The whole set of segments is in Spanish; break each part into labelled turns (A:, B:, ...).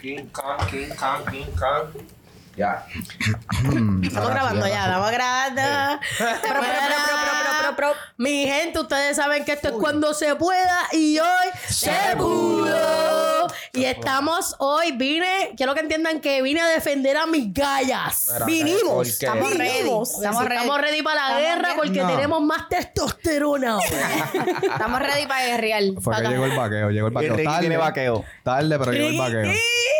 A: King Kong, King Kong, King Kong.
B: Ya.
C: Estamos grabando ya, estamos grabando. Pro, pro, pro, pro, pro, pro, pro. Mi gente, ustedes saben que esto es cuando se pueda y hoy se pudo. Y estamos hoy, vine, quiero que entiendan que vine a defender a mis gallas.
B: Vinimos.
D: Estamos
C: Vinimos.
D: ready.
C: Estamos,
D: Estamos
C: ready.
D: ready.
C: para la
D: Estamos
C: guerra
D: ready.
C: porque
E: No.
C: tenemos más testosterona. ahora.
D: Estamos ready para guerrear.
E: Fue que
C: Acá.
E: llegó el vaqueo, llegó el
B: Y
E: vaqueo.
B: Ricky
E: Tarde,
B: tiene vaqueo.
E: Tarde, pero llegó el vaqueo.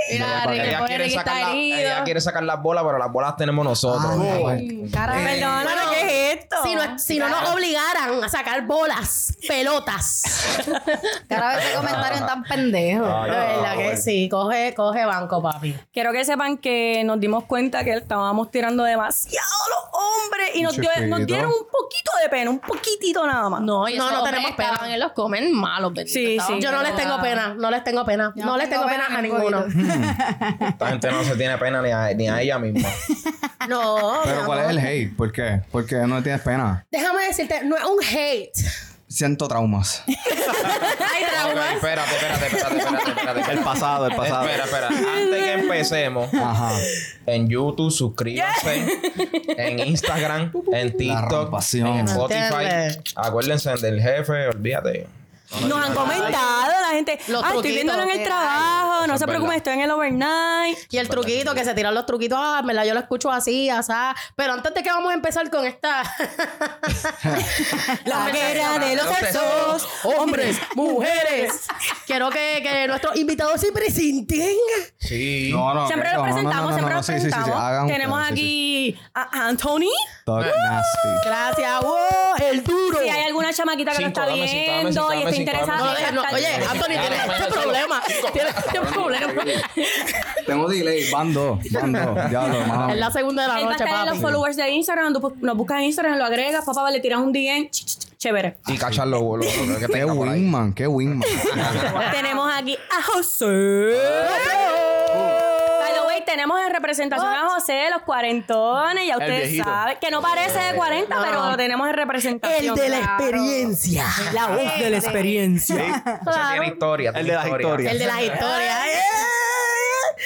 D: Mira,
E: Ella
D: Ricky,
F: pues.
B: Ella
D: pobre
B: quiere,
D: Ricky
B: sacar
D: está
B: la- ella
D: herido.
B: quiere sacar las bolas, pero las bolas tenemos nosotros.
F: Ah,
D: Cara, perdona,
C: Eh, Bueno,
D: ¿qué es esto?
C: si no, si no nos obligaran a sacar bolas, pelotas.
D: Cara, ve ese comentario tan pendejo.
B: Ay,
C: La verdad
E: Ah,
C: que sí, coge, coge banco, papi.
F: Quiero que sepan que nos dimos cuenta que estábamos tirando demasiado a los hombres y nos, dio-
E: Chiquito.
F: nos dieron un poquito de pena, un poquitito nada más.
D: No,
C: No, no tenemos pena.
D: En los comen malos, bendito.
F: Sí,
D: Estaban
F: sí.
C: Yo no les tengo pena, no les tengo pena,
D: Yo
C: no, les tengo pena, a
D: ni un
C: ninguno.
D: poquito.
B: Esta gente no se tiene pena ni a, ni a ella misma.
C: No, mi
E: Pero ¿cuál es el
C: amor.
E: hate? ¿Por qué? Porque no tienes pena.
C: Déjame decirte, no es un hate.
E: Siento traumas.
C: Hay
B: Ok,
C: traumas.
B: espérate, espérate, espérate, espérate, espérate.
E: El pasado, el pasado.
B: Espera, espera. Antes que empecemos,
E: Ajá.
B: en YouTube, suscríbanse. En Instagram, en TikTok,
E: rampasión.
B: en Spotify.
C: Manténle.
B: Acuérdense del jefe, olvídate.
F: Nos han comentado la gente,
C: Los
F: ah,
C: truquitos
F: estoy viéndolo en
C: que
F: el trabajo,
B: Eso
F: no
B: es
F: se preocupen,
B: verdad.
F: estoy en el overnight.
C: Y el truquito, que se tiran los truquitos, ah, en verdad, yo lo escucho así, asá. Pero antes de que vamos a empezar con esta.
F: La guerra de los sexos.
C: hombres, mujeres. Quiero que, que nuestros invitados se presenten.
B: Sí.
E: No, no.
F: Siempre
E: no,
F: los
E: no, no, no,
F: presentamos,
E: no,
F: siempre
E: no,
F: los
E: sí, sí, sí, sí.
F: presentamos.
E: Hagan
F: Tenemos
E: ustedes, sí, sí.
F: aquí a Anthony.
E: Talk nasty.
C: Gracias, wow, el duro.
F: Si hay alguna chamaquita que lo
B: Cinco,
F: está
B: dame cinco, dame
F: viendo
B: cinco,
F: y
B: dame
F: está
B: cinco,
F: interesada.
B: dame
C: No,
B: cinco.
C: deja- no, oye, Anthony, tienes este problema. Tienes este problema.
E: Tengo delay. Van dos. Van dos. Ya lo mano.
C: Es la segunda de la
F: Él va a
C: noche,
F: estar en los
C: papi.
F: followers de Instagram, tú pu- nos buscas en Instagram, lo agregas, papá, le tiras un DM, ch, ch, ch, chévere.
B: Y cachar los bolos. lo que
E: Qué
B: tenga por ahí.
E: wingman, qué wingman.
F: tenemos aquí a José.
C: Oh.
F: By the way, tenemos en representación a José de los cuarentones, ya ustedes saben, que no parece de 40, pero lo tenemos en representación.
C: El de la experiencia. La voz de la experiencia.
B: Ese tiene historia.
G: El de las historias.
C: El de las historias.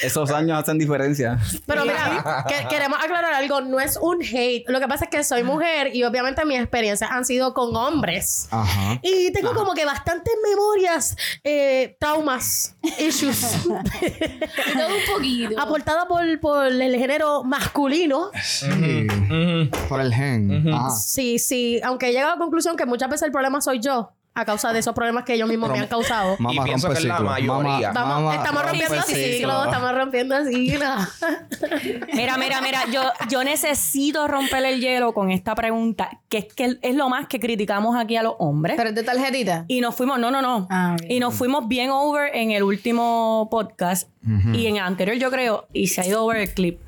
G: Esos años hacen diferencia.
C: Pero mira, que- queremos aclarar algo. No es un hate. Lo que pasa es que soy mujer y obviamente mis experiencias han sido con hombres.
E: Ajá.
C: Y tengo como que bastantes memorias, eh, traumas, issues,
D: Todo un poquito.
C: aportadas por, por el género masculino.
E: Sí. Por el gen. Ah. Ajá.
C: Sí, sí. Aunque he llegado a la conclusión que muchas veces el problema soy yo a causa de esos problemas que ellos mismos me han causado.
E: Mamá
B: pienso
E: rompe
B: que es la
E: ciclo. Mamá,
B: mayoría.
C: Estamos,
E: mamá
C: estamos
E: rompe
G: pues,
C: rompiendo ciclos, estamos rompiendo ciclos.
F: Mira, mira, mira, yo, yo necesito romper el hielo con esta pregunta, que es que es lo más que criticamos aquí a los hombres.
D: Pero es de tarjetita.
F: Y nos fuimos, no, no, no.
D: Ah, bien.
F: Y nos fuimos bien over en el último podcast y en el anterior, yo creo, y se ha ido over el clip.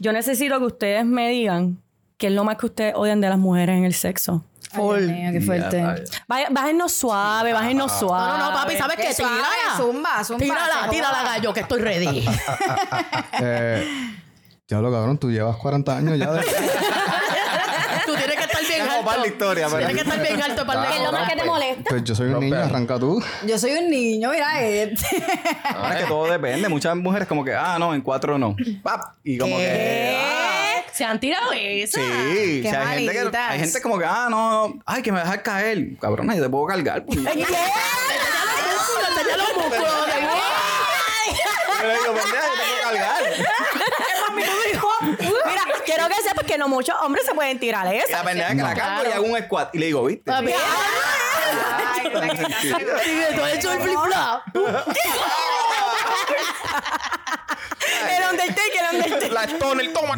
F: Yo necesito que ustedes me digan qué es lo más que ustedes odian de las mujeres en el sexo.
D: Ay, Dios mío, qué fuerte.
F: Vá- Bájenos suave, bájenos
G: Ah.
F: suave.
C: No, no, no, papi, ¿sabes qué?
D: Qué suave,
C: Tírala.
D: zumba, zumba,
C: Tírala,
D: se
C: tírala,
D: joda.
C: gallo, que estoy ready.
E: Eh, ya lo cabrón, tú llevas 40 años ya de...
C: tú tienes que estar bien
G: Vamos para la
C: alto.
G: historia, pero-
C: Tienes que estar bien alto para
F: ¿Qué es lo más que te molesta?
E: Pues yo soy un
B: Rompe
E: niño,
B: ahí.
E: arranca tú.
D: Yo soy un niño, mira este.
G: Ahora es que todo depende. Muchas mujeres como que, ah, no, en cuatro no. Pap. Y como que... ah,
F: ¿Se han tirado eso?
G: Sí,
D: Qué
G: o sea, hay, gente que,
D: malitas.
G: hay gente como que, ah, no, no, ay, que me dejas caer. Cabrona, yo te puedo cargar. puñeta.
C: ¡Enseña los músculos, enseña los músculos! de-
G: Yo le digo, pendeja, yo te puedo cargar.
F: Mira, quiero que sepas que no muchos hombres se pueden tirar
G: Y
F: eso.
G: la pendeja que la cargo y hago un squat. Y le digo, ¿viste?
C: Papi, ¡Ay, tú has hecho el flip-flop!
F: El Undertaker, el Undertaker.
B: La Stoner, toma.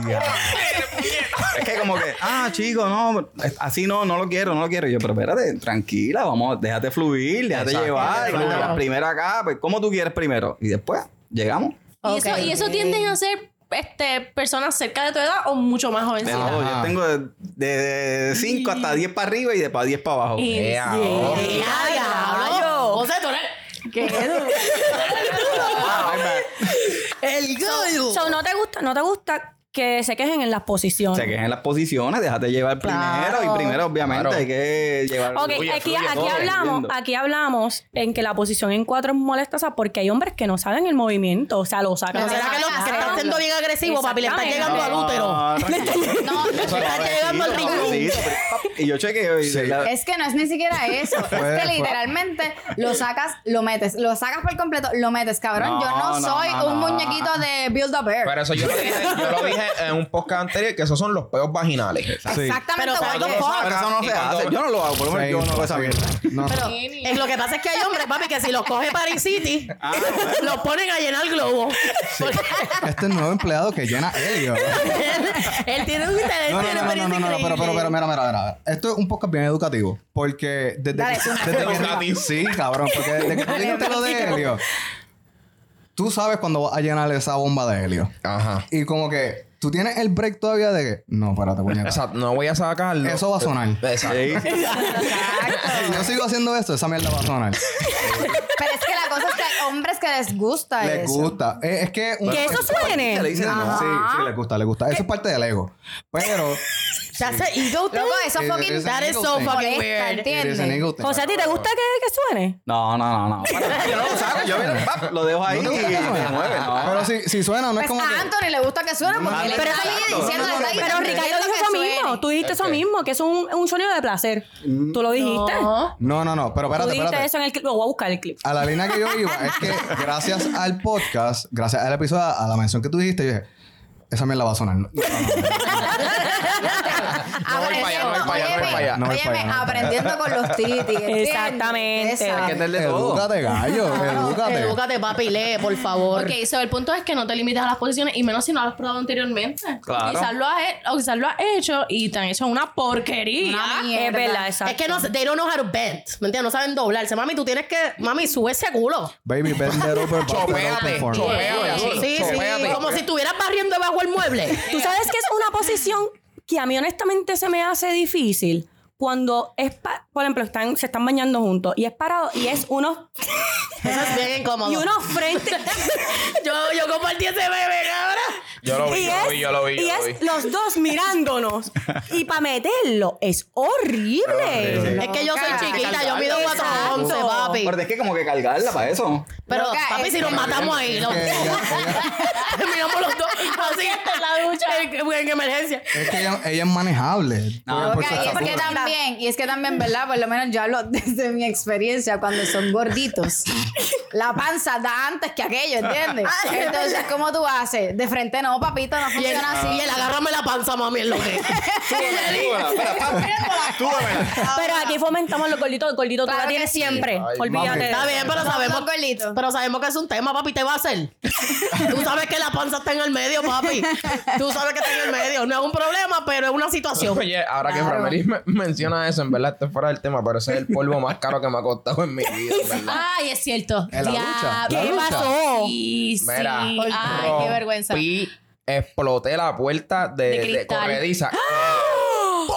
G: Es que como que, ah, chico, no, es- así no, no lo quiero, no lo quiero. Y yo, pero espérate, tranquila, vamos, déjate fluir, déjate
B: Exacto.
G: llevar. Como que
C: Claro.
G: vas primero acá, pues, ¿cómo tú quieres primero? Y después, llegamos.
D: Y eso- y eso
C: tienden a ser este, personas cerca de tu edad o mucho más
G: De todo, yo tengo de 5 hasta 10 para arriba y de para 10 para abajo.
B: Ea, oh.
C: diablo! O sea, tú eres
G: Ah, ahí va.
C: el gallo.
F: So, ¿no te gusta, no te gusta que se quejen en las posiciones.
G: Se quejen las posiciones, déjate llevar
C: Claro.
G: primero. Y primero, obviamente,
B: Claro.
G: hay que llevar.
F: Ok,
A: Fluye,
F: aquí,
A: fluye
F: aquí
A: todo,
F: hablamos,
G: entiendo.
F: aquí hablamos en que la posición en cuatro es molestosa porque hay hombres que no saben el movimiento, o sea, lo sacan.
C: No, será que lo que está siendo bien agresivo, papi. Le está
F: Exactamente.
C: llegando al útero.
G: No, tranquilo.
D: No,
C: Le está llegando al riñón.
G: Suavecito, pero- Y yo chequeo y la-
D: Es que no es ni siquiera eso. Es
E: Fue-
D: que
E: fue-
D: literalmente lo sacas, lo metes. Lo sacas por completo, lo metes, cabrón.
G: No,
D: Yo no
G: no,
D: soy
G: no,
D: un
G: no.
D: muñequito de Build a Bear.
B: Pero eso yo lo, dije, yo lo dije en un podcast anterior que esos son los peos vaginales.
D: Exactamente,
C: Pero
D: what
C: cuando
D: the
C: lo
D: fuck.
G: Pero eso no se hace. Yo no lo hago, por lo menos yo no lo sabía.
E: No.
C: Pero es lo que pasa es que hay hombres, papi, que si los coge Paris City,
E: Ah,
C: los ponen a llenar globo. Porque
E: Este es el nuevo empleado que llena él. yo.
C: él, él tiene un interés,
E: No, no,
C: tiene
E: no, no,
C: experiencia
E: no, no, no,
C: increíble.
E: pero, pero, pero, mira, mira, mira, mira. Esto es un podcast bien educativo. Porque desde
D: Dale,
E: que.
D: tú.
E: Desde que-
B: Educativo.
E: sí, cabrón. Porque desde que tú dijiste lo de helio, tú sabes cuando vas a llenar esa bomba de helio.
B: Ajá.
E: Y como que tú tienes el break todavía de que. No, espérate, puñeta.
B: Exacto, no voy a sacarlo.
E: Eso va a sonar.
B: Exacto.
E: Si yo sigo haciendo esto, esa mierda va a sonar.
D: Pero es que la cosa es que hay hombres que les gusta
E: Les
D: eso.
E: gusta. Eh, Es, que. un-
F: Que eso suene.
G: Le dicen,
E: Sí, sí, les gusta, les gusta. Eso es parte del ego. Pero.
C: That's an ego thing.
D: Loco, eso
E: Eh,
D: fucking
E: ese
C: That is
E: ego
C: so
E: thing.
C: fucking
D: molesta,
C: weird.
E: eres an
D: ¿entiendes?
E: ego thing.
F: José, ¿a ti te gusta que, que suene?
G: No, no, no, no. Para- Yo no lo saco, yo mira, pap, lo dejo ahí
E: ¿No
G: y
E: te gusta que
G: me
E: suene?
G: mueve, ¿no?
E: Pero si, si suena, no es
D: Pues
E: como.
D: a
E: que-
D: Anthony le gusta que suene porque él
F: Pero,
D: está ahí
G: Exacto.
D: diciendo
G: No, no, no,
D: está ahí
F: Pero
D: diciendo
F: Ricardo dijo
D: que
F: eso
D: suene.
F: mismo. Tú dijiste eso mismo, que es un, un sonido de placer. ¿Tú lo dijiste?
E: No, no, no. Pero
F: Tú
E: espérate,
F: dijiste
E: espérate.
F: eso en el clip. Lo voy a buscar el clip.
E: A la línea que yo iba es que gracias al podcast, gracias al episodio, a la mención que tú dijiste, yo dije, esa mierda va a sonar. No, no,
D: Ah,
B: No voy para allá, no voy para allá, no voy para
E: No voy para
B: allá.
D: Óyeme,
E: allá, no voy para allá.
D: aprendiendo con los titis. ¿entiendes?
F: Exactamente.
D: Esa.
G: Hay que darle todo.
E: Edúcate, gallo, edúcate.
C: Edúcate, papi, lee, por favor.
H: Ok, so el punto es que no te limites a las posiciones y menos si no lo has probado anteriormente.
G: Claro.
H: Quizás lo has, he- o quizás lo has hecho y te han hecho una porquería.
D: Una
F: Es
D: mierda.
F: verdad, exacto.
C: Es que no, they don't know how to bend, ¿me entiendes? No saben doblarse. Mami, tú tienes que, mami, sube ese culo.
E: Baby, bend that over, but
B: Chopeate,
E: don't conform.
B: chopeate.
C: Sí, sí,
B: chopeate.
C: como si estuvieras barriendo debajo el mueble.
F: Tú sabes que es una posición que a mí honestamente se me hace difícil cuando es, pa- por ejemplo, están, se están bañando juntos y es parado y es uno
C: Eso es bien incómodo.
F: y uno frente
C: yo, yo compartí ese bebé, cabrón.
B: Yo lo vi,
F: y
B: yo lo
F: es-
B: vi, yo lo vi.
F: y
B: yo lo vi.
F: es los dos mirándonos y para meterlo es horrible.
C: Es que yo soy
D: Loca.
C: chiquita, yo mido
F: Exacto.
C: 411, papi.
G: Pero es que como que cargarla para eso.
C: Pero,
D: Loca,
C: papi,
D: es-
C: si nos matamos ahí, ¿no?
E: Que ella- ella-
C: Terminamos los dos así en la ducha en, en emergencia.
E: es que ella, ella es manejable.
G: No,
E: Por
D: Ok,
E: su
D: y es
E: estatura.
D: que también, y es que también, ¿verdad? Por lo menos yo hablo desde mi experiencia cuando son gorditos. La panza da antes que aquello, ¿entiendes? Entonces, ¿cómo tú haces? De frente no, papito, no
C: Y él,
D: funciona así.
C: y él, agárrame la panza, mami, es lo que.
F: Pero aquí fomentamos los gorditos, el gordito tú
D: Claro
F: la
D: que
F: tienes
D: sí.
F: siempre.
E: Ay,
F: Olvídate.
E: mami.
F: de
C: Está
F: eso.
C: bien, pero sabemos,
D: Son gorditos.
C: pero sabemos que es un tema, papi, te va a hacer. Tú sabes que la panza está en el medio, papi. Tú sabes que está en el medio. No es un problema, pero es una situación.
B: Oye, ahora que
D: Claro.
B: Framery me- menciona eso, en verdad, esto es fuera del tema, pero ese es el polvo más caro que me ha costado en mi vida, en verdad.
H: Ay, es cierto.
E: En la ducha, la
H: ¿Qué
E: ducha.
H: pasó? Sí, sí.
B: Mera.
H: Ay, qué vergüenza.
B: Y exploté la puerta de,
H: De
B: de,
H: cristal.
B: corrediza.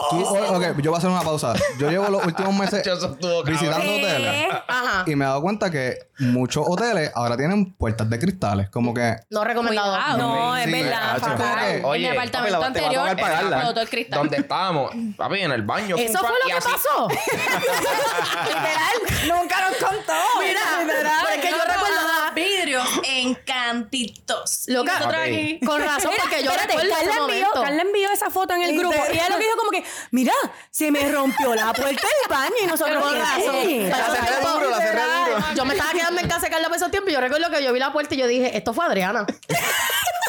E: Tú- o- ok, yo voy a hacer una pausa. Yo llevo los últimos meses
B: Yo, eso estuvo cabrón.
E: visitando
F: ¿Qué?
E: hoteles.
C: Ajá.
E: Y me he dado cuenta que muchos hoteles ahora tienen puertas de cristales. Como que
C: No recomendado.
H: Cuidado.
F: No, es
E: Sí,
F: verdad.
E: cacho.
F: fatal.
E: Como que-
H: en
B: Oye,
H: mi apartamento
G: papi, la- te va a
H: anterior
G: tocar pagarla.
H: explotó el cristal.
B: Donde estábamos, papi, en el baño.
C: Eso fue
B: pum, pam,
C: lo
B: y
C: que
B: así-
C: pasó.
D: Literal, nunca nos contó.
C: Mira, pero es que yo
H: No,
C: recuerdo.
H: no, no, vidrios en cantitos.
C: Loca.
H: Y nosotros
B: Ok.
H: aquí.
C: Con razón,
F: Mira,
C: porque yo
F: espérate,
C: recuerdo
F: Carla
C: ese
F: envió,
C: momento.
F: Carla envió esa foto en el grupo y ella lo que dijo como que, mira, se me rompió la puerta del baño y nosotros
C: Con
F: ¿qué?
C: razón.
F: Sí.
C: Pero
G: La cerré
C: yo-
G: duro, la cerré duro.
C: Yo me estaba quedando en casa de Carla por esos tiempos y yo recuerdo que yo vi la puerta y yo dije, esto fue Adriana.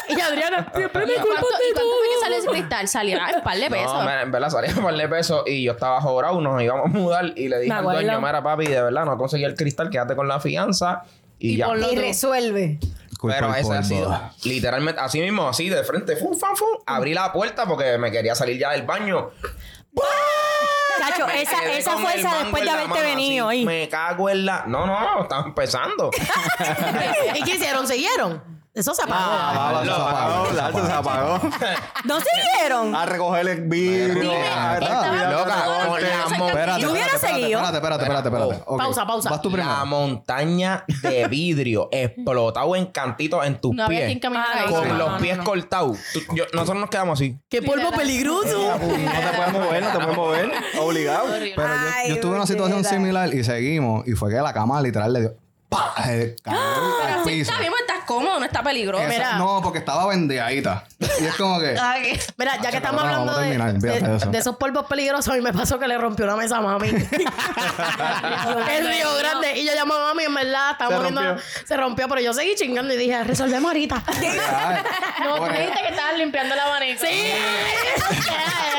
C: y Adriana, siempre me
H: ¿Y
C: culpa
H: cuánto, ¿Y cuánto fue que salió ese cristal? Salía un par de
C: pues,
H: pesos.
B: No, me- en verdad salía un par de pesos y yo estaba jorado, nos íbamos a mudar y le dije
F: Me
B: al
F: acuerdo.
B: dueño, mira papi, de verdad no conseguí el cristal, quédate con la fianza y, ya.
D: Y resuelve.
E: Culpa
B: Pero
E: del
B: ese ha
E: polvo.
B: sido literalmente así mismo, así de frente, fum, fam, fum, abrí la puerta porque me quería salir ya del baño.
F: Chacho,
B: Me
F: esa,
B: quedé
F: esa
B: con el
F: fuerza
B: mango
F: después de
B: en la
F: haberte
B: mano,
F: venido
B: así,
F: ahí.
B: Me cago en la. No, no, estaba empezando.
C: ¿Y qué hicieron? ¿Siguieron? Eso se apagó.
G: Ah,
E: Bala,
G: lo
E: se apagó,
G: apagó,
E: se
G: la- se apagó.
F: ¿No siguieron?
G: A recoger el vidrio.
H: Dime,
G: a-
H: ¿qué estaba
B: loca,
H: pasando?
B: con
H: Yo
B: la
H: no sé qué-
B: mo-
E: Espérate,
F: Yo hubiera
E: espérate, espérate,
F: seguido.
E: Espérate, espérate, espérate, espérate.
B: Oh.
E: Ok.
C: Pausa, pausa.
E: Vas tú
B: La
E: primero.
B: montaña de vidrio explotado en cantitos en tus
H: No había quien
B: pies.
H: caminara
F: Ah,
H: ahí.
F: no,
B: Con
F: no,
B: los
F: no,
B: pies
F: no.
B: cortados. Tú- yo- nosotros nos quedamos así.
C: ¡Qué polvo peligroso!
G: No te puedes mover, no te puedes mover. Obligado.
H: Horrible.
E: Pero yo,
F: Ay,
E: yo estuve en una situación
F: Bruchera.
E: similar y seguimos y fue que la cama literal le dio ¡pa! Eh, cayó al
H: Ah, Pero sí
E: piso.
H: está bien, porque estás cómodo, no está peligroso.
E: Esa-
C: mira.
E: no, porque estaba vendedita. Y es como que
H: Ay,
C: Mira, ya Ah, que estamos
E: cabrón,
C: hablando
E: vamos a
C: de,
E: terminar, olvídate de
C: de-
E: eso.
C: de esos polvos peligrosos, a mí me pasó que le rompió una mesa a mami. en Río Grande. Y yo llamo a mami, en verdad, estaba
G: Se
C: muriendo.
G: rompió.
C: Se rompió, pero yo seguí chingando y dije, resolvemos ahorita.
E: ay,
H: No, tú
E: bueno,
H: dijiste que estabas limpiando la abanico.
C: ¡Sí!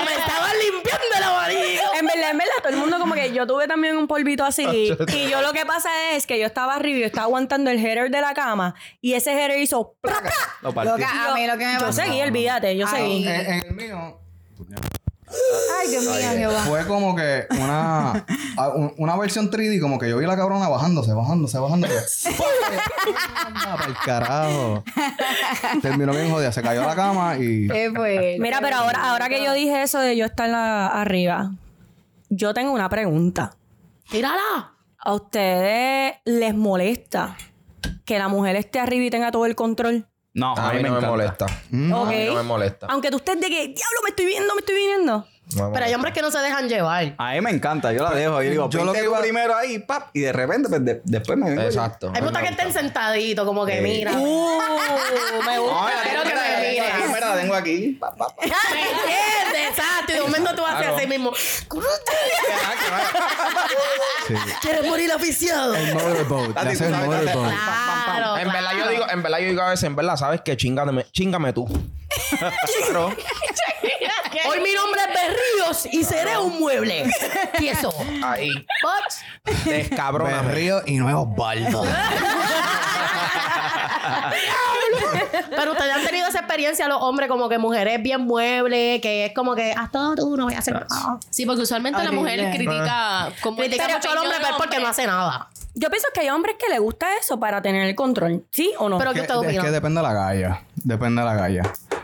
C: me estaba limpiando el abanico.
F: En verdad, en verdad, todo el mundo como que yo tuve también un polvito así. y yo lo que pasa es que yo estaba arriba y yo estaba aguantando el header de la cama y ese header hizo... ¡pra, pra!
G: Lo partí.
D: Loca, a mí lo que me
F: Yo
D: pasó.
F: seguí, olvídate, yo seguí.
E: en, en el mío
D: Ay, Dios mío, Jehová.
E: fue como que una a- un- una versión 3D como que yo vi la cabrona bajándose, bajándose, bajándose. Anda pa'l carajo. Terminó bien jodida, se cayó a la cama y
D: Qué fuerte.
F: Mira, pero ahora, ahora que yo dije eso de yo estar la- arriba, yo tengo una pregunta.
C: ¡Tírala!
F: ¿A ustedes les molesta que la mujer esté arriba y tenga todo el control?
G: Ah, No,
B: A mí no me
G: encanta.
B: molesta.
F: Ok. Ah,
B: A mí no me molesta.
F: Aunque tú estés de que, diablo, me estoy viendo, me estoy viniendo.
B: No me
C: Pero hay hombres que no se dejan llevar.
G: A mí me encanta, yo la dejo. Yo digo,
E: Pues, Yo
G: yo
E: lo
G: lo
E: que iba-
G: primero ahí, pap, y de repente, pues, de- después me vengo. Uh, yo.
B: Exacto.
C: Hay muchas que estén sentaditos, como que mira.
F: Uh, me gusta.
G: No, la
C: Pero
G: tengo
C: que
G: aquí,
C: me
G: la tengo
C: miras.
G: aquí, mira, la tengo aquí. pap, pap, pap.
C: ¿Me entiendes? Exacto. Y de momento tú haces así mismo.
E: sí.
C: ¿Quieres morir asfixiado?
E: el motorboat,
G: Ah,
E: le
G: tú
E: hace el
G: sabes,
E: motorboat.
C: Claro.
B: En verdad yo digo, en verdad yo digo a veces, en verdad, ¿sabes qué? Chingame, chingame tú. Claro.
C: Hoy mi nombre es Berríos y seré un mueble. Tieso.
B: Ahí.
C: Box.
B: Descabróname.
E: Berrío y nuevos baldos.
C: Pero ustedes han tenido esa experiencia, los hombres, como que mujeres bien muebles, que es como que haz todo tú, no voy a hacer nada.
H: Sí, porque usualmente la mujer
D: Horrible.
H: critica como
C: Critica
H: esta
C: mucho al hombre,
H: opinión
C: pero es
H: del
C: porque no
H: hombre.
C: hace nada.
F: Yo pienso que hay hombres que les gusta eso para tener el control. ¿Sí o no?
C: Pero
E: que-
C: ¿qué usted
E: es
C: opina?
E: que depende de la galla. Depende de la galla.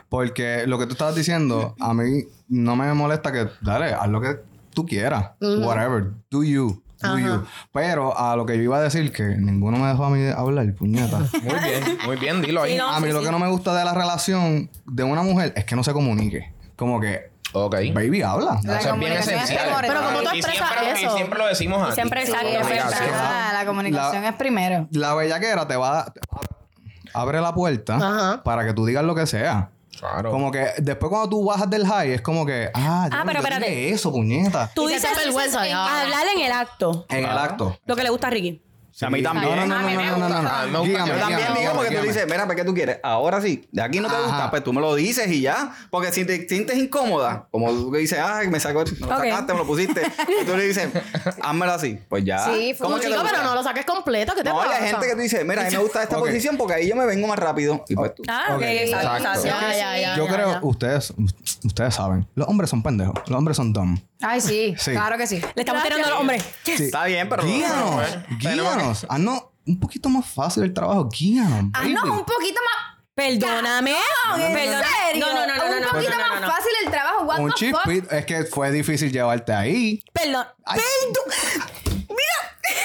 E: Porque lo que tú estabas diciendo, a mí no me molesta que, dale, haz lo que tú quieras. Whatever. Do you. Do you. Pero a lo que yo iba a decir, que ninguno me dejó a mí hablar, puñeta.
B: Muy bien, muy bien, dilo ahí.
E: a mí lo que no me gusta de la relación de una mujer es que no se comunique. Como que,
B: Ok.
E: baby, habla.
D: La
B: Eso es bien
D: comunicación es
B: esencial.
D: primordial. Pero
C: como tú
B: y
C: expresas
B: siempre,
C: eso.
B: Y siempre lo decimos aquí.
F: Siempre
B: La
F: exacto,
B: comunicación.
F: siempre exacto.
D: Ah, la comunicación es primero.
E: La bellaquera te va a... Abre la puerta
C: Ajá.
E: para que tú digas lo que sea.
B: Claro.
E: Como que después cuando tú bajas del high es como que, ah, diablo,
F: pero
E: yo
F: espérate.
E: dije eso, puñeta.
F: Tú
C: Y se
F: dices
C: te avergüenza,
F: en-
C: ya.
F: hablar en el acto.
E: En el acto.
F: Lo que le gusta a Ricky.
G: A mí también.
E: No,
D: Ah,
E: no, no, no, no, no, no, no.
B: A mí me gusta.
E: Dígame,
G: Yo también
E: dígame,
G: digo porque tú
E: dígame.
G: dices, mira, ¿para qué tú quieres? Ahora sí, de aquí no te
E: Ajá.
G: gusta, pues tú me lo dices y ya. Porque si te sientes incómoda, como tú que dices, ay, me sacó, me lo
F: Ok.
G: sacaste, me lo pusiste, y tú le dices, házmelo así, pues ya.
D: Sí, fue
G: ¿Cómo
D: un
G: que te
C: Chico,
G: gusta?
C: pero no lo saques completo, ¿qué te
G: No,
C: pasa?
G: hay gente que tú dices, mira, a mí me gusta esta
E: Ok.
G: posición porque ahí yo me vengo más rápido. Y pues tú.
F: Ah, ok,
E: Ok,
F: exacto.
B: exacto.
F: exacto.
C: Ya, ya, ya,
E: Yo
C: ya,
E: creo,
C: ya.
E: ustedes, ustedes saben, los hombres son pendejos, los hombres son dumb.
D: Ay, sí,
E: Sí.
D: claro que sí.
F: Le estamos tirando a los hombres.
E: Sí.
G: Está bien, pero.
E: Guíanos,
B: pues,
E: guíanos. Haznos un poquito más fácil el trabajo, guíanos.
D: Ah,
E: baby.
D: no, un poquito más.
F: Perdóname.
D: ¿En
F: Perdona-
D: serio?
F: No, no, no, no, no,
D: Un
F: no,
D: poquito
F: no, no,
D: más
F: no.
D: fácil el trabajo. What
E: Un
D: the fuck?
E: chispit, es que fue difícil llevarte ahí.
F: Perdón.
E: Ay.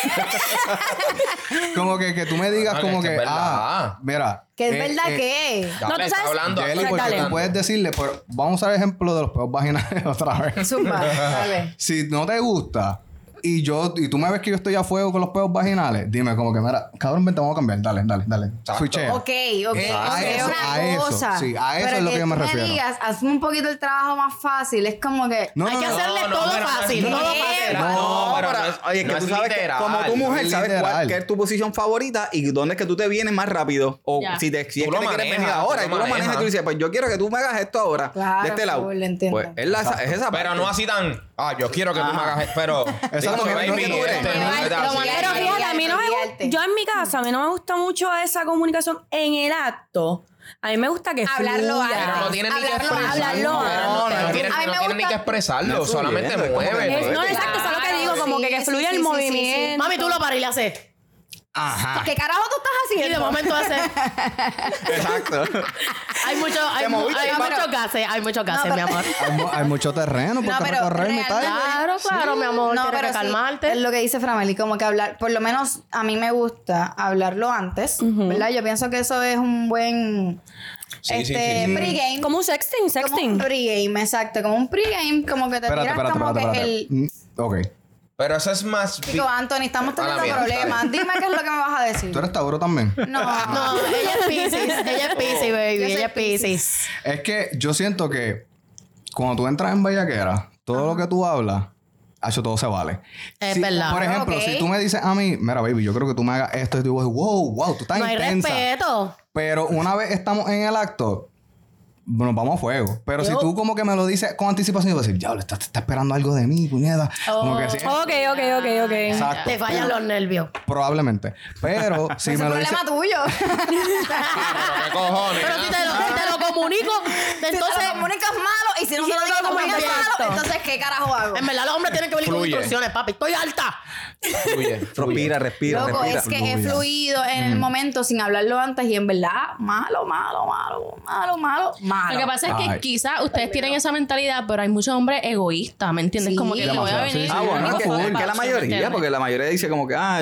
E: Como que, que tú me digas
B: Ah,
E: como
B: que
E: que,
B: es verdad.
E: ah, mira.
D: Que es
E: eh,
D: verdad
E: eh,
D: que.
B: Dale,
F: No, tú
B: está
F: sabes-
B: hablando.
E: Jelly,
B: está
E: porque tú
B: hablando.
E: puedes decirle, pero vamos a usar el ejemplo de los peos vaginales otra vez.
D: Zumba, dale.
E: Si no te gusta y yo y tú me ves que yo estoy a fuego con los peos vaginales, dime como que, mira, cabrón, vente, vamos a cambiar. Dale, dale, dale. Switchea.
D: Ok, ok.
E: Eh, a
D: ok,
E: eso-
D: una
E: a eso,
D: cosa.
E: sí, a eso
D: Pero
E: es lo que yo me
D: tú
E: refiero.
D: Me digas, hazme un poquito el trabajo más fácil. Es como que.
E: No,
C: Hay
E: no,
C: que
E: no.
C: hacerle
B: No, no,
C: todo
B: pero no es-
C: fácil,
B: no,
C: todo
B: pero
C: fácil.
B: No, pero
G: pero,
B: no es-
G: oye, es que
B: no
G: tú
B: es
G: sabes
B: literal.
G: que como tu mujer
E: Es
G: sabes cuál
E: literal.
G: que es tu posición favorita y dónde es que tú te vienes más rápido. O
H: Ya.
G: si, te, si es
B: Tú
G: que
B: lo
G: te quieres
B: manejas,
G: venir
B: tú
G: ahora
B: lo
G: y tú lo manejas,
B: manejas.
G: tú dices, pues yo quiero que tú me hagas esto ahora.
D: Claro,
G: de este lado.
D: full, entiendo.
G: Pues es, la, es esa parte.
B: Pero no así tan. Ah, yo quiero que tú me hagas. Pero.
E: Exacto,
B: Digo,
E: que no, que tú eres.
B: este no es
D: Llevarte,
B: así.
D: lo manejas.
F: Pero fíjate, a mí no me gusta.
D: Olvídate.
F: Yo en mi casa, a mí no me gusta mucho esa comunicación en el acto. A mí me gusta que
D: Hablarlo
F: fluya.
D: antes.
B: Pero no tiene ni que
D: Hablarlo,
B: expresarlo.
F: hablarlo,
B: No, no,
G: hablarlo.
B: no tiene
D: A mí me
B: no tiene ni
D: gusta-
B: que expresarlo.
G: No,
B: solamente
G: fluyendo, es como que-
B: mueve.
F: Es- no, exacto, eso es lo que digo, como que, que
D: sí,
F: fluya el
D: sí, sí, sí, sí.
F: movimiento.
C: Mami, tú lo parí y le haces.
E: Ajá.
D: ¿Qué carajo tú estás
C: Y de
D: haciendo?
C: momento hace.
G: Exacto.
C: Hay mucho, hay, mu-
G: moviste,
C: hay
G: no,
C: muchos gases, hay muchos gases, mi amor.
E: Hay, mu- hay mucho terreno
D: No,
E: para
D: pero
E: recorrer y
D: realmente-
E: tal.
C: Claro, claro, mi amor. tienes que
D: sí,
C: calmarte.
D: es lo que dice Frameli, como que hablar, por lo menos a mí me gusta hablarlo antes, ¿verdad? Yo pienso que eso es un buen
B: Sí, sí,
D: este,
B: sí, sí.
D: pregame.
F: Como un sexting,
D: Como un
F: sexting.
D: pregame, exacto. Como un pregame, como que te
E: Espérate,
D: tiras
E: espérate,
D: como
E: espérate,
D: que
E: espérate.
D: el.
E: Mm, Ok.
B: Pero eso es más. vi-
D: Chico, Anthony, estamos
B: A la
D: teniendo
B: mierda,
D: problemas.
B: está
D: Dime qué es lo que me vas a decir.
E: ¿Tú eres Tauro también?
D: No,
C: No, ella es Pisces, ella es Pisces,
D: Yo
C: baby,
D: soy
C: ella es Pisces.
E: Es que yo siento que cuando tú entras en Bellaquera, todo lo que tú hablas, hecho todo se vale.
C: Es
E: Si-
C: verdad.
E: Por ejemplo,
D: Ok.
E: si tú me dices a mí, mira, baby, yo creo que tú me hagas esto, y tú dices, wow, wow, tú estás
C: No hay
E: intensa.
C: respeto.
E: Pero una vez estamos en el acto, nos vamos a fuego. Pero si
C: Yo-
E: tú como que me lo dices con anticipación, yo voy a decir, diablo, está, está esperando algo de mí, puñeta. como que sí.
F: Ok, ok, ok, ok.
G: Ah,
E: Exacto.
C: Oh, Te fallan los nervios.
E: Probablemente. Pero si
D: es
E: me
D: un
E: lo
D: problema
E: dices...
D: tuyo.
B: ¿Qué cojones?
C: Pero si
B: ah?
C: te lo, si te lo comunico,
D: Entonces,
C: entonces.
D: si te lo comunicas malo y si no
C: Y
D: te
C: si
D: lo
C: no
D: digo
C: te lo
D: comunicas
C: comunicas,
D: malo,
C: exacto.
D: entonces ¿qué carajo hago?
C: En verdad, los hombres tienen que venir con
B: Fluye.
C: instrucciones, papi. Estoy alta.
B: Fluye, fluye.
G: Respira, respira,
D: Loco,
G: respira.
D: es que he fluido en el momento sin hablarlo antes y en verdad, malo, malo, malo, malo, malo, malo.
H: Lo que pasa es
E: Ay.
H: que quizás ustedes tienen esa mentalidad, pero hay muchos hombres egoístas, ¿me entiendes?
D: Sí,
H: como que le voy a
E: demasiado, sí,
H: venir.
E: sí.
G: Ah, bueno,
H: con
G: que,
H: full
G: que la
H: passion, ¿me
G: mayoría,
H: entiendes?
G: porque la mayoría dice como que, ah,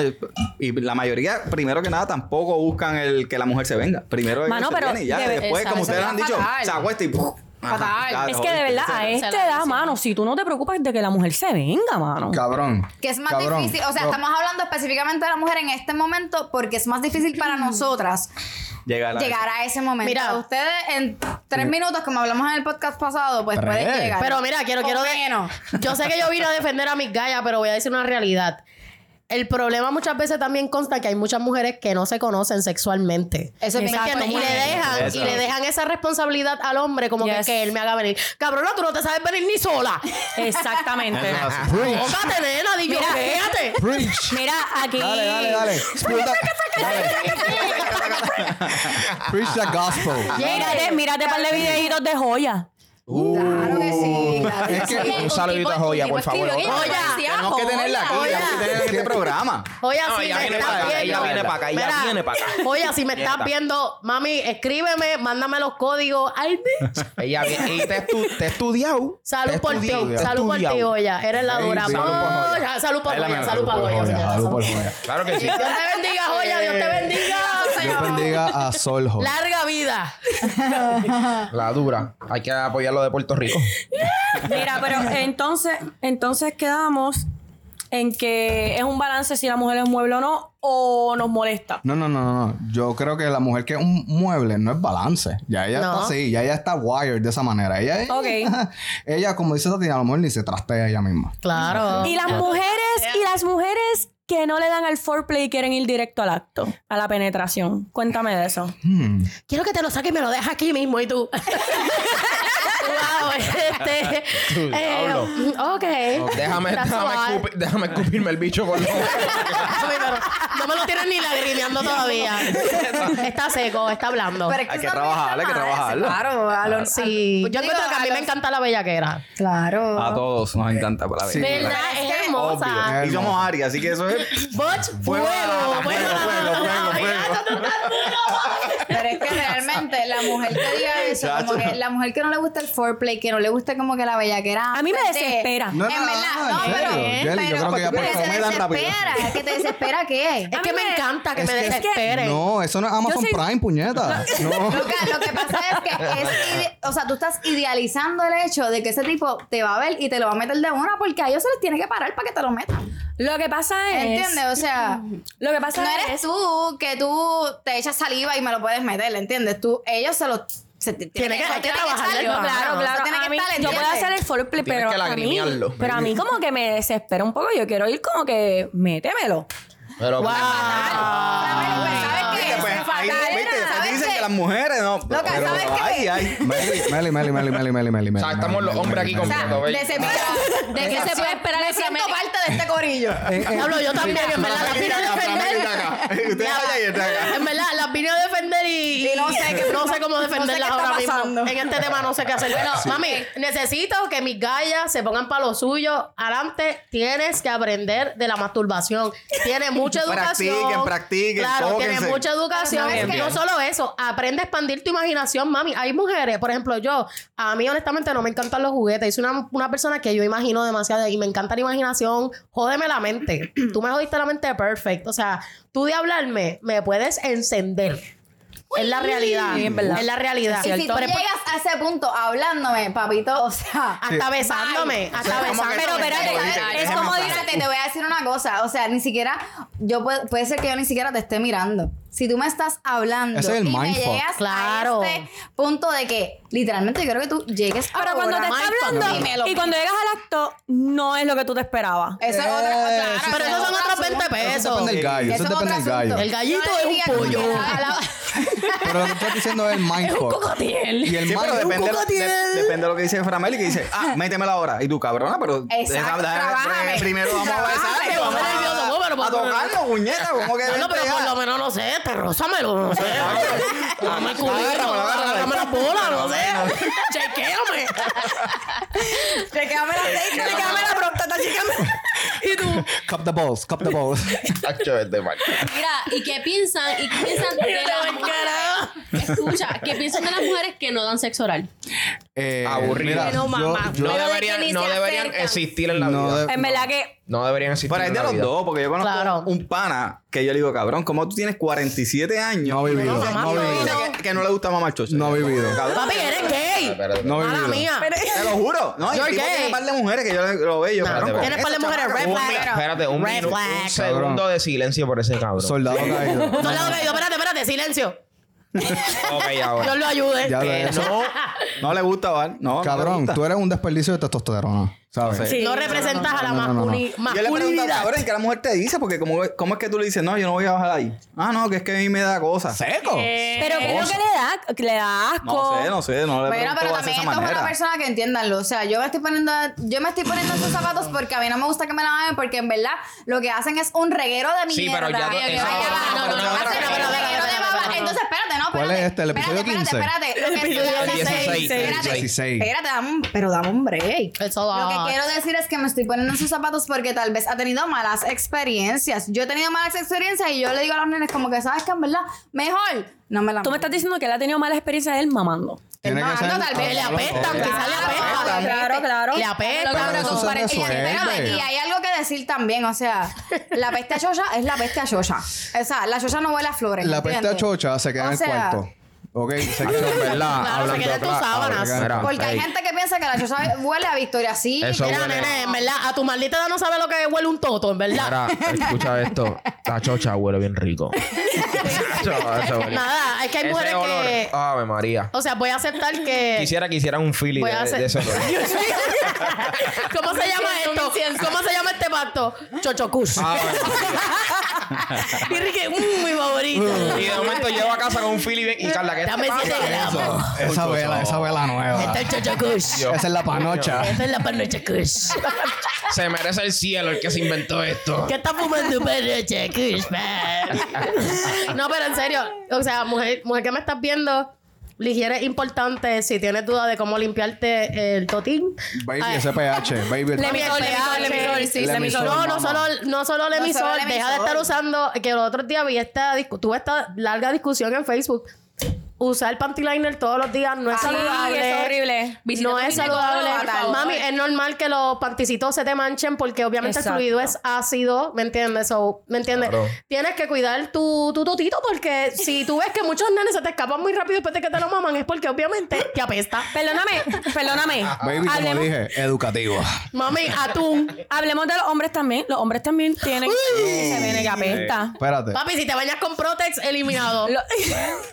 G: y la mayoría, primero que nada, tampoco buscan el que la mujer se venga. Primero
F: Mano,
G: que se
F: pero
G: viene y ya,
F: debe-
G: después,
H: exacto,
G: como ustedes
D: eso
G: han
D: es
G: dicho,
D: fatal.
G: se acuesta y ¡puf! Ajá,
D: Fatal.
G: ya,
F: Es que
G: joder,
F: de verdad,
G: se-
F: a
H: se
F: este
H: la
F: edad,
H: dice.
F: mano, si tú no te preocupas de que la mujer se venga, mano.
E: Cabrón.
D: que es más
E: cabrón.
D: difícil, o sea,
E: No,
D: estamos hablando específicamente de la mujer en este momento porque es más difícil para nosotras
G: Llega a la-
D: llegar a ese momento.
C: Mm. Mira.
D: ustedes en tres minutos, como hablamos en el podcast pasado, pues
E: Tres.
D: pueden llegar.
C: Pero mira, quiero,
D: O
C: quiero. de-
D: menos.
C: Yo sé que yo vine a defender a mis gallas, pero voy a decir una realidad. El problema muchas veces también consta que hay muchas mujeres que no se conocen sexualmente.
D: Eso
C: ¿Me
D: es bien
C: entiendes? Y le
D: común.
C: dejan, y le dejan esa responsabilidad al hombre, como que,
F: Yes.
C: que él me haga venir. Cabrón, tú no te sabes venir ni sola.
F: Exactamente.
C: Tócate, nena, di yo,
F: Mira.
C: "Véate".
F: Mira, aquí.
E: Dale, dale, dale. Spill that- dale. Preach the gospel.
F: Mírate, mírate para de videitos de joya.
D: Claro que sí, claro que
E: Es
D: sí.
E: que
B: Un saludito a Joya, por favor.
H: escribió
B: otra.
H: que ella
C: Joya.
B: Tenemos que tenerla aquí.
C: Joya.
B: tenemos que
G: en
B: tenerla
G: este
B: aquí.
G: programa.
C: Oye,
B: No,
C: si
B: ella
C: me
B: viene
C: estás
B: para acá, ella
C: viendo.
B: viene para acá, ella
C: Mira,
B: viene para acá.
C: Oye, si me estás viendo, mami, escríbeme, mándame los códigos. Ay, bitch.
B: Ella viene. Y te, estu- te he estudiado.
C: Salud
B: Te he
C: por ti,
B: estudiado, te he
C: salud por ti,
B: estudiado.
C: Oya. Eres la
E: Ey,
C: dura.
E: salud por Joya.
C: Oye, Salud por
E: Dale,
C: Joya,
E: mami,
C: salud por Joya.
E: Joya,
C: señora,
E: salud
C: salud
E: por
C: por-
E: Joya.
B: Claro que sí.
C: Dios te bendiga, Joya, Dios te bendiga.
E: Dios bendiga a Soljo.
C: Larga vida.
B: La dura. Hay que apoyar lo de Puerto Rico.
F: Mira, pero entonces, entonces quedamos en que es un balance si la mujer es un mueble o no, o nos molesta.
E: No, no, no, no, no. Yo creo que la mujer que es un mueble no es balance. Ya ella
C: No.
E: está así, ya ella está wired de esa manera. Ella,
F: Ok.
E: ella, como dice Tatiana, a lo mejor ni se trastea ella misma.
C: Claro.
F: Y las mujeres, y las mujeres que no le dan al foreplay y quieren ir directo al acto, a la penetración. Cuéntame de eso.
E: Hmm.
C: Quiero que te lo saques y me lo dejas aquí mismo. Y tú. wow, este. eh, ok.
B: Déjame,
C: That's
B: déjame,
C: all.
B: escupi- déjame escupirme el bicho por favor.
C: Ay, pero no me lo tienes ni lagrimeando todavía. Está seco, está blando.
D: Pero es
G: Hay que
D: eso no
G: trabajarla, hay que
D: está mal,
G: trabajarla.
D: Claro, a lo-
C: Sí. Yo
D: Digo,
C: encuentro que a mí me
D: a los-
C: encanta la bellaquera.
D: Claro.
G: A todos nos encanta para
E: Sí.
G: ver.
C: ¿Verdad?
D: Es
C: Es
D: que-
C: hermosa.
B: ah,
G: Y somos Aries, así que eso es.
C: Botch, fuego. Fuego,
G: fuego,
C: fuego,
G: fuego,
C: fuego.
D: Pero es que realmente la mujer que diga eso, como que la mujer que no le gusta el foreplay, que no le gusta como que la bellaquera.
F: A mí me
D: antes de-
F: desespera.
E: No,
D: en
E: no,
D: verdad,
E: no,
D: no,
E: en
D: pero,
E: serio. Jelly, yo
D: pero-
E: creo que ya
D: pero
E: por
D: se
E: comer
G: dan rápido.
D: desespera, que te desespera qué?
C: Es que me encanta que
E: Es
C: me
E: que-
C: desesperen.
E: No, eso no es Amazon
F: soy-
E: Prime, puñeta. No.
D: Luca, lo que pasa es que es ide- o sea, tú estás idealizando el hecho de que ese tipo te va a ver y te lo va a meter de una porque a ellos se les tiene que parar para que te lo metan.
F: Lo que pasa es.
D: ¿Entiendes? O sea,
F: Lo que pasa
D: no eres
F: es.
D: tú que tú te echas saliva y me lo puedes meter, ¿entiendes? Tú, ellos se lo... Se, te-
C: Tiene que- hay que trabajarle,
D: estar-
C: no,
D: Claro,
C: no,
D: claro.
F: a
D: Tiene que
F: mí-
D: estar,
F: yo puedo
D: ¿entiendes?
F: hacer el foreplay,
B: Tienes
F: pero
B: que
F: a mí,
B: lagrimearlo.
F: pero a mí como que me desespera un poco. Yo quiero ir como que métemelo.
B: Pero
D: Pero,
F: Ah.
D: pero, ¿sabes qué?
G: Viste, pues,
D: Es
G: ahí,
D: fatal,
G: viste, después
D: ¿sabes
G: dicen
D: qué?
G: que las mujeres no.
D: Loca, ¿sabes qué?
G: ay, ay.
E: Meli, Meli, Meli, Meli, Meli, Meli, Meli.
B: O sea, estamos los hombres aquí completos, ¿ves?
D: Decepción.
F: ¿De qué se puede esperar
D: Me
F: esa
D: siento
F: América?
D: parte de este corillo.
F: Eh,
C: Hablo yo también, en verdad. Las vine a defender.
G: Usted vaya y está acá.
C: En verdad, las las vine a defender y,
D: Y no
F: eh,
D: sé qué-
C: no sé cómo
D: no sé qué
C: defenderlas
D: está
C: ahora mismo.
D: pasando.
C: En este tema no sé qué hacer. Bueno, mami, necesito que mis gallas se pongan para lo suyo. Adelante, tienes que aprender de la masturbación. Tiene mucha educación.
G: Practiquen, practiquen,
C: Claro, tiene
G: tóquense.
C: mucha educación.
D: Ajá,
C: No solo eso, aprende a expandir tu imaginación, mami. Hay mujeres, por ejemplo, yo, a mí honestamente no me encantan los juguetes. Soy una, una persona que yo imagino demasiado y me encanta la imaginación. Jódeme la mente. Tú me jodiste la mente perfecto. O sea, tú de hablarme me puedes encender. Es la realidad.
F: Sí, en verdad.
C: Es la realidad.
D: Y si tú
C: Pero es por-
D: llegas a ese punto hablándome, papito, o sea...
C: hasta besándome, hasta besándome.
D: Pero espérate, es como dígate, te voy a decir una cosa. O sea, ni siquiera, yo puede, puede ser que yo ni siquiera te esté mirando. Si tú me estás hablando
E: Ese es el
D: y me
E: mindfuck.
D: llegas
C: Claro.
D: a este punto de que literalmente yo creo que tú llegues
F: Ahora, cuando te está hablando y cuando llegas al acto, no es lo que tú te esperabas.
D: Eso es otra
E: Eh,
D: claro,
C: Pero
D: eso es
C: esos son
D: otro
C: otros 20
D: asunto.
C: pesos.
E: depende del gallo. Eso
D: Eso
E: depende
D: es
E: del
D: otro
E: gallo.
D: asunto.
C: El gallito
D: Yo
C: es un
D: diría que
C: pollo.
D: cuando llegas a la-
E: Pero lo que estoy diciendo es el mindfuck. Y el
G: Sí, pero
E: mindfuck.
G: depende, de- depende de lo que dice Framel y que dice, ah, métemela ahora. Y tú, cabrona, pero pues,
D: Exacto, trabájame.
G: primero vamos a besar.
C: Trabájame,
G: vamos
C: hombre, Dios, no, pero
G: a, a
C: por-
G: tocarlo, puñeta. ¿Cómo que
C: No,
G: vente
C: pero por
G: ya?
C: lo menos no sé, te rózamelo, no sé. Dame el culito,
G: Agárramelo, agárramelo.
C: agárrame las bolas, no sé. Chequéame.
D: Chequeame la aceite, chequeame la próstata, chequeame.
C: Y tú,
E: Cup the balls, cup the balls.
B: Hacho, es de mal.
H: Mira, ¿y qué piensan? ¿Y qué piensan de las mujeres? Escucha, ¿qué piensan de las mujeres que no dan sexo oral?
E: Eh,
B: Aburrido.
E: Mira,
C: No,
E: yo,
C: mamá.
E: yo-
B: No
H: Pero de que
B: deberían,
H: ni
B: no
H: se
B: deberían
H: acercan.
B: existir en la
E: No
B: vida.
E: de-
F: En verdad que
B: No deberían existir
G: Pero es
B: en
G: de
B: la
G: los
B: vida.
G: dos, porque yo conozco
C: Claro.
G: un pana que yo le digo, cabrón, ¿cómo tú tienes 47 años?
E: no ha vivido.
G: Dice
E: No ha vivido.
G: que, que no le gusta mamar chocha.
E: No ha vivido.
G: Cabrón,
C: papi, eres gay.
B: Espérate,
E: No ha
C: Mala
E: vivido.
C: mía.
G: Te lo juro. No, y
C: You're
G: el tipo
C: gay.
G: tiene un par de mujeres que yo le- lo veo. y Yo,
C: No,
G: cabrón,
B: espérate,
C: Tienes par de
G: esa
C: mujeres
G: chamaca,
C: red
G: ¿cómo
C: flag.
G: me-
B: Espérate, un,
C: Red
B: minu-
C: flag.
B: un segundo de silencio por ese cabrón.
E: Soldado caído.
C: No le hago que yo, espérate, espérate, silencio.
B: ok,
C: Dios
B: ahora.
C: lo ayude.
E: Ya lo
C: Que
E: he hecho.
C: no,
G: No le gusta, ¿vale? No, no le
E: Cabrón,
G: gusta.
E: tú eres un desperdicio de testosterona. ¿Sabes?
F: Sí.
C: no representas a la
E: No, no, no, no.
C: masculi-
G: Yo le pregunto,
C: masculinidad.
G: cabrón, ¿y qué la mujer te dice? Porque como, ¿cómo es que tú le dices, no, yo no voy a bajar ahí? Ah, no, que es que a mí me da cosa.
E: ¿Seco?
F: Eh, Pero ¿qué es lo que le da? Que Le da asco.
G: No sé, no sé, no le
D: Bueno,
G: pregunto
D: pero
G: así
D: también
G: de esa
D: esto es una
G: manera.
D: persona que entiéndanlo. O sea, yo me estoy poniendo, yo me estoy poniendo esos zapatos porque a mí no me gusta que me laven porque en verdad lo que hacen es un reguero de mierda.
B: Sí, pero ya tú-
D: Ay,
B: eso-
D: ay, ay,
B: no,
D: ay,
B: no, no,
D: hacen
B: espera,
D: un reguero
B: espera,
C: espera,
D: de
C: espera,
D: babas.
C: espera.
D: Entonces, espérate, no, espérate.
E: ¿Cuál es este? ¿El episodio
D: Espérate,
E: 15?
D: Espérate, espérate. Lo que
C: El episodio
D: estoy-
B: 16,
D: Espérate,
E: 16.
D: espérate, dame un- pero dame un break.
C: Eso
D: Lo
C: va.
D: que quiero decir es que me estoy poniendo esos zapatos porque tal vez ha tenido malas experiencias. Yo he tenido malas experiencias y yo le digo a los nenes como que, ¿sabes que En verdad, mejor no me la
F: Tú me estás diciendo que él ha tenido mala experiencia de él mamando.
E: Tiene que ser.
D: Hermano, tal vez
C: le
E: Ah,
C: apestan,
E: ok.
C: quizás le apestan.
D: Claro, claro.
C: Le
D: Pero
C: apestan.
E: eso
D: con
E: se
D: 40 y-
E: resuelve.
D: espérame, y hay algo que decir también, o sea, la peste a chocha es la peste a chocha. O sea, la chocha no huele a flores.
E: La peste a
D: ¿entiendes?
E: chocha se queda
D: O
E: en el
D: sea,
E: cuarto. Ok, se queda
B: Ah,
E: en verdad.
C: Claro, se
E: hablando
C: queda en tus
E: claro,
C: sábanas.
E: se queda en-
B: Mira.
D: Porque hay
B: Ey.
D: gente que piensa que la chocha huele a Victoria sí.
B: Eso
C: Mira,
B: huele-
C: nene, en verdad, a tu maldita edad no sabe lo que huele un toto, en verdad.
B: Ahora, escucha esto. La chocha huele bien rico. Eso- eso huele.
C: Nada, es que hay
B: Ese
C: mujeres
B: olor.
C: que...
B: Ave María.
C: O sea, voy a aceptar que...
B: Quisiera que hicieran un feeling
C: Voy
B: de,
C: a hacer-
B: de ese olor.
C: ¿Cómo se llama esto? ¿Cómo se llama este pacto? Chochocus.
B: Ah.
C: y Ricky, mm, mi favorito.
B: Y de momento llego a casa con un feeling bien. Y Carla, ¿qué
C: Dame
B: pasa?
C: siete gramos.
E: Esa vela, esa vela nueva.
C: Está Este el chochocus.
E: Esa es la panocha.
C: Esa es la panochocus.
B: Se merece el cielo el que se inventó esto.
C: ¿Qué está fumando panochocus, man? No, pero en serio. O sea, mujer, mujer que me estás viendo... Ligera es importante si tienes duda de cómo limpiarte el totín.
E: Baby,
C: Ay.
E: ese pH. Baby,
C: Le emisor, le emisor, le emisor,
E: sí, le emisor,
C: No,
E: mamá.
C: no solo, no solo el
D: No
C: emisor,
D: solo el
C: deja de
D: emisor.
C: estar usando, que el otro día vi esta, discu- tuve esta larga discusión en Facebook. Usar panty liner todos los días no es
D: Sí,
C: saludable.
F: es horrible.
H: Visita
C: No
H: tu
C: es
H: ginecólogo,
C: saludable.
H: por favor.
C: Mami, es normal que los panticitos se te manchen porque obviamente
F: Exacto.
C: el fluido es ácido, ¿me entiendes? So, ¿Me entiendes?
B: Claro.
C: Tienes que cuidar tu, tu tutito porque si tú ves que muchos nenes se te escapan muy rápido después de que te lo maman es porque obviamente te apesta.
F: Perdóname, perdóname.
E: Baby, como
F: Hablemos-
E: dije, educativo.
C: Mami, atún.
F: Hablemos de los hombres también. Los hombres también tienen se ven que apesta.
E: Espérate.
C: Papi, si te bañas con Protex, eliminado.
F: Lo-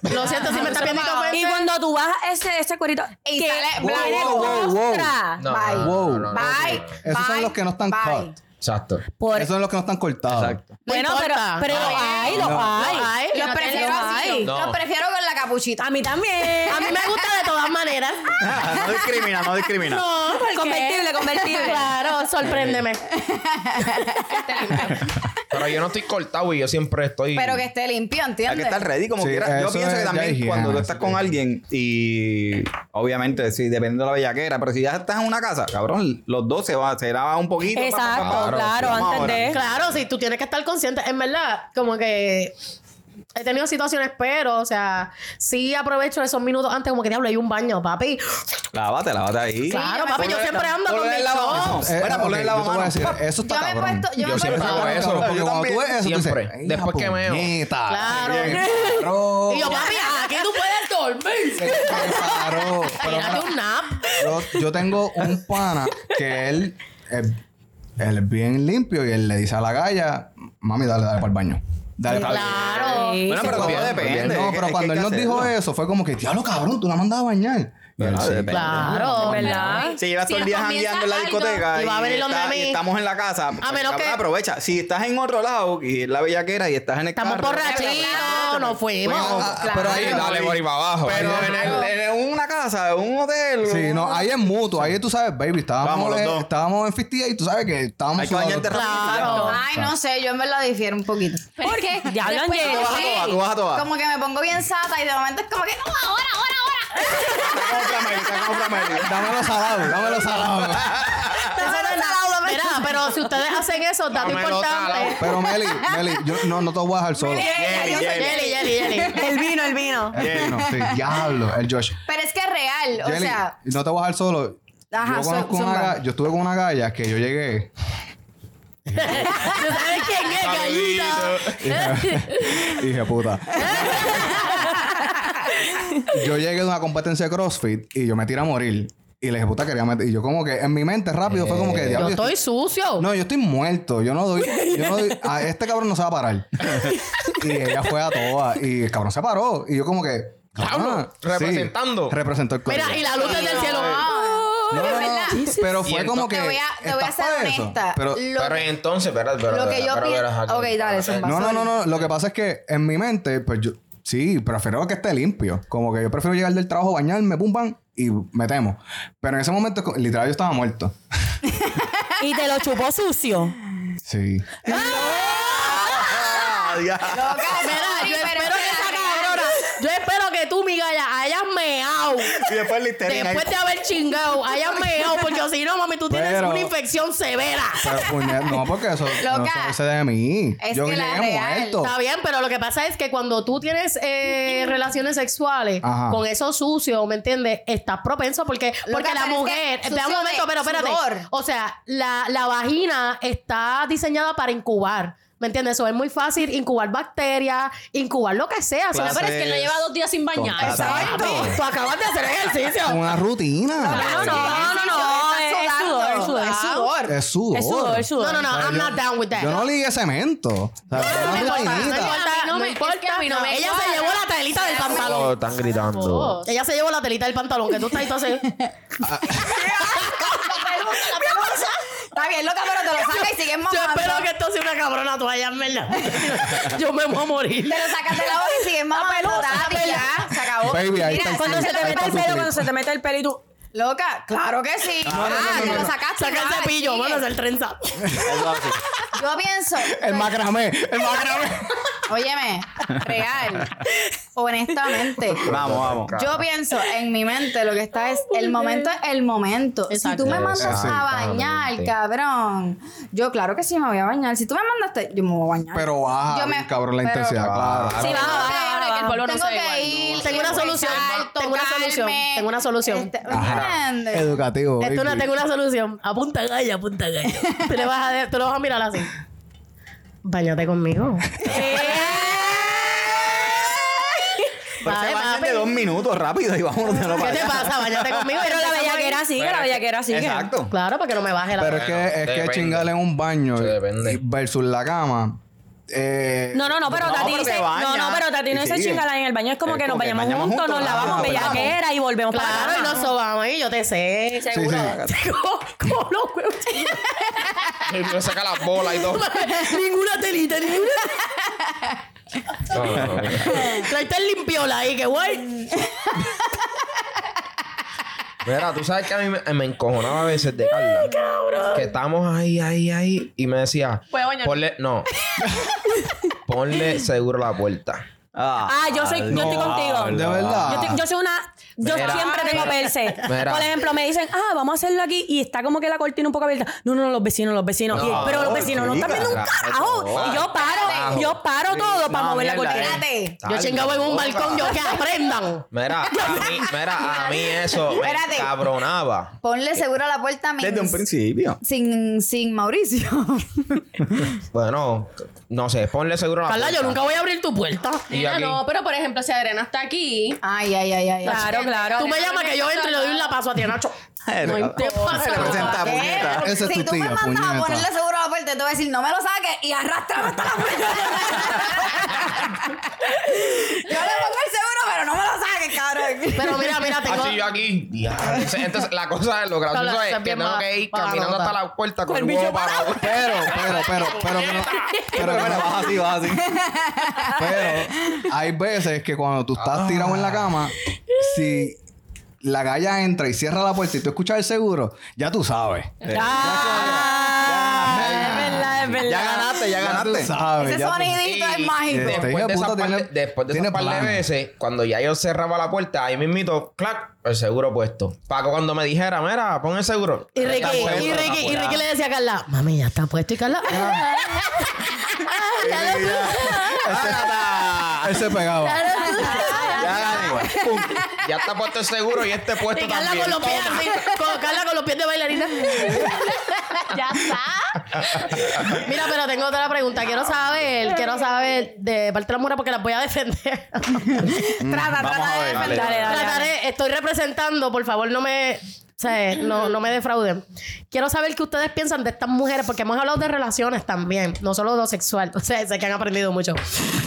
C: Lo siento, si me estás viendo que
F: y
C: ofende.
F: cuando tú vas a ese, ese cuerito
D: Y
F: que
D: sale blanco.
F: tiene
E: Wow, wow, wow.
F: costra.
B: No,
D: Bye.
B: no, no, no, no, no.
D: Bye.
E: Esos son
D: bye,
E: los que no están
D: bye.
E: cut.
B: Exacto.
F: Por-
E: Esos son los que no están cortados. Exacto.
F: bueno,
C: No
F: pero,
C: importa.
F: pero los hay, los hay.
C: hay.
D: Los
C: No tiene-
D: prefiero
C: los
D: así.
C: hay.
D: Los
B: No.
D: prefiero con la capuchita.
F: A mí también.
C: A mí me gusta de todas maneras.
G: no discrimina, no discrimina.
C: No, porque-
F: Convertible, convertible.
C: Claro, sorpréndeme.
B: Pero yo no estoy cortado y yo siempre estoy.
D: Pero que esté limpio,
G: Hay que
D: ¿entiendes?
G: estar ready como
E: Sí,
G: quieras. Yo
E: eso
G: pienso
E: es
G: que
E: ya
G: también
E: higiene,
G: cuando tú
E: así
G: estás
E: que-
G: con alguien y obviamente sí, dependiendo de la bellaquera, pero si ya estás en una casa, cabrón, los dos se va, se lava un poquito. pa, pa, pa,
F: Exacto,
G: pa, pa,
F: claro,
G: vamos
F: antes
G: ahora.
F: de-
C: Claro, sí, tú tienes que estar consciente. En verdad, como que he tenido situaciones, pero, o sea, sí aprovecho esos minutos antes, como que diablo, hay un baño, papi.
G: Lávate, lávate ahí.
C: Claro, papi, yo siempre ando
G: Ponlo
C: con
G: en
C: mi
G: el lavamanos.
C: top.
E: Eh,
G: Espera,
E: ok,
G: ponlo en el
E: yo te voy a
G: lavamanos.
E: decir, eso está
D: Yo me he
E: cabrón.
D: puesto, yo,
B: Yo
D: me he
B: siempre
D: puesto-
B: hago
E: Está
B: eso.
E: cabrón, Porque
G: Yo
E: cuando tú
G: también.
E: ves eso,
B: Siempre.
E: tú dices,
B: Después que meo.
C: Claro.
E: Claro.
C: Y yo, papi, aquí tú puedes dormir.
E: Claro. Pero
C: Tírate un nap.
E: yo, yo tengo un pana que él, es- él es bien limpio y él le dice a la galla, mami, dale, dale para el baño. Dale para el baño.
C: Claro.
F: Sí,
G: Bueno,
F: sí,
G: pero
F: sí.
G: todo
B: bien, muy
G: depende.
B: bien.
E: No,
G: es que-
E: pero
G: es que
E: cuando
G: hay
E: él
G: que
E: nos dijo
G: hacerlo.
E: eso, fue como que, diablo, cabrón, tú la mandas a bañar. Y él,
G: Claro,
E: sí.
G: depende.
C: Claro.
F: ¿Verdad?
G: Si llevas
H: Si
G: todo el
H: nos
G: día
H: comienza
G: jangueando en la
H: algo,
G: discoteca
C: y
G: y,
C: va a venir donde
G: está-
C: a mí.
G: y estamos en la casa, pues,
C: menos
G: cabrón,
C: que-
G: aprovecha. Si estás en otro lado y es la bellaquera y estás en el
C: Estamos
G: carro,
C: borrachitos, nos
G: Pues,
C: fuimos.
E: Ah,
D: Claro.
E: Pero
B: Ahí,
E: ahí,
B: dale, por ahí para abajo.
G: Pero
B: Ahí,
G: en, el- en una casa, en un hotel.
E: Sí, no, ahí es mutuo. Ahí tú sabes, baby,
G: Vamos
E: estábamos,
G: los
E: eh,
G: dos.
E: estábamos en fistilla y tú sabes que estábamos
G: Hay que
E: sudados.
G: bañarte rápido.
C: Claro.
D: Ay, no sé, yo en verdad difiero un poquito. Porque
F: Ya hablan
D: después
F: de-
D: como
F: Tú
G: vas a
D: que-
G: toda, tú vas a toda.
D: Como que me pongo bien sata y de momento es como que, ¡no, ahora, ahora, ahora!
G: Está como Flamel, está como Flamel.
E: Dámelo salado, dámelo salado.
C: Mira, pero si ustedes hacen eso, dato
B: Dámelo
C: importante.
E: Pero Meli, Meli, yo no, no te voy a dejar solo.
D: eh.
G: Jelly, jelly.
C: Jelly, jelly, jelly.
I: El vino, el vino.
E: Eh, no, sí, diablo, el Josh.
D: Pero es que es real, o
E: Jelly,
D: sea,
E: no te voy a dejar solo. yo,
D: Ajá,
E: conozco
D: zum-
E: una
D: zumba.
E: ga- yo estuve con una galla que yo llegué.
C: ¿Tú sabes quién es, gallito?
E: y Dije, puta. yo llegué de una competencia de CrossFit y yo me tiré a morir. Y la dije, puta, quería meter. Y yo, como que en mi mente rápido fue como que,
C: Eh, Yo
E: diablo, yo
C: estoy sucio.
E: No, yo estoy muerto. Yo no doy. Yo no doy a este cabrón no se va a parar. y ella fue a todas. Y el cabrón se paró. Y yo, como que. "Ah,
B: Diablo,
E: sí,
B: representando.
E: representó el colegio.
C: Mira, y la luz desde el cielo.
E: No, no, no, Pero fue
B: Siento.
E: como que.
D: te voy a, te voy a
E: ¿estás
D: ser
E: pa' eso?
D: honesta.
E: Pero.
D: Lo-
B: Pero entonces, ¿verdad?
D: lo que yo pienso- Ok, dale, zumba.
E: No, no, no, no. Lo que pasa es que en mi mente, pues yo. Sí, prefiero que esté limpio. Como que yo prefiero llegar del trabajo, bañarme, pum, pam, y metemos. Pero en ese momento, co- literal, yo estaba muerto.
F: Y te lo chupó sucio.
E: Sí.
G: Ah, ya.
C: Mira,
D: Loca, sorry,
C: yo
D: pero
C: espero
D: es
C: que esa
D: real.
C: cabrona, yo espero que tú, mi galla, hayas meao.
G: Y después el Listerine ahí.
C: Después de haber chingado, hayas meao, porque si no, mami, tú tienes
E: Pero-
C: una infección severa.
E: Pero, puñet, no, porque eso no
D: Loca,
E: se dice de mí.
D: es
E: yo
D: que la
E: llegué
D: real.
E: muerto.
C: Está bien, pero lo que pasa es que cuando tú tienes eh, relaciones sexuales
E: Ajá.
C: con eso sucio, ¿me entiendes? Estás propenso porque,
D: Loca,
C: porque la
D: pero es
C: mujer.
D: que
C: Espera un
D: sucio
C: momento,
D: de
C: pero espérate.
D: sudor.
C: O sea, la, la vagina está diseñada para incubar. ¿Me entiendes? Eso es muy fácil incubar bacterias, incubar lo que sea. Eso
G: Claro,
C: me
H: Pero es que él no lleva dos días sin bañar.
G: Exacto.
C: parece- Tú acabas de hacer ejercicio.
E: Una rutina.
F: No, no, no, no. Es es sudor, es sudor, es sudor.
E: Es sudor.
F: Es sudor, es sudor.
C: No, no, no. I'm not down with that.
E: Yo no ligué cemento. O sea,
C: No
E: una
C: importa, no
E: rutinita.
C: importa,
H: A mí no
C: no
H: me-
C: importa.
H: es que a mí no me
C: Ella se
H: cuadra.
C: llevó la telita del pantalón.
B: Oh, están gritando.
C: Ella se llevó la telita del pantalón, que tú estás y tú haces-
D: Está bien, loca, pero te lo sacas y sigues
C: Yo
D: mamando.
C: espero que esto sea una cabrona toalla, en verdad. Yo me voy a morir.
D: Te lo sacas de la boca y sigues mamando. Tati, ya, se acabó.
E: Baby, ahí está el
D: Mira,
F: Cuando se te mete el pelo, cuando se te mete el pelo y tú...
D: Loca, claro que sí. ah, te lo sacaste.
C: Saca el
D: dale,
C: cepillo,
D: sigue.
C: van a hacer trenza.
G: Eso así.
D: Yo pienso. pues,
E: El macramé. El macramé.
D: Óyeme, real. Honestamente.
G: Vamos, vamos.
D: Yo pienso en mi mente lo que está es el momento es el momento.
H: Exacto.
D: Si tú me mandas a
B: Exactamente.
D: bañar, cabrón. Yo claro que sí me voy a bañar. Si tú me mandaste, yo me voy a bañar.
E: Pero baja,
D: Yo me-
E: cabrón, la
D: pero-
E: intensidad,
F: Ah,
E: claro.
H: Sí,
D: Tengo
H: baja,
D: que-
H: baja, baja, que el polvo no
D: tengo
H: se ve
D: que
H: igual.
D: ir,
C: Tengo una solución, tengo una solución,
D: tocarme.
C: tengo una solución.
D: Este, ¿me
E: Ajá.
D: entiendes?
E: Educativo.
C: Esto
E: baby.
C: es una, tengo una solución. Apunta galla, apunta galla. Tú le vas a, de- tú lo vas a mirar así. Báñate conmigo.
G: Pues Pero se
C: Vale,
G: bañan de
C: papi.
G: dos minutos rápido y vámonos de lo
C: ¿Qué te
G: para allá.
C: pasa? Báñate conmigo.
F: Pero la bellaquera sigue, la bellaquera sigue.
G: Exacto.
C: Claro, para que no me baje la
E: Pero es que,
B: Bueno,
E: es que
B: depende.
E: chingarle en un baño
B: Sí, depende.
E: y- versus la cama. Eh,
F: No, no, no, pero
G: No,
F: Tati
G: pero te
F: dice...
G: bañas
F: No, no, pero Tati no
G: y
F: dice
G: sigue.
F: chingala en el baño. Es como
G: Es
F: que nos
G: como que
F: bañamos
G: bañamos
F: juntos, nos
G: juntos,
F: lavamos
G: ah,
F: bellaquera y volvemos para
C: Claro, y
F: la
C: nos
F: cama.
C: sobamos y yo te sé.
E: sí, sí.
C: Como- como los huevos.
B: Yo saca las bolas y todo.
C: Ninguna telita, ninguna.
B: No, no, no, mira.
C: Traiste el limpiola ahí, que guay.
B: Mira, tú sabes que a mí me, me encojonaba a veces de Carla. Que estábamos ahí, ahí, ahí. Y me decía,
I: ¿Puedo bañarme?
B: ponle, no. ponle seguro la puerta.
F: Ah, yo soy, yo estoy contigo.
E: De verdad.
F: Yo, te- yo soy una. Yo
B: Mira.
F: siempre tengo perse.
B: Mira.
F: Por ejemplo, me dicen, ah, vamos a hacerlo aquí. Y está como que la cortina un poco abierta. No, no, no, los vecinos, los vecinos. Y- pero los vecinos no están viendo un
B: chica,
F: carajo.
B: eso,
F: Y yo paro,
B: carajo.
F: yo paro todo para
G: No,
F: mover la
G: mierda,
F: cortina.
G: eh.
C: Yo
B: Tal,
C: chingaba en un
B: loca.
C: balcón, yo que aprendan.
B: Mira, a mí, mira, a mí eso me
D: Espérate.
B: cabronaba.
D: Ponle seguro a la puerta a mí.
G: Desde un principio.
D: Sin, sin Mauricio.
B: Bueno, no sé, ponle seguro la
C: Carla, yo
B: puerta.
C: nunca voy a abrir tu puerta.
B: Y
H: Mira,
B: aquí.
H: no, pero por ejemplo, si Adriana está aquí.
D: Ay, ay, ay, ay. ay.
F: Claro, claro.
C: Tú me llamas que yo entro y le doy un lapazo a ti, Nacho.
G: Pero-
C: ¿Qué pasa?
G: Presenta,
D: ¿Qué?
G: puñeta.
E: Esa es
D: si
E: tu
D: tú
E: tía,
D: me mandas
E: puñeta.
D: a ponerle seguro a la puerta, te voy a decir, no me lo saques y arrastrame hasta la puerta. yo le pongo el seguro, pero no me lo saques, cabrón.
C: Pero mira, mira, tengo...
B: Así Ah, yo aquí. Diablo. Entonces, entonces, la cosa, lo gracioso
C: Carla,
B: es
C: estás
B: que
C: bien
B: tengo
C: ma-
B: que ir
C: mala
B: caminando
C: nota.
B: hasta la puerta con
F: Con
B: el
F: el
B: huevo
F: bicho
B: para abajo.
E: Pero, pero, pero, pero que no. Pero que
G: Pero
E: no.
G: vas así, vas así.
E: Pero hay veces que cuando tú estás tirado en la cama, si la galla entra y cierra la puerta y tú escuchas el seguro, ya tú sabes.
F: Ah, es verdad, es verdad.
G: Ya ganaste, ya
E: tú
G: ganaste.
E: sabes.
D: Ese
E: ya tú-
D: sonidito es
B: Y-
E: Este hijo
D: mágico.
B: Después
E: de
B: de,
E: puta
B: esas par de-
E: tiene-
B: después de esas
E: tiene
B: par de
E: plan.
B: veces, cuando ya yo cerraba la puerta, ahí mismito, clac, el seguro puesto. Paco, cuando me dijera, mira, pon el seguro.
C: Y Ricky,
B: Está puesto,
C: y
B: está
C: Ricky, y
B: puesto.
C: Ricky le decía a Carla, mami, ya está puesto. Y Carla, ah,
E: Él se pegaba.
G: Ya gané.
B: Pum. Ya está puesto el seguro y este puesto
C: y Carla
B: también.
C: con los pies así, con Carla con los pies de bailarina.
I: Ya está.
C: Mira, pero tengo otra pregunta. Quiero saber, quiero saber de parte de la mura porque las voy a defender.
D: Trata, trata de
F: Dale,
D: defender.
F: dale, dale.
C: Trataré, estoy representando, por favor, no me. o sea, no, no me defrauden. Quiero saber qué ustedes piensan de estas mujeres, porque hemos hablado de relaciones también, no solo lo sexual. O sea, sé que han aprendido mucho.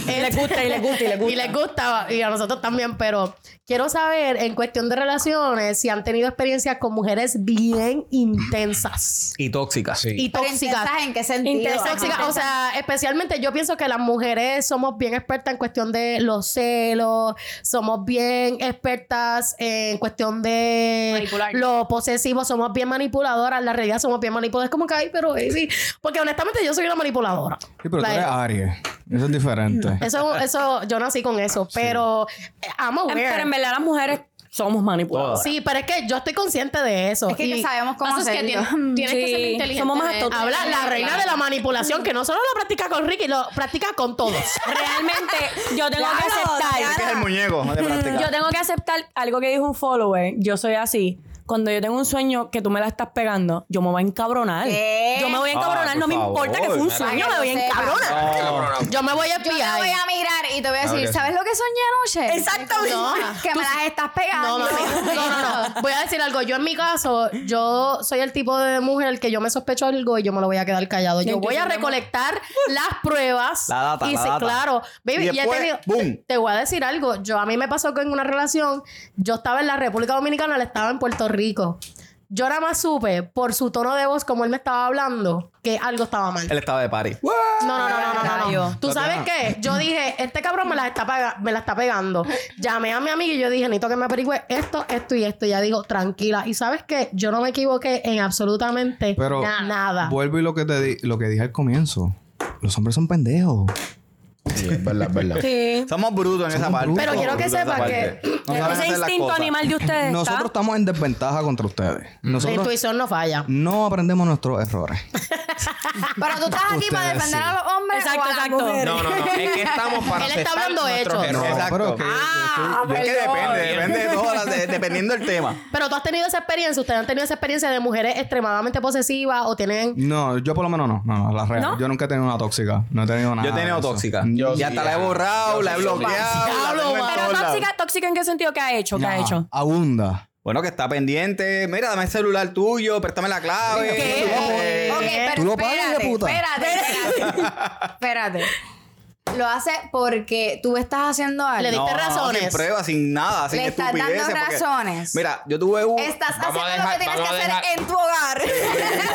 C: Y les gusta, y les gusta, y les gusta. Y les gusta, y a nosotros también, pero quiero saber, en cuestión de relaciones, si han tenido experiencias con mujeres bien intensas
G: Y tóxica. Sí.
C: y
D: Pero
C: tóxicas.
D: intensas, ¿En qué sentido?
C: Intensas, tóxicas. O sea, especialmente yo pienso que las mujeres somos bien expertas en cuestión de los celos, somos bien expertas en cuestión de
I: Manipular.
C: lo posesivo, somos bien manipuladoras, en la realidad somos bien manipuladoras. Es como que, ay, pero eh, sí. Porque honestamente yo soy una manipuladora.
E: Sí, pero tú
C: Like,
E: eres Aries. Eso es diferente.
C: eso, eso, yo nací con eso, pero eh, I'm
F: Em,
C: aware.
F: Pero en verdad las mujeres somos manipuladas.
C: Sí, pero es que yo estoy consciente de eso.
D: es que
C: Y-
D: sabemos cómo
H: Pasa es que
D: hacerlo.
H: tienes, tienes que ser
F: Sí.
H: inteligente.
F: Somos más
H: ¿eh?
F: astutos.
C: Habla la reina de la manipulación, que no solo lo practica con Ricky, lo practica con todos.
F: Realmente yo tengo que
D: Claro,
F: aceptar.
G: Es el muñeco de práctica.
F: Yo tengo que aceptar algo que dijo un follower. Yo soy así. Cuando yo tengo un sueño que tú me la estás pegando, yo me voy a encabronar.
D: ¿Qué?
F: Yo me voy a encabronar.
G: Ah,
F: no
G: por
F: me
G: favor.
F: importa que fue un
G: Para
F: sueño,
D: que
F: me
D: lo
F: voy a
D: sepas.
F: encabronar.
C: Yo me voy a
D: Yo te
C: espiar.
D: voy a mirar y te
B: Ah,
D: voy a decir, ¿sabes lo que soñé anoche?
C: Exacto. No.
D: Que me las estás pegando.
C: No, no, no, no, no. Voy a decir algo. Yo en mi caso, yo soy el tipo de mujer que yo me sospecho algo y yo me lo voy a quedar callado. Yo voy a recolectar las pruebas.
G: La data,
C: y
G: la
C: sí,
G: data.
C: claro. Baby,
G: Y
C: y he
G: después,
C: tenido-
G: boom.
C: Te voy a decir algo. Yo a mí me pasó que en una relación, yo estaba en la República Dominicana, él estaba en Puerto Rico. Yo nada más supe por su tono de voz, como él me estaba hablando, que algo estaba mal.
G: Él estaba de party.
C: No, no, no, no, no, no, no.
F: Rayo.
C: ¿Tú sabes qué? Yo dije, este cabrón me la está, paga- me la está pegando. Llamé a mi amiga y yo dije, necesito que me averigüe esto, esto y esto. Ya digo, tranquila. ¿Y sabes qué? Yo no me equivoqué en absolutamente
E: Pero-
C: nada.
E: Vuelvo y lo que te di- lo que dije al comienzo. Los hombres son pendejos.
B: Sí, es verdad, es verdad.
F: Sí.
G: Somos brutos en esa parte.
C: Pero quiero que
G: Somos brutos
C: sepa
G: en esa
C: que-
G: parte. No saben
F: Ese
G: hacer las
F: instinto
G: cosas.
F: animal de ustedes.
E: Nosotros
F: está-
E: estamos en desventaja contra ustedes.
C: La
E: Nosotros
C: intuición no falla.
E: no aprendemos nuestros errores.
D: Pero tú estás aquí
E: Ustedes
D: para defender
E: sí.
D: a los hombres
F: Exacto,
D: o a las
F: exacto.
D: mujeres.
B: No, no, no. Es que estamos para
C: Él está
B: aceptar
C: hablando
B: nuestros
C: hechos.
B: errores.
E: No,
G: Exacto.
E: pero que
D: Ah,
G: Es que depende, depende de todas las- de- dependiendo del tema.
C: Pero tú has tenido esa experiencia, ustedes han tenido esa experiencia de mujeres extremadamente posesivas o tienen...
E: No, yo por lo menos no. No, no, la real.
F: ¿No?
E: Yo nunca he tenido una tóxica. No he tenido nada.
G: Yo he tenido
E: de eso.
G: tóxica.
E: Ni-
G: Mm, y hasta la he borrado, la he bloqueado. la
C: Diablo,
G: tengo en
F: Pero
G: todos lados.
F: tóxica, tóxica en qué sentido que ha hecho, que ha
E: nada.
F: hecho.
E: Abunda.
G: Bueno, que está pendiente. Mira, dame el celular tuyo, préstame la clave.
C: ¿Qué?
D: Ok,
E: Tú
D: pero
E: lo pagas,
D: espérate,
E: puta.
D: espérate, espérate. Espérate. Lo hace porque tú estás haciendo algo.
C: Le di- Diste razones.
G: sin pruebas, sin nada, sin
D: Le estás dando
G: estupideces. porque-
D: razones.
G: Mira, yo tuve un...
D: Estás
B: Vamos a
D: haciendo
B: dejar-
D: lo que tienes
B: vamos
D: que
B: a
D: hacer
B: dejar-
D: en tu hogar.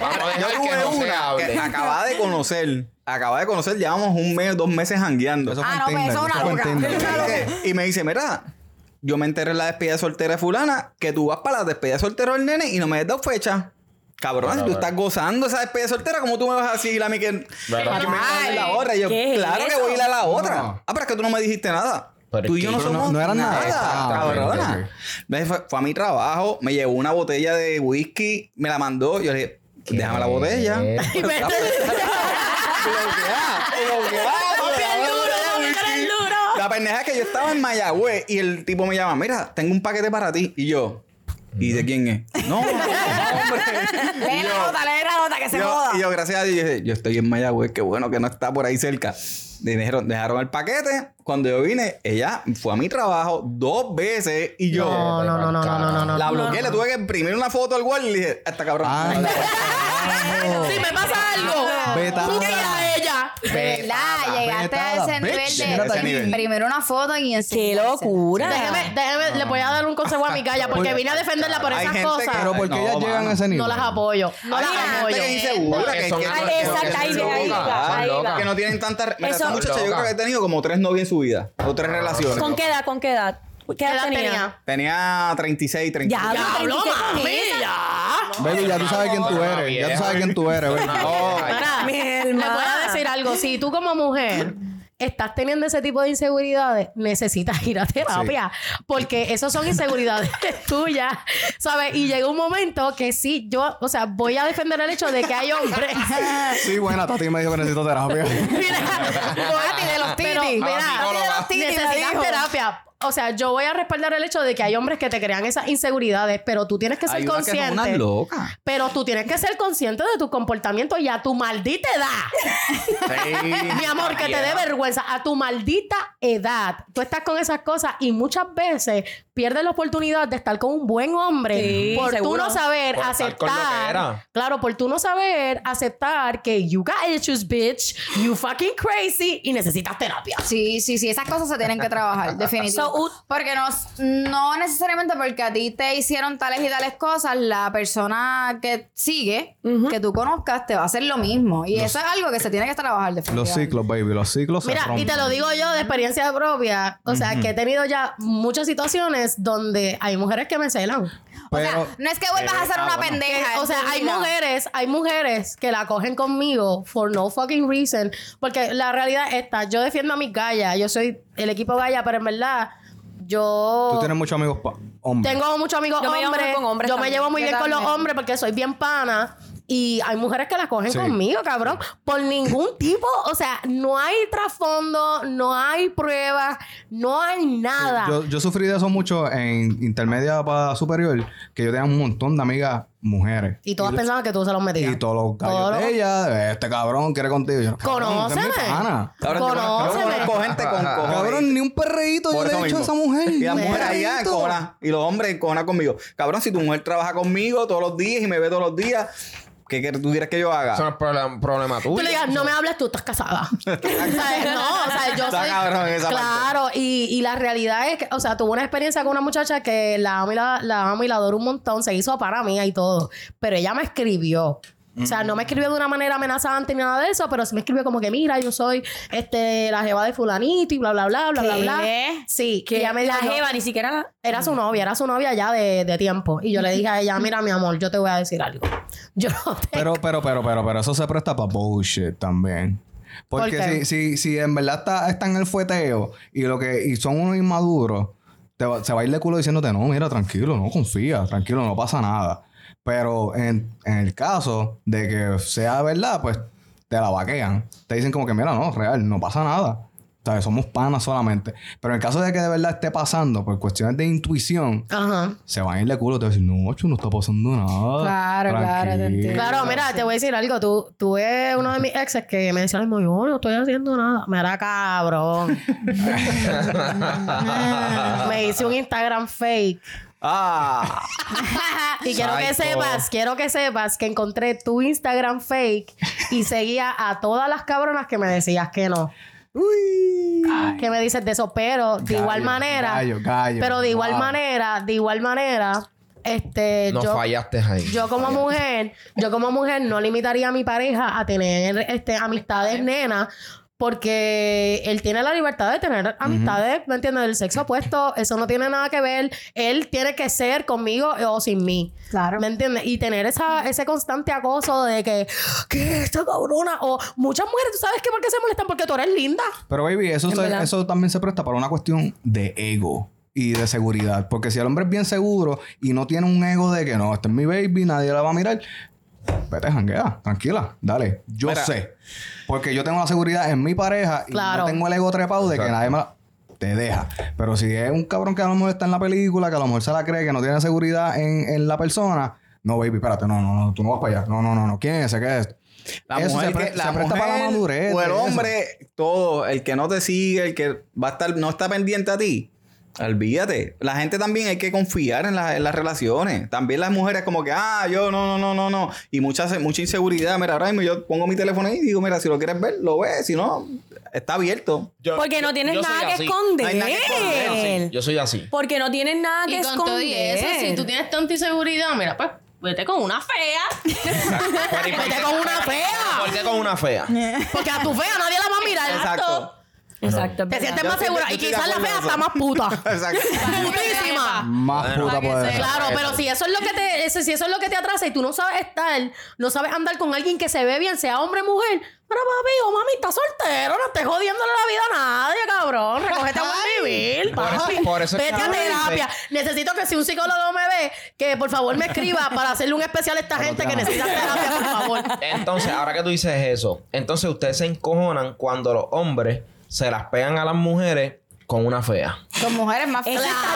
B: Vamos a
G: Yo
B: dejar que
G: tuve
B: no se
G: una
B: hable.
G: que acaba de conocer. Acaba de conocer, llevamos un mes, dos meses jangueando.
E: Eso fue
D: Ah,
E: en
D: no, pues
E: Tinder,
D: eso es
E: eso fue
D: una
E: en
D: loca.
E: Tinder.
G: Y me dice, mira, yo me enteré en la despedida de soltera de fulana que tú vas para la despedida de soltera del nene y no me has dado fecha. Cabrón, si tú estás gozando esa despedida de soltera, ¿cómo tú me vas a decir a mí que, que me vas a ir a la otra? Y yo,
F: ¿Qué es
G: claro que
F: eso?
G: voy a ir a la otra.
E: No.
G: Ah, pero es que tú no me dijiste nada.
B: Pero
G: tú
B: es
G: y yo
B: que-
G: no
E: Pero no-
G: somos
E: no era nada. Exactamente,
G: cabrona. Me Fue, fue a mi trabajo, me llevó una botella de whisky, me la mandó. Yo le dije, déjame la botella.
C: Y me-
G: "Ah, La pendeja es que yo estaba en Mayagüez y el tipo me llama, mira, tengo un paquete para ti. Y yo, ¿y de quién es? No, hombre.
D: Lee
G: Y
D: la
G: yo,
D: nota, lee la nota, que se
G: yo-
D: joda.
G: y yo, gracias a Dios, yo, dije, yo estoy en Mayagüez, qué bueno que no está por ahí cerca. Me Dejaron, dejaron el paquete. Cuando yo vine, ella fue a mi trabajo dos veces y yo
C: No, no, no, no, no, no, no, no.
G: la bloqueé, le tuve que imprimir una foto al guardia y le dije, esta cabrón.
E: Anda,
C: Si me pasa algo,
E: vete a-
C: mira a ella.
D: De verdad, llegaste a
E: vetada,
D: ese
E: bitch.
D: nivel
E: Llegaste a
D: de
E: ese nivel.
D: primero una foto y
F: ¡Qué
D: enseñársela.
F: locura!
C: Déjeme, déjeme, le voy a dar un consejo a mi calla porque vine a defenderla por
G: Hay
C: esas
G: gente que-
C: cosas.
E: Pero porque
G: No,
E: ellas
G: mano.
E: llegan a ese nivel.
C: No las apoyo. No
G: Hay
C: las
G: gente
C: apoyo.
G: que es insegura,
B: Porque
G: que,
B: son
G: que-
B: locas,
G: que-
F: exacto,
G: que-
F: ahí
G: que-
F: va, ahí va,
G: son
F: ahí
G: locas,
F: va.
G: Que no tienen tanta... Mira,
F: Eso-
G: esta muchacha yo creo que he tenido como tres novias en su vida. O tres relaciones.
F: ¿Con qué edad? ¿Con qué edad? ¿Qué edad tenía?
C: tenía?
G: Tenía 36, 36.
F: Ya,
C: Habló,
F: 36 con
C: mami,
F: esa.
C: ya.
E: Baby, ya tú sabes quién tú eres. Ya tú sabes quién tú eres,
G: Pues
E: baby. Oh,
C: Mira,
F: Ah, Mi
C: te voy
F: hermana.
C: a decir algo. Si tú como mujer estás teniendo ese tipo de inseguridades, necesitas ir a terapia. Porque esas son inseguridades tuyas, ¿sabes? Y llega un momento que sí, yo, o sea, voy a defender el hecho de que hay hombres.
E: Sí, buena, Tati me dijo que necesito terapia.
C: Mira,
D: Tati de los
C: pero,
D: titis.
C: mira,
D: Tati de los titis, me
C: necesitas
D: dijo.
C: terapia. O sea, yo voy a respaldar el hecho de que hay hombres que te crean esas inseguridades, pero tú tienes que ser
G: Hay unas que son
C: consciente.
G: unas locas.
C: Pero tú tienes que ser consciente de tu comportamiento y a tu maldita edad. Mi amor, que te dé vergüenza. A tu maldita edad. Tú estás con esas cosas y muchas veces pierdes la oportunidad de estar con un buen hombre
F: Sí,
C: por tú
F: seguro.
C: no saber
B: Por estar con lo que
C: aceptar.
B: era.
C: Claro, por tú no saber aceptar que you got issues, bitch. You fucking crazy y necesitas terapia.
D: Sí, sí, sí, esas cosas se tienen que trabajar, definitivamente. porque no, no necesariamente porque a ti te hicieron tales y tales cosas, la persona que sigue, que tú conozcas, te va a hacer lo mismo. Y eso es algo que se tiene que trabajar,
E: Los
D: definitivamente.
E: ciclos, baby, los ciclos se
C: Mira, y te
E: rompen.
C: lo digo yo de experiencia propia. O sea, que he tenido ya muchas situaciones donde hay mujeres que me celan.
E: Pero,
D: o sea, no es que vuelvas a ser una pendeja.
C: Eh, O sea,
D: es tu
C: hay
D: vida.
C: mujeres, hay mujeres que la cogen conmigo for no fucking reason. Porque la realidad está, yo defiendo a mis gallas, yo soy el equipo galla, pero en verdad, yo
E: tú tienes muchos amigos pa- hombres.
C: tengo muchos amigos
F: Yo me llevo
C: hombres.
F: mejor con hombres
C: yo
F: también.
C: me llevo muy
D: Yo
C: bien con los
D: también.
C: hombres porque soy bien pana. Y hay mujeres que las cogen
E: Sí.
C: conmigo, cabrón. Por ningún tipo. O sea, no hay trasfondo, no hay pruebas, no hay nada.
E: Yo, yo sufrí de eso mucho en intermedia para superior, que yo tenía un montón de amigas mujeres.
C: y todas pensaban que tú se los metías.
E: Y todos los gallos
C: Todos los-
E: de ella, este cabrón quiere contigo. Yo, cabrón, esa es mi
C: Conóceme.
E: pana.
G: Cabrón, yo conozco- yo
C: Conóceme.
G: conozco gente con cojones.
E: Cabrón, ni un perreíto yo
G: Por
E: le
G: eso
E: he hecho a
G: mismo.
E: esa mujer.
G: Y las
E: Ni un
G: mujeres allá
E: perreíto.
G: cojonan. Y los hombres cojonan conmigo. Cabrón, si tu mujer trabaja conmigo todos los días y me ve todos los días, ¿qué quer- tú quieres que yo haga?
B: Eso no es problem- problema tuyo.
C: Tú le digas, no me hables, tú estás casada. ¿Sabes? No, o sea, yo
G: Está
C: soy...
G: cabrón en esa
C: claro, y, y la realidad es que, o sea, tuve una experiencia con una muchacha que la amo y la, la amo y la adoro un montón, se hizo para mí y todo, pero ella me escribió. O sea, no me escribió de una manera amenazante ni nada de eso, pero sí me escribió como que, mira, yo soy este la jeva de fulanito y bla, bla, bla, bla, bla, bla.
F: ¿Qué?
C: Sí, que
F: Que
C: ella me
F: la
C: dijo, "No".
F: jeva ni siquiera la...
C: Era su novia, era su novia ya de, de tiempo. Y yo le dije a ella, mira, mi amor, yo te voy a decir algo. Yo no te
E: Pero, pero, pero, pero, pero, eso se presta para bullshit también. Porque
C: ¿Por qué?
E: si, si, si en verdad está, está en el fueteo y lo que y son unos inmaduros, te va- se va a ir de culo diciéndote, no, mira, tranquilo, no confía, tranquilo, no pasa nada. Pero en, en el caso de que sea verdad, pues te la vaquean. Te dicen como que, mira, no, real, no pasa nada. ¿Sabes? Somos panas solamente. Pero en el caso de que de verdad esté pasando por cuestiones de intuición,
C: Ajá.
E: se van a ir de culo. Te van a decir, no, chu, no está pasando nada.
D: Claro, claro, te
E: tranquilo".
D: entiendo.
C: Claro, mira, te voy a decir algo. Tú, tuve uno de mis exes que me decía, "Ay, yo "Oh, no estoy haciendo nada. Me era cabrón. me hice un Instagram fake.
G: Ah,
C: Y quiero que sepas, quiero que sepas que encontré tu Instagram fake y seguía a todas las cabronas que me decías que no. Que me dices de eso, pero de
E: Gallo,
C: igual manera.
E: gallo, gallo.
C: pero de igual
E: Wow.
C: manera, de igual manera, este.
B: No
C: yo,
B: fallaste ahí.
C: yo como mujer, yo como mujer no limitaría a mi pareja a tener este, amistades nenas porque él tiene la libertad de tener amistades, ¿me entiendes? Del sexo opuesto, eso no tiene nada que ver. Él tiene que ser conmigo o sin mí.
D: Claro.
C: ¿Me entiendes? Y tener esa, ese constante acoso de que, ¿qué es esta cabrona? O muchas mujeres, ¿tú sabes qué? ¿Por qué se molestan? Porque tú eres linda.
E: Pero, baby, eso, se-
F: verdad.
E: eso también se presta para una cuestión de ego y de seguridad. Porque si el hombre es bien seguro y no tiene un ego de que no, este es mi baby, nadie la va a mirar, vete, janguea, tranquila, dale. Yo
G: Mira.
E: sé. Porque yo tengo la seguridad en mi pareja y
C: Claro.
E: no tengo el ego trepado de que nadie me la- te deja. Pero si es un cabrón que a lo mejor está en la película, que a lo mejor se la cree, que no tiene seguridad en, en la persona, no, baby, espérate, no, no, no, tú no vas para allá. No, no, no, no. ¿Quién es ese? ¿Qué es?
G: La
E: Eso
G: mujer,
E: se pre-
G: que- la
E: se presta para la
G: mujer
E: madurez
G: O el
E: de eso.
G: hombre, todo, el que no te sigue, el que va a estar, no está pendiente a ti. Olvídate. La gente también hay que confiar en, la- en las relaciones. También las mujeres como que, ah, yo no, no, no, no, no. Y mucha, mucha inseguridad. Mira, ahora mismo yo pongo mi teléfono ahí y digo, mira, si lo quieres ver, lo ves. Si no, está abierto.
B: Yo-
F: Porque no
B: yo-
F: tienes
B: yo soy
F: nada que
B: así.
F: esconder.
G: No hay nada que esconder,
B: Yo soy
C: Pues,
B: así.
F: Porque no tienes nada que
I: Y con
F: esconder.
I: todo y eso, si tú tienes tanta inseguridad, mira, pues vete con una fea.
B: Pero, ¿y por
C: Vete
B: qué-
C: pues, con una fea.
B: ¿Por qué con una fea?
C: Porque a tu fea nadie la va a mirar.
G: Exacto.
F: Exacto. es
C: Te
F: verdad.
C: sientes
G: Yo-
C: más
G: yo-
C: segura.
G: yo
C: Y
G: estoy de
C: quizás la
G: acuerdo
C: fea
G: en
C: está
G: eso.
C: más puta.
G: Exacto.
C: Putísima.
E: Más puta puede ser.
C: Claro, pero si eso es lo que te, ese- si eso es lo que te atrasa y tú no sabes estar, no sabes andar con alguien que se ve bien, sea hombre o mujer, pero papi o mami, estás soltero, no estés jodiéndole la vida a nadie, cabrón. Recogete a buen vivir,
B: Por eso-
C: papi.
B: por eso es
C: Vete
B: que
C: a
B: ahora
C: terapia.
B: dice-
C: Necesito que si un psicólogo me ve, que por favor me escriba para hacerle un especial a esta gente que
E: te
C: necesita terapia, por favor.
B: Entonces, ahora que tú dices eso, entonces ustedes se encojonan cuando los hombres se las pegan a las mujeres con una fea.
D: Con mujeres más
F: Eso
D: feas.
F: está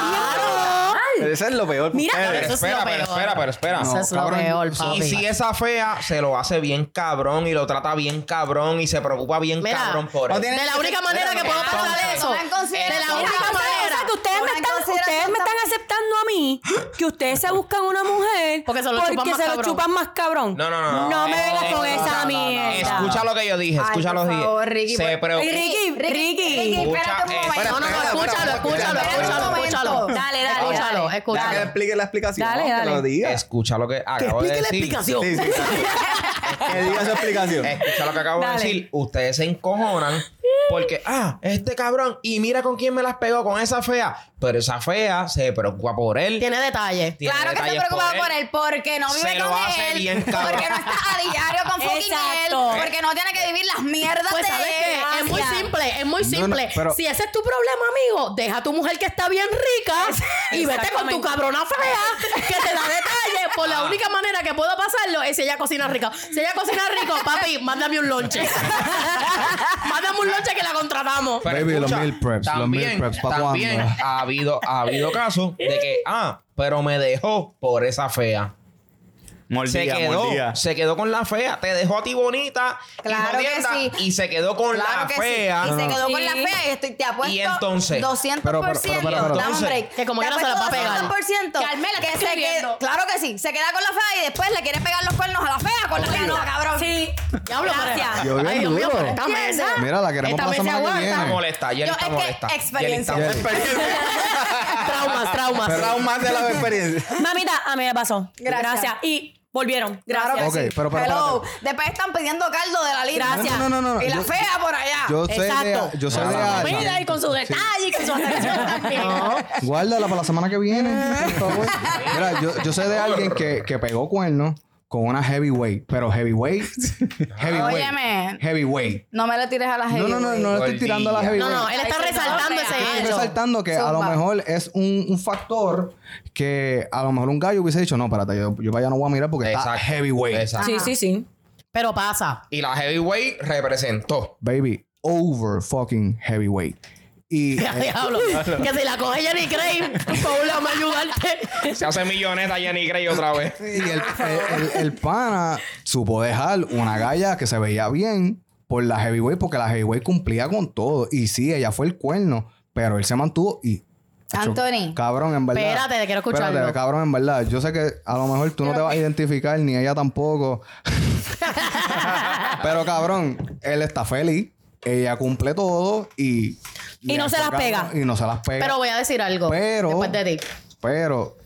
F: bien
G: Eso es lo peor. para
F: Mira,
G: ustedes.
B: Pero
C: eso es
B: espera,
C: lo
B: pero
C: peor.
B: espera, pero espera.
C: Eso es lo
E: cabrón,
C: peor,
E: so-
C: papi.
B: Y si esa fea se lo hace bien cabrón y lo trata bien cabrón y se preocupa bien
C: Mira,
B: cabrón por
G: no
B: él.
G: tiene-
C: De la única manera que puedo pasar eso.
D: Toman en
C: De la
D: consideración.
C: única
D: Mira,
F: O
C: manera.
F: sea, que ustedes, me
D: Toman en
F: están, ustedes
D: consideración
F: me están aceptando a mí que ustedes se buscan una mujer
C: Porque se lo chupan más
F: se lo
C: cabrón.
F: chupan más cabrón.
B: No, no, no, no.
F: No me vengas con
B: Eh,
F: esa
B: no, no, no, no.
F: mierda.
B: Escucha lo que yo dije,
D: Ay,
B: escucha lo
D: por
B: que dije.
D: favor, Ricky,
B: Se
D: por-
B: preocupa.
F: Ricky, Ricky.
D: espérate un
B: Escucha,
D: momento.
C: No,
B: espera,
C: no, no,
G: espera,
C: escúchalo,
G: espera,
C: escúchalo,
G: espera,
C: escúchalo,
D: espera.
C: escúchalo.
D: Dale, dale, dale.
C: Escúchalo,
G: Deja que le
C: escúchalo.
G: explique la explicación.
F: Dale,
G: que
F: dale.
G: lo diga.
B: Escucha lo que acabo de
C: explique la
B: decir.
C: explicación.
G: Sí, sí, sí. que diga su explicación.
B: Escucha lo que acabo
F: Dale.
B: de decir. Ustedes se encojonan porque, ah, este cabrón, y mira con quién me las pegó, con esa fea. Pero esa fea se preocupa por él.
C: Tiene detalles.
B: tiene
D: claro que se
B: detalles
D: preocupa por él porque no vive
B: Se
D: con
B: lo hace
D: él,
B: bien
D: porque
B: cabrón.
D: no está a diario con fucking
F: Exacto.
D: él, porque no tiene que vivir las mierdas
C: Pues
D: de
C: sabes
D: él.
C: que es muy
D: Gracias.
C: simple, es muy
E: No, no,
C: simple.
E: pero-
C: si ese es tu problema, amigo, deja a tu mujer que está bien rica y vete con tu
F: Exactamente.
C: cabrona fea que te da detalles. Por
D: Ah.
C: la única manera que puedo pasarlo es si ella cocina rico. Si ella cocina rico, papi, mándame un lonche. mándame un lonche que la contratamos.
B: Pero
E: Baby, los meal preps, los meal preps, ¿pa'
B: también
E: cuándo?
B: ha habido, ha habido casos de que, ah, pero me dejó por esa fea. se
G: Mordía,
B: quedó,
G: mordía.
B: se quedó con la fea, te dejó a ti bonita y
D: Claro que
B: jodienda,
D: sí.
B: y se quedó con
D: Claro
B: la
D: que
B: fea.
D: sí. Y se quedó con la
F: Sí.
D: fea y estoy, te apuesto
B: Y entonces.
D: 200%.
E: Pero, pero, pero, pero, pero,
D: Dame un
B: entonces.
D: break.
C: Que como
D: Te
C: quiera se la va a
D: apuesto
C: pegar.
D: 200%
I: Carmela,
D: que
I: te
D: se
I: estoy
D: qued-
I: viendo.
D: Claro que sí. Se queda con la fea y después le quiere pegar los cuernos a la fea con la fea no, cabrón.
F: Sí.
C: Diablo,
D: Gracias.
E: Yo bien
C: Ay, Dios mío,
E: duro.
C: pero esta mesa.
E: Mira, la queremos
C: Esta
E: para la
C: mesa
E: semana que
C: aguanta.
B: Está
E: viene.
B: molesta, Jenny
D: Yo- es
B: está
D: que
B: molesta. Jenny está
D: experiencia.
B: molesta.
C: Traumas, traumas.
G: Traumas de la experiencia.
F: Mamita, a mí me pasó.
D: Gracias.
F: Gracias. Y volvieron.
D: Claro que
E: Ok,
D: sí.
E: pero, pero,
D: Hello.
E: espérate.
D: Después están pidiendo caldo de la lira.
E: Gracias. No, no, no, no,
D: Y la
E: yo-
D: fea por allá.
E: Yo sé
C: ah, Exacto.
E: de, yo sé de
B: Nada.
E: Alma.
C: Mira, y con su detalle y con su atención también.
E: Guárdala para la semana que viene, por favor. Mira, yo, yo sé de alguien que, que pegó cuernos con una heavyweight, pero heavyweight, heavyweight,
D: Óyeme.
E: heavyweight.
D: No me le tires a la
E: No,
D: gente.
E: no, no, no le estoy
B: Gordilla.
E: tirando a la heavyweight.
C: No, no, él está
D: Ay,
C: resaltando
D: no,
C: ese
D: real.
E: Estoy
C: hecho.
E: resaltando que a lo
D: Zumba.
E: mejor es un, un factor que a lo mejor un gallo hubiese dicho, no, espérate, yo, yo para allá no voy a mirar porque está
B: Exacto.
E: heavyweight.
B: Exacto.
F: Sí, sí, sí.
C: Pero pasa.
B: Y la heavyweight representó.
E: Baby, over fucking heavyweight. Y
C: Ya,
E: eh,
C: diablo. que si la coge Jenny Crane, Paula, vamos a ayudarte.
B: Se hace milloneta Jenny Grey otra vez.
E: Y el, eh, el- el- el pana supo dejar una galla que se veía bien por la heavyweight, porque la heavyweight cumplía con todo. Y sí, ella fue el cuerno, pero él se mantuvo y.
D: Anthony.
E: Cabrón, en verdad.
C: Espérate, que quiero escucharlo.
E: Espérate, cabrón, en verdad. Yo sé que a lo mejor tú no te vas a identificar, ni ella tampoco. pero cabrón, él está feliz. Ella cumple todo y.
F: Y no se las pega.
E: Y no se las pega.
C: Pero voy a decir algo.
E: Pero-
C: Después de ti.
E: Pero,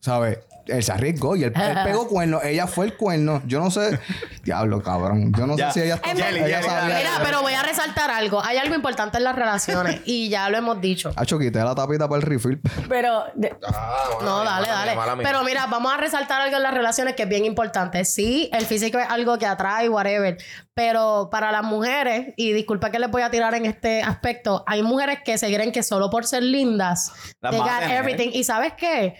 E: ¿sabes? él se arriesgó y él, él pegó cuerno. Ella fue el cuerno. Yo no sé. Diablo, cabrón. Yo no
G: Ya.
E: sé si ella está.
G: Emma,
E: ella
G: Yeli,
E: sabía-
G: Yeli.
C: Mira, pero voy a resaltar algo. Hay algo importante en las relaciones y ya lo hemos dicho.
E: Hacho, quité la tapita para el refill.
F: Pero de-
B: Ah, mala
C: No,
B: mía,
C: dale,
B: mala
C: dale.
B: mía, mala mía.
C: Pero mira, vamos a resaltar algo en las relaciones que es bien importante. Sí, el físico es algo que atrae, whatever. Pero para las mujeres, y disculpa que les voy a tirar en este aspecto, hay mujeres que se creen que solo por ser lindas,
G: Las
C: they
G: van a
C: got
G: tener.
C: everything. ¿Y sabes qué?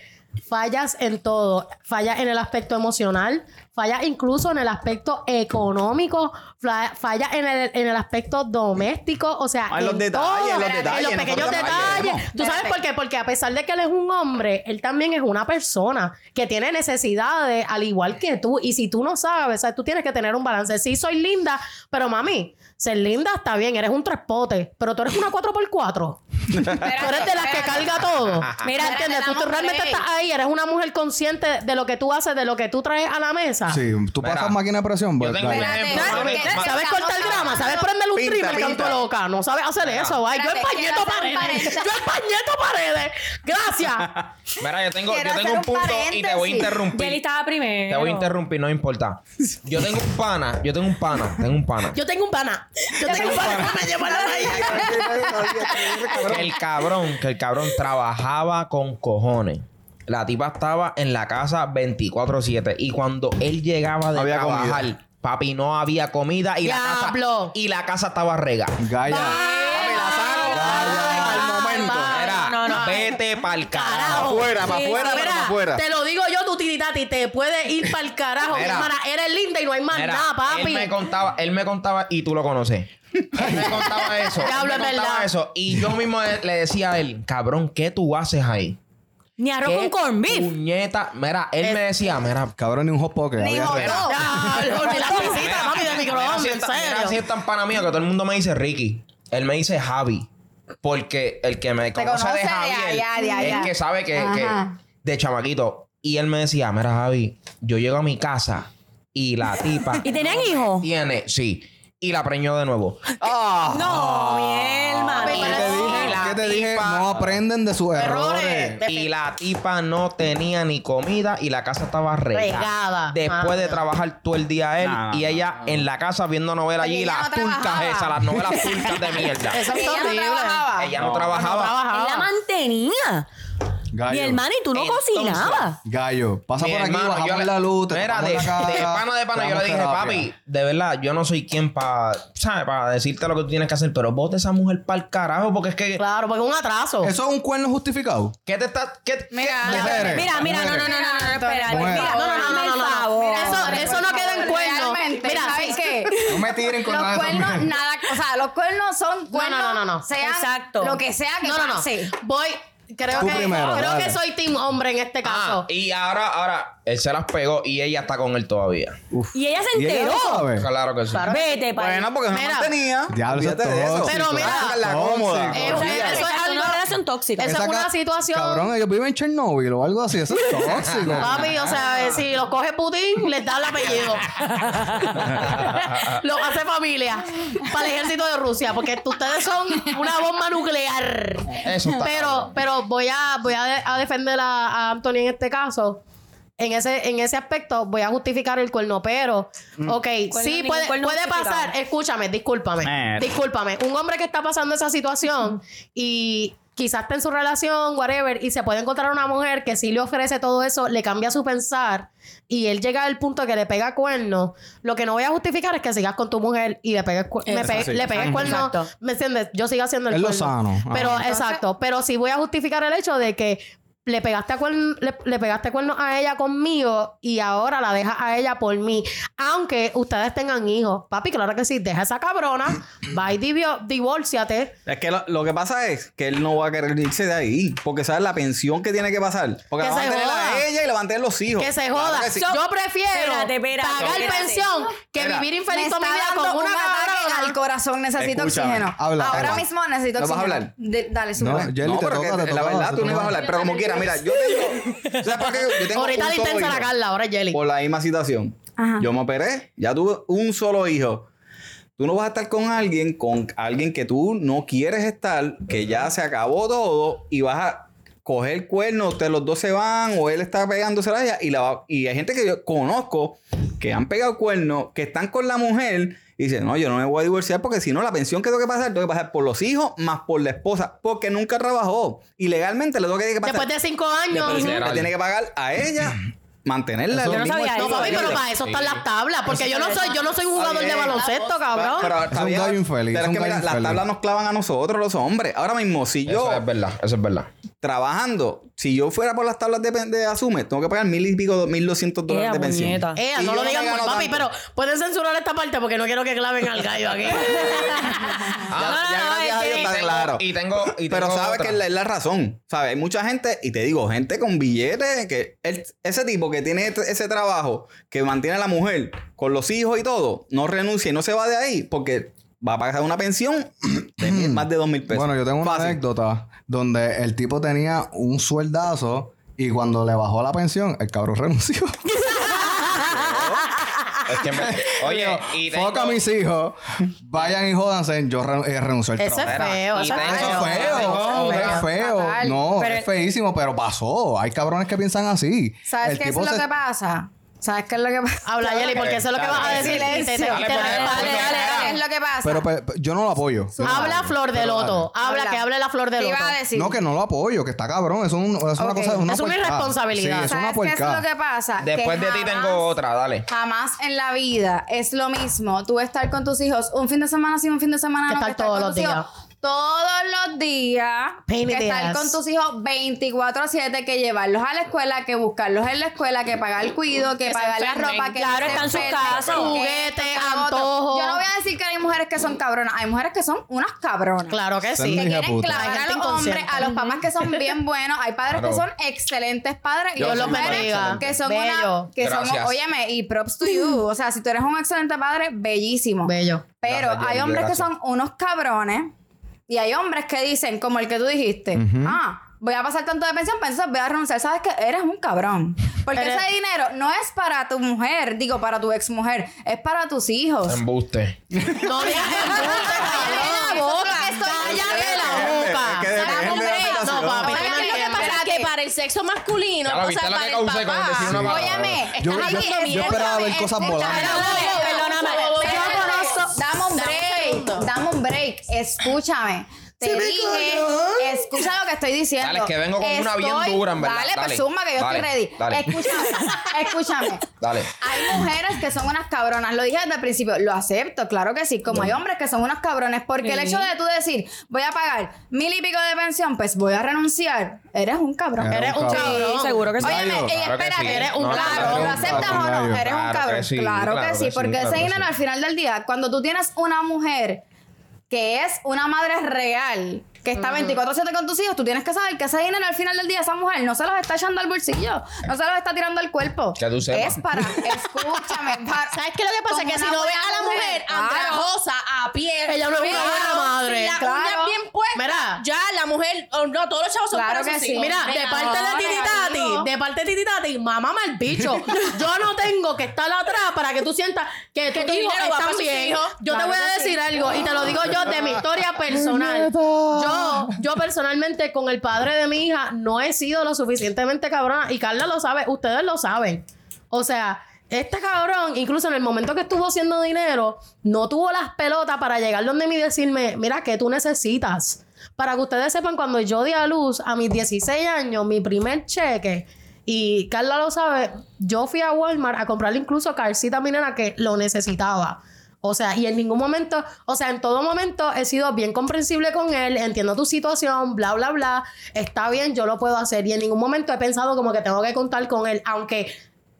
C: Fallas en todo. Fallas en el aspecto emocional, fallas incluso en el aspecto económico, fla- fallas en el, en el aspecto doméstico, o sea,
G: Ah, en los detalles, en los
C: Espérate,
G: detalles,
C: En los
G: nosotros
C: pequeños
G: también
C: detalles.
G: queremos.
C: ¿Tú sabes por qué? Porque a pesar de que él es un hombre, él también es una persona que tiene necesidades al igual que tú. Y si tú no sabes, o sea, tú tienes que tener un balance. Sí, soy linda, pero mami, ser linda está bien, eres un trespote, pero tú eres una 4x4. Tú eres de las que carga todo. Mira,
D: Espérate,
C: ¿entiendes? Tú, tú
D: damos
C: realmente
D: break.
C: estás ahí, eres una mujer consciente de lo que tú haces, de lo que tú traes a la mesa.
E: Sí, tú
B: Ah. Mira,
E: pasas máquina de presión. pues,
B: Yo
E: but,
B: tengo un
E: like,
B: ejemplo.
D: Espérate,
B: mami.
D: espérate.
B: Ma-
C: ¿Sabes cortar grama? ¿Sabes prenderle un
G: Pinta,
C: trimmer,
G: pinta.
C: canto loca? No sabes hacer eso. Ay, yo
D: Espérate,
C: empañeto
D: quiero hacer un
C: paredes. Yo
D: paréntesis.
C: empañeto paredes. Gracias.
B: Mira, yo tengo,
D: Quiero
B: yo tengo
D: hacer
B: un
D: un
B: punto y te voy a
D: paréntesis.
B: interrumpir.
F: Jelly estaba primero.
B: Te voy a interrumpir, no importa. Yo tengo un pana, yo tengo un pana, tengo un pana.
C: Yo tengo un pana. Yo tengo un pana. Me llevo a la raíz.
B: Que el cabrón, que el cabrón trabajaba con cojones. La tipa estaba en la casa 24-7. Y cuando él llegaba de
E: Había
B: trabajar,
E: comida.
B: papi, no había comida y la casa.
C: Diablo.
B: Y la casa estaba rega.
E: Gaia.
B: Papi, la saco.
E: Al momento.
B: Era,
F: no, no.
B: vete pa'l carajo.
G: Afuera, para
F: Sí,
G: afuera,
F: fuera,
G: para
C: Mira,
G: afuera.
C: Te lo digo yo, tu tiritati. Te puedes ir para el carajo, mi
B: Mira.
C: hermana. Eres linda y no hay más
B: Mira,
C: nada, papi.
B: Él me contaba, él me contaba y tú lo conoces. Él me contaba eso.
C: Ya
B: él
C: hablo,
B: me
C: es
B: contaba
C: verdad.
B: eso. Y yo mismo le le decía a él, cabrón, ¿qué tú haces ahí?
F: Ni arroz con
B: ¿Qué
F: corn beef.
B: Puñeta. Mira, él me decía, mira.
E: Cabrón, ni un hot pocket. había
D: hot
E: re-
D: dog.
C: Diablo, ni la piscina, papi, de microondas, en
B: Así
C: serio.
B: es tan pana mía que todo el mundo me dice Ricky. Él me dice Javi. Porque el que me
D: Te
B: conoce,
D: conoce
B: de
D: de
B: Javier
D: allá, de allá.
B: es que sabe que, que-
D: Ajá.
B: de chamaquito. Y él me decía, mira Javi, yo llego a mi casa y la tipa
F: ¿Y tenían hijos?
B: tiene, sí, y la preñó de nuevo.
F: No,
B: Ah.
F: mi hermano.
E: ¿Qué te dije?
B: la
E: ¿Qué te dije?
B: tipa-
E: No aprenden de sus
C: Errores.
E: errores.
B: Y la tipa no tenía ni comida y la casa estaba regada.
C: Regada.
B: Después de
C: Mano.
B: trabajar todo el día él
G: No, no,
B: y ella en la casa viendo novelas
D: Oye,
B: allí,
D: ella
B: las
D: no
B: turcas
D: trabajaba.
B: esas, las novelas turcas de mierda.
C: Eso
D: Ella
C: es
D: no
C: horrible.
D: trabajaba.
B: Ella no, trabajaba.
C: Ah,
F: Él la mantenía.
E: Gallo.
F: Mi hermano, y tú no
B: Entonces,
F: cocinabas.
E: Gallo, pasa
B: Mi
E: por aquí,
B: hermano, yo
E: bajamos
B: le-
E: la luz, te
B: Mira,
E: tapamos
B: de,
E: la cara,
B: de pana de pana, yo le
E: te
B: dije,
E: damos
B: papi,
E: terapia.
B: de verdad, yo no soy quien para, ¿sabes? Para decirte lo que tú tienes que hacer, pero vos de esa mujer para el carajo, porque es que,
C: Claro, porque es un atraso.
E: ¿Eso es un cuerno justificado?
B: ¿qué te estás, qué,
D: Mira,
B: qué-
E: Mujeres,
F: Mira, mira, no, no, no, no, no, no, espera.
E: Mujer.
F: Mira, no, no, no, no, no, no.
D: Mira,
C: Eso-
D: por
C: eso no
D: favor,
C: queda en cuerno.
D: realmente,
C: Mira,
D: ¿sabes qué?
E: No me tiren con nada
D: Los
E: de esas
D: cuernos,
E: mierdas.
D: nada, o sea, los cuernos son cuernos.
C: no, no, no.
D: Sea
F: Exacto.
D: Lo que sea que
C: No, no, no.
D: pase.
C: Voy. Creo
E: Tú
C: que,
E: primero,
C: creo
E: dale.
C: que soy team hombre en este
B: Ah,
C: caso.
B: y ahora, ahora, él se las pegó y ella está con él todavía.
F: Y ella se
E: ¿Y ella
F: enteró.
E: lo sabe?
B: Claro que sí.
C: Claro.
F: Vete, para
G: Bueno, porque no
C: Mira.
G: mantenía.
E: Diablo, eso es
G: Olvídate de eso.
E: tóxico.
C: Pero mira,
G: la cómoda.
E: tóxico.
C: Eh,
G: Olvídate.
C: mira, eso es
F: Exacto,
C: algo-
F: una relación tóxica.
C: Eso
E: Esa
C: es una
E: ca-
C: situación.
E: Cabrón, ellos viven en Chernobyl o algo así. Eso es tóxico.
C: Papi, o sea, eh, si los coge Putin, les da el apellido. los hace familia para el ejército de Rusia, porque ustedes son una bomba nuclear.
B: Eso está
C: Pero,
B: cabrón.
C: pero voy a, voy a, de- a defender a, a Anthony en este caso. En ese, en ese aspecto voy a justificar el cuerno, pero,
B: Mm.
C: ok, sí,
F: ningún
C: puede,
F: cuerno
C: puede
F: justificado.
C: pasar, escúchame, discúlpame,
G: Mierda.
C: discúlpame, un hombre que está pasando esa situación y quizás está en su relación, whatever, y se puede encontrar una mujer que sí le ofrece todo eso, le cambia su pensar y él llega al punto que le pega cuerno, lo que no voy a justificar es que sigas con tu mujer y le pegues, cu- me
F: Exacto.
C: pe- le pegues cuerno,
F: Exacto.
C: ¿me entiendes? Yo sigo haciendo el
E: Es lo
C: cuerno.
E: sano. Ah.
C: Pero exacto, pero sí voy a justificar el hecho de que le pegaste, a cuerno, le, le pegaste cuernos a ella conmigo y ahora la dejas a ella por mí. Aunque ustedes tengan hijos. Papi, claro que sí, deja a esa cabrona, va y divio- divórciate.
G: Es que lo, lo que pasa es que él no va a querer irse de ahí. Porque sabe la pensión que tiene que pasar. Porque
C: Que
G: la van a
C: se
G: tener a
C: joda.
G: ella y la van a tener los hijos.
C: Que se
G: Claro
C: joda.
G: que sí.
C: Yo prefiero
F: Espérate, espérate,
C: pagar
F: espérate.
C: pensión que
G: Espera.
C: vivir
D: Me
C: infeliz
D: está
C: con mi vida
D: dando
C: con una
D: un ataque al
C: cabrona.
D: corazón. Necesito
G: Escúchame,
D: oxígeno.
E: habla,
D: Ahora
E: habla.
D: mismo necesito
G: ¿No vas a
D: oxígeno.
G: hablar?
D: De- dale, sube.
E: No, Jelly,
G: no,
E: te
G: pero
E: toca,
G: que
E: te
G: la
E: toca,
G: verdad
E: te
G: tú no
E: toca.
G: ibas a hablar. Pero como quiera, mira, yo tengo... ¿Sabes por qué? Yo tengo
C: Ahorita
G: un
C: la
G: solo
C: intensa la
G: hijo.
C: Carla, ahora es Jelly.
G: Por la misma situación. Yo me operé. Ya tuve un solo hijo. Tú no vas a estar con alguien, con alguien que tú no quieres estar, que ya se acabó todo y vas a coger cuernos, ustedes los dos se van, o él está pegándose a ella, y, la va- y hay gente que yo conozco que han pegado cuernos, que están con la mujer, y dicen, no, yo no me voy a divorciar porque si no, la pensión que tengo que pasar, tengo que pasar por los hijos más por la esposa, porque nunca trabajó. Y legalmente le tengo que pasar.
C: Después de cinco años.
G: Después de- le tiene que pagar a ella, mantenerla.
F: Yo
G: el
F: no
G: mismo
F: sabía
C: No,
G: estilo
F: eso.
G: de
C: papi,
G: vida.
C: pero para eso están las tablas. Porque yo no soy, yo no soy un jugador de
G: bien.
C: baloncesto, cabrón.
G: Pero
E: Es un
G: bien,
E: gallo infeliz,
G: pero
E: es un
G: que mira,
E: gallo
G: las
E: infeliz.
G: tablas nos clavan a nosotros, los hombres. Ahora mismo, si yo
B: Eso es verdad, eso es verdad.
G: trabajando, si yo fuera por las tablas de, de Asume, tengo que pagar mil y pico, mil doscientos dólares
F: Ea,
G: de pensión.
F: puñeta.
C: Eh,
G: Y
C: no
G: yo
C: lo
G: me
C: digan
G: gano
C: por papi,
G: tanto.
C: pero pueden censurar esta parte porque no quiero que claven al gallo aquí.
G: Ya- ya gracias a Dios está claro.
B: Y tengo. Y
G: Pero
B: tengo
G: sabes
B: otra.
G: que es la, es la razón. ¿Sabes? Hay mucha gente, y te digo, gente con billetes, que el- ese tipo que tiene este- ese trabajo, que mantiene a la mujer con los hijos y todo, no renuncia y no se va de ahí porque va a pagar una pensión de mil- más de dos mil pesos.
E: Bueno, yo tengo una
G: Fácil.
E: anécdota donde el tipo tenía un sueldazo y cuando le bajó la pensión, el cabrón renunció.
B: Es que me- Oye, y tengo.
E: Foca a mis hijos, vayan y jódanse. Yo ren- eh, renunció al
C: Eso es
E: trabajo.
C: feo, eso es
B: tengo-
E: Eso es
C: feo.
E: feo, no, es feo.
D: Fatal.
E: No,
F: Pero-
E: es feísimo, pero pasó. Hay cabrones que piensan así.
D: ¿Sabes
E: El
D: qué es
E: tipo
D: lo
E: se-
D: que pasa? ¿Sabes qué es lo que pasa?
C: Habla, Yeli, porque eso es lo que vas a decir.
D: Silencio.
C: Y te- y te- y
D: Dale,
C: te-
B: dale,
D: dale, dale, ¿Qué es lo que pasa?
E: pues, Pero pues, pe- pe- yo no lo apoyo. Yo no lo
C: Habla
E: apoyo.
C: flor de
E: Pero
C: loto. Habla,
D: Habla.
C: que hable la flor de
D: Te
C: loto.
D: iba a decir.
E: No, que no lo apoyo, que está cabrón. Es, un- es una
D: Ok.
E: cosa. Es una,
C: Es una
E: puercada.
C: irresponsabilidad.
E: Sí, es una
D: ¿Sabes qué es
E: puercada.
D: lo que pasa? Ah, Que
B: Después de ti
D: jamás-
B: tengo otra, dale.
D: Jamás en la vida es lo mismo tú estar con tus hijos un fin de semana sí, un fin de semana
C: Que
D: no.
C: estar
D: estar
C: todos
D: con
C: los
D: tus
C: días.
D: hijos Todos los días.
C: Pain in
D: que
C: the
D: estar
C: ass.
D: con tus hijos 24-7, que llevarlos a la escuela, que buscarlos en la escuela, que pagar el cuido, que,
I: Que se
D: pagar la
I: enfermen.
D: ropa, que
F: Claro,
D: se
F: está en sus
D: enfermen,
F: casas.
D: que
C: Juguetes,
D: esto, que lo otro.
C: antojos.
D: Yo no voy a decir que hay mujeres que son cabronas. Hay mujeres que son unas cabronas.
C: Claro que
E: Son
C: sí.
D: Que
E: Hija
D: quieren
E: puta.
D: clavar
C: Hay
D: a
C: gente
D: los hombres,
C: inconsciente.
D: a los papás que son bien buenos. Hay padres que son
B: Claro.
D: excelentes padres. Y
B: Yo
D: hay
B: soy
D: mujeres
C: bendiga.
D: que son
C: Bello.
D: una... Que son,
B: Gracias.
D: óyeme, y props to you. O sea, si tú eres un excelente padre, bellísimo.
C: Bello.
D: Pero
B: Gracias,
D: hay
B: Jenny,
D: hombres que
B: gracias.
D: son unos cabrones y hay hombres que dicen, como el que tú dijiste, ah, voy a pasar tanto de pensión, pero entonces voy a renunciar. Sabes que eres un cabrón. Porque
C: Eres-
D: ese dinero no es para tu mujer, digo, para tu exmujer, es para tus hijos.
B: Em- Embuste.
C: No digas embuste,
D: Cállate la
C: la
D: boca,
C: boca. Cállate la
G: cállate, es que
C: boca.
G: depende
D: de la
C: No,
D: situación.
C: papi.
I: ¿Sabes qué es lo que pasa?
D: Espérate.
I: Que para el sexo masculino,
B: Ya la
I: o
B: viste
I: sea,
B: la
I: para
B: que
I: el
B: causé con decir
I: papá.
B: una palabra.
D: Óyeme, estás
E: Yo-
D: aquí
E: yo- yo
D: mientras-
E: esperaba ver cosas
D: estás-
E: volando.
D: Perdóname, perdóname. Yo conozco. Dame un break.
I: segundo.
D: Dame un break. Escúchame. Te dije, escucha lo que estoy diciendo.
B: Dale, es que vengo con una bien
D: Estoy-
B: dura, en verdad.
D: Dale,
B: Dale,
D: pues zumba que yo
B: dale,
D: estoy ready.
B: dale.
D: Escúchame, escúchame.
B: Dale.
D: Hay mujeres que son unas cabronas, lo dije desde el principio, lo acepto, claro que sí, como hay hombres que son unos cabrones, porque el hecho de tú decir, voy a pagar mil y pico de pensión, pues voy a renunciar, eres un cabrón.
E: Eres un
F: Sí, seguro que sí.
D: Óyeme,
E: Claro
D: y espérate,
B: que sí.
D: eres un
B: No,
D: cabrón.
E: claro,
D: ¿Lo aceptas o no?
E: claro,
D: Eres un
B: claro
D: cabrón.
B: que sí,
D: claro que
B: claro
D: sí,
B: que sí,
D: porque
B: claro
D: ese
B: que
D: dinero
B: sí.
D: al final del día, cuando tú tienes una mujer que es una madre real, que está 24-7 con tus hijos, tú tienes que saber que ese dinero al final del día, esa mujer no se los está echando al bolsillo, no se los está tirando al cuerpo.
B: Que tú sepas.
D: Es para, escúchame, para-
I: ¿Sabes qué es lo que pasa?
D: Como
I: Que si
D: una
I: no ves
D: buena
I: a la mujer
D: mujer, ah,
I: andrajosa, a pie,
C: Ella no es una
I: pegado,
C: buena madre,
I: sin las
D: claro.
I: uñas bien puestas,
C: Mira.
I: ya la mujer, oh, no, todos los chavos son
D: Claro
I: para
D: que
I: sus
D: sí.
I: hijos.
C: Mira, de
I: Mira,
C: parte de
I: ahora,
C: Titi
I: amigo.
C: Tati, de parte de Titi Tati, mamá mal bicho. Yo no tengo que estar atrás para que tú sientas que,
I: Que
C: tus
I: tu
C: hijos
I: dinero va para
C: están
I: sus
C: bien.
I: hijos.
C: Yo
I: Claro
C: te voy a
I: que sí.
C: decir algo y te lo digo yo de mi historia personal. Yo, yo personalmente con el padre de mi hija no he sido lo suficientemente cabrona y Carla lo sabe, ustedes lo saben. O sea, este cabrón, incluso en el momento que estuvo haciendo dinero, no tuvo las pelotas para llegar donde mí y decirme, mira, ¿qué tú necesitas? Para que ustedes sepan, cuando yo di a luz a mis 16 años, mi primer cheque, y Carla lo sabe, yo fui a Walmart a comprarle incluso calcita minera que lo necesitaba. O sea, y en ningún momento, o sea, en todo momento he sido bien comprensible con él, entiendo tu situación, bla, bla, bla, está bien, yo lo puedo hacer. Y en ningún momento he pensado como que tengo que contar con él, aunque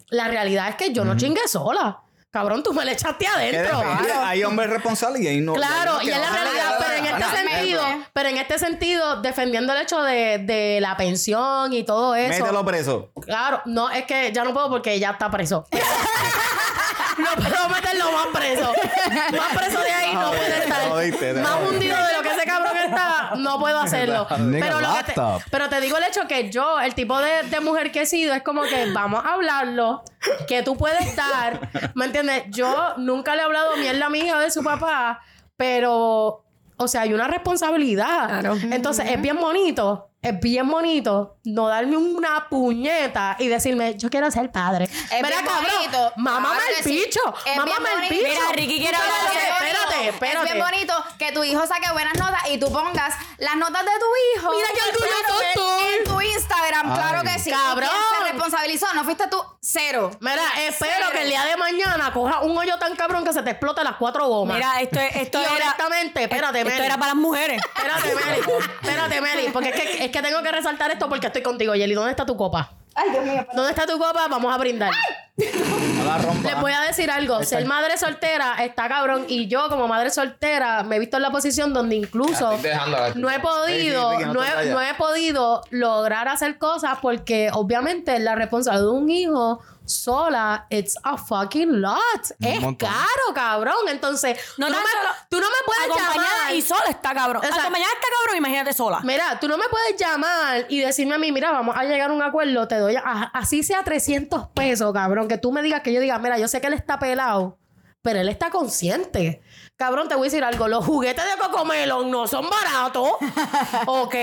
C: la realidad es que yo no chingué sola. Cabrón, tú me le echaste
G: Que
C: adentro.
G: depende, hay hombres responsables y hay no.
C: Claro,
G: hay
C: y
G: que
C: es
G: no
C: la
G: se le
C: realidad,
G: da la
C: pero en
G: gana.
C: este sentido, pero en este sentido, defendiendo el hecho de, de la pensión y todo eso.
G: Mételo preso.
C: Claro, no, es que ya no puedo porque ya está preso. no puedo meterlo más preso. Más preso de ahí no puede estar.
G: No, Ah, viste, no.
C: más hundido de lo que ese cabrón está, no puedo hacerlo.
E: Nigga,
C: pero, lo que te,
E: backed up.
C: pero te digo el hecho que yo, el tipo de, de mujer que he sido, es como que vamos a hablarlo, que tú puedes dar. ¿Me entiendes? Yo nunca le he hablado mierda a mi hija de su papá, pero, o sea, hay una responsabilidad. Entonces, es bien bonito es bien bonito no darme una puñeta y decirme, yo quiero ser padre.
D: Es
C: Mira,
D: bien
C: cabrón,
D: bonito.
C: mámame
D: Claro
C: el
D: que sí.
C: picho,
D: Es
C: mámame
D: bien
C: el
D: bonito.
C: picho.
F: Mira, Ricky quiere
C: Espérate,
F: hablar de-
C: Espérate, espérate.
D: Es bien bonito que tu hijo saque buenas notas y tú pongas las notas de tu hijo.
C: Mira qué orgulloso
D: que- En tu Instagram, claro
E: Ay.
D: que sí.
C: Cabrón.
D: ¿Y quién se responsabilizó? No fuiste tú, cero.
C: Mira, espero
D: Cero.
C: que el día de mañana coja un hoyo tan cabrón que se te explote las cuatro gomas.
F: Mira, esto, esto
C: Y
F: era.
C: honestamente, espérate,
F: Esto
C: Meli.
F: era para las mujeres.
C: Espérate, Meli. Espérate, Meli. Porque es que, es que tengo que resaltar esto porque estoy contigo, Yeli. ¿Dónde está tu copa?
D: Ay, Dios mío.
C: ¿Dónde está tu copa? Vamos a brindar.
G: No la rompa.
C: Les voy a decir algo. Ser madre soltera está cabrón. Y yo, como madre soltera, me he visto en la posición donde incluso
B: Estoy dejando la-
C: no he
G: Sí,
C: podido,
G: sí, sí, que no
C: no,
G: te
C: he,
G: vayas.
C: no he podido lograr hacer cosas porque obviamente la responsabilidad de un hijo sola, it's a fucking lot. es
E: montón.
C: caro, cabrón. Entonces,
F: No
C: tú, no
F: tan solo-
C: me, tú no me puedes
F: Acompañada
C: llamar.
F: y sola está cabrón.
C: O sea-
F: Acompañada está cabrón, imagínate sola.
C: Mira, tú no me puedes llamar y decirme a mí, mira, vamos a llegar a un acuerdo, te doy, a- así sea 300 pesos, cabrón, que tú me digas que yo diga, mira, yo sé que él está pelado, pero él está consciente. Cabrón, te voy a decir algo, los juguetes de Cocomelon no son baratos, ¿ok?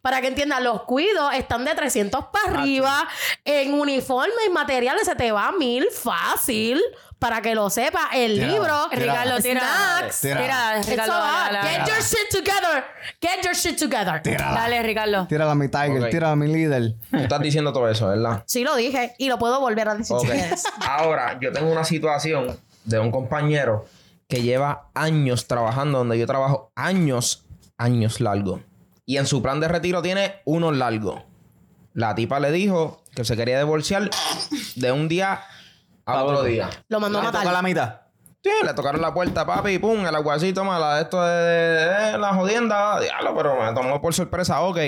C: Para que entiendas, los cuidos están de 300 para arriba, en uniforme y materiales se te va a mil fácil, para que lo sepas, el
E: Tira,
C: libro,
E: tira.
F: Ricardo, tira.
C: snacks,
E: Tira.
F: Tira,
C: Eso
F: Ricardo.
C: va.
F: dale, dale,
C: Get your shit together. Get your shit together.
F: dale. Dale, Ricardo.
E: Tírala a mi Tiger,
B: Ok.
E: tírala a mi líder.
B: Tú estás diciendo todo eso, ¿verdad?
C: Sí lo dije y lo puedo volver a decir
B: Ok.
C: si quieres.
B: Ahora, yo tengo una situación de un compañero que lleva años trabajando donde yo trabajo años, años largo. Y en su plan de retiro tiene uno largo. La tipa le dijo que se quería divorciar de un día a otro día.
C: Lo mandó a
G: Le toca
C: matar.
G: la mitad.
B: Sí, le tocaron la puerta, papi, y pum, el aguacito, mala, esto de, de- de- la jodienda, diablo, pero me tomó por sorpresa, ok.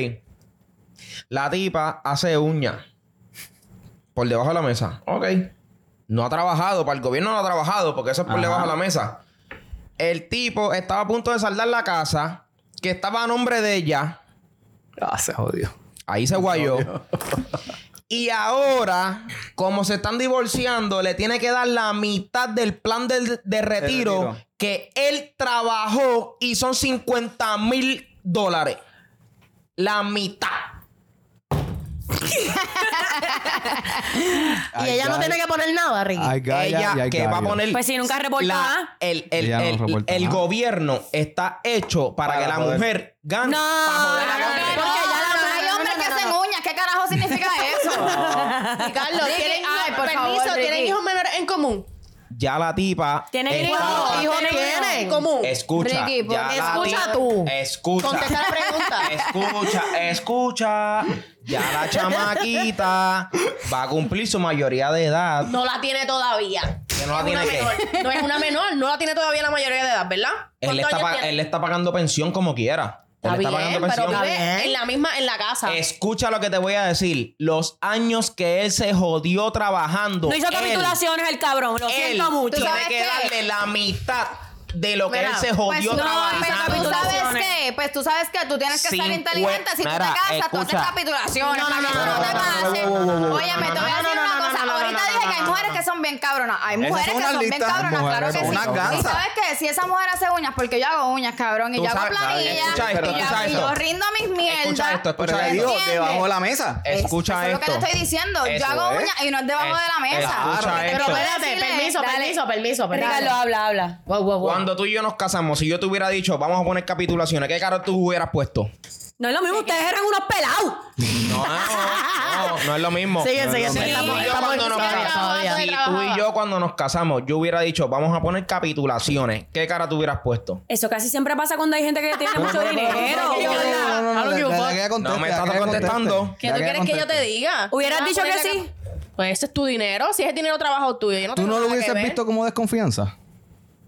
B: La tipa hace uña por debajo de la mesa, ok. No ha trabajado, para el gobierno no ha trabajado, porque eso es por
G: Ajá.
B: debajo de la mesa. El tipo estaba a punto de saldar la casa, que estaba a nombre de ella,
G: Ah, se jodió.
B: ahí se guayó. Y ahora, como se están divorciando, le tiene que dar la mitad del plan del- de, retiro,
G: retiro.
B: que él trabajó y son 50 mil dólares. La mitad.
C: Y ella no tiene que poner nada, Ricky.
B: Ah.
E: Ay, Gaia, y
B: Ella
E: ay,
B: que va a
E: Gaia.
B: poner...
F: Pues si nunca reporta.
B: la- el el-
E: Ella no
B: el-
E: reporta
B: el
E: nada.
B: gobierno está hecho para,
G: Para
B: que la
G: poder-
B: mujer gane.
F: No,
B: para joder a
F: no,
B: la gente.
F: no,
D: Porque ya
C: no, no,
D: hay
C: no,
D: hombres
C: no,
D: que
C: no,
D: hacen
C: no.
D: uñas. ¿Qué carajo significa eso?
I: Ricardo,
D: Ricky,
I: ¿tienen,
D: ay,
I: hijos-
D: por
I: permiso,
D: favor,
I: ¿tienen
D: Ricky.
I: hijos menores en común?
B: Ya la tipa...
F: Tiene
B: está-
C: Wow,
I: Hijo
C: hijos tienen.
I: en común. pues,
B: Escucha.
D: Ricky, por-
B: ya la
C: pues,
B: Eh.
C: escucha
B: tipa-
C: tú.
B: Escucha.
I: Contesta la pregunta.
B: Escucha, escucha. Ya la chamaquita va a cumplir su mayoría de edad.
I: No la tiene todavía.
B: Que no la tiene
I: Una
B: que.
I: menor. No es una menor, no la tiene todavía la mayoría de edad, ¿verdad?
B: Él le,
I: ¿Cuántos
B: está
I: años
B: pa-
I: tiene?
B: él le está pagando pensión como quiera. Él
I: Está
B: le está
I: bien,
B: pagando
I: pero
B: pensión.
I: vive en la misma, en la casa.
B: Escucha lo que te voy a decir. Los años que él se jodió trabajando.
F: No hizo
B: él-
F: capitulaciones el cabrón. Lo
B: él
F: siento mucho.
B: Tiene
D: sabes
B: que
D: qué?
B: darle la mitad de lo que
C: Mira,
B: él se
D: Pues
B: jodió
D: no,
B: trabajando.
D: pero tú sabes
F: Capitulaciones.
D: que, pues tú sabes que tú tienes que ser
B: Cincu-
D: inteligente. Si tú te
B: Mira,
D: casas, tú haces
B: escucha.
D: capitulaciones.
C: No, no,
D: para que
C: no,
D: eso
C: no,
D: no te
C: no,
D: pase.
B: no, no, no,
D: Oye, me
B: no,
D: te voy a
C: no, no,
D: decir
C: no,
D: una cosa.
C: no, no,
D: Ahorita
C: no,
D: dije
C: no,
D: que hay
C: no,
D: mujeres
C: no.
D: que son bien cabronas. Hay
G: Esas
D: mujeres
G: son
D: que
G: unas
D: son bien
G: listas.
D: cabronas,
E: Mujeres
D: claro que
E: son
D: sí.
E: unas
D: Y
G: gansas.
D: sabes que si esa mujer hace uñas, porque yo hago uñas, cabrón, y
B: Tú
D: yo hago
B: sabes-
D: planillas,
B: escucha esto,
D: y yo- y
B: escucha esto.
D: yo rindo mis mierdas.
B: Escucha esto,
G: Pero
B: escucha
G: le
B: esto.
G: digo,
D: ¿Entiendes?
G: debajo de la mesa.
B: Escucha
D: Eso es
B: esto.
D: lo que te estoy diciendo.
B: Eso
D: yo hago
B: es.
D: uñas y no es debajo
B: Es-
D: de la mesa.
B: escucha
D: Pero
B: esto.
D: voy a
C: Espérate,
D: decirle,
C: permiso,
D: dale.
C: permiso, permiso, permiso.
F: Ricardo, habla, habla.
C: Wow, wow, wow.
B: Cuando tú y yo nos casamos, si yo te hubiera dicho, vamos a poner capitulaciones, ¿qué caro tú hubieras puesto?
F: No es lo mismo, ustedes eran unos pelados.
B: No, no, no, no es lo mismo.
C: Sigue,
B: No,
C: sigue,
B: no,
C: sigue,
B: no.
C: estamos-
B: Tú y yo
C: estamos
B: cuando nos
C: iniciando
B: casamos,
C: todavía.
B: si tú y yo cuando nos casamos, yo hubiera dicho, vamos a poner capitulaciones, ¿qué cara tú hubieras puesto?
F: Eso casi siempre pasa cuando hay gente que tiene mucho dinero.
E: No, no, no, no,
C: Algo
E: no,
C: que
E: la-
C: un
E: la- la
C: fuck.
E: que ella conteste,
B: No me
E: la
B: estás
E: que ella
B: contestando.
E: conteste.
I: ¿Qué
E: La
I: tú
E: ella
I: quieres que yo te
E: conteste.
I: diga?
F: Hubieras
I: Ah,
F: dicho
I: ponle
F: que
I: la
F: sí.
I: Pues ese es tu dinero. Si ese dinero trabajo es tuyo, yo no
E: ¿Tú
I: tengo
E: no lo
I: nada que
E: hubieses
I: ver.
E: visto como desconfianza?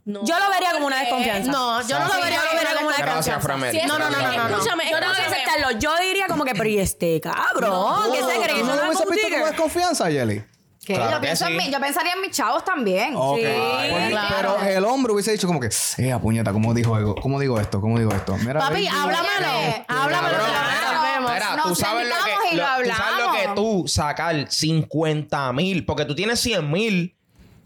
I: No.
F: Yo lo vería como una desconfianza.
C: No, yo no lo
F: Sí,
C: vería
F: yo
C: lo vería como una
B: Gracias,
C: desconfianza.
B: Framel.
I: Si es-
C: No, no, no, no, no, no.
I: Escúchame,
F: Yo tengo que
I: escúchame.
F: aceptarlo. Yo diría como que, pero ¿y este cabrón? ¿Qué se cree?
E: ¿Tú
F: ¿Es
E: no
F: una
E: lo hubieses visto como
F: bootlegger?
E: desconfianza, Yeli?
D: ¿Qué?
B: Claro
D: yo,
B: que
D: pienso en
B: sí.
D: mi- yo pensaría en mis chavos también.
E: Ok.
F: Sí,
E: Pues,
F: claro.
E: Pero el hombre hubiese dicho como que, eh, puñeta, ¿cómo dijo algo? ¿Cómo digo esto? ¿Cómo digo esto? Mira,
C: Papi,
E: baby,
C: háblamelo.
D: Oye,
C: Háblamelo.
B: Eh, Cabrón,
C: claro,
B: mira,
C: vemos.
B: mira,
D: Nos
B: tú sabes lo
D: sentamos
B: que,
D: y lo
B: lo- tú sabes lo que
D: hablamos.
B: tú sacar 50 mil, porque tú tienes 100 mil,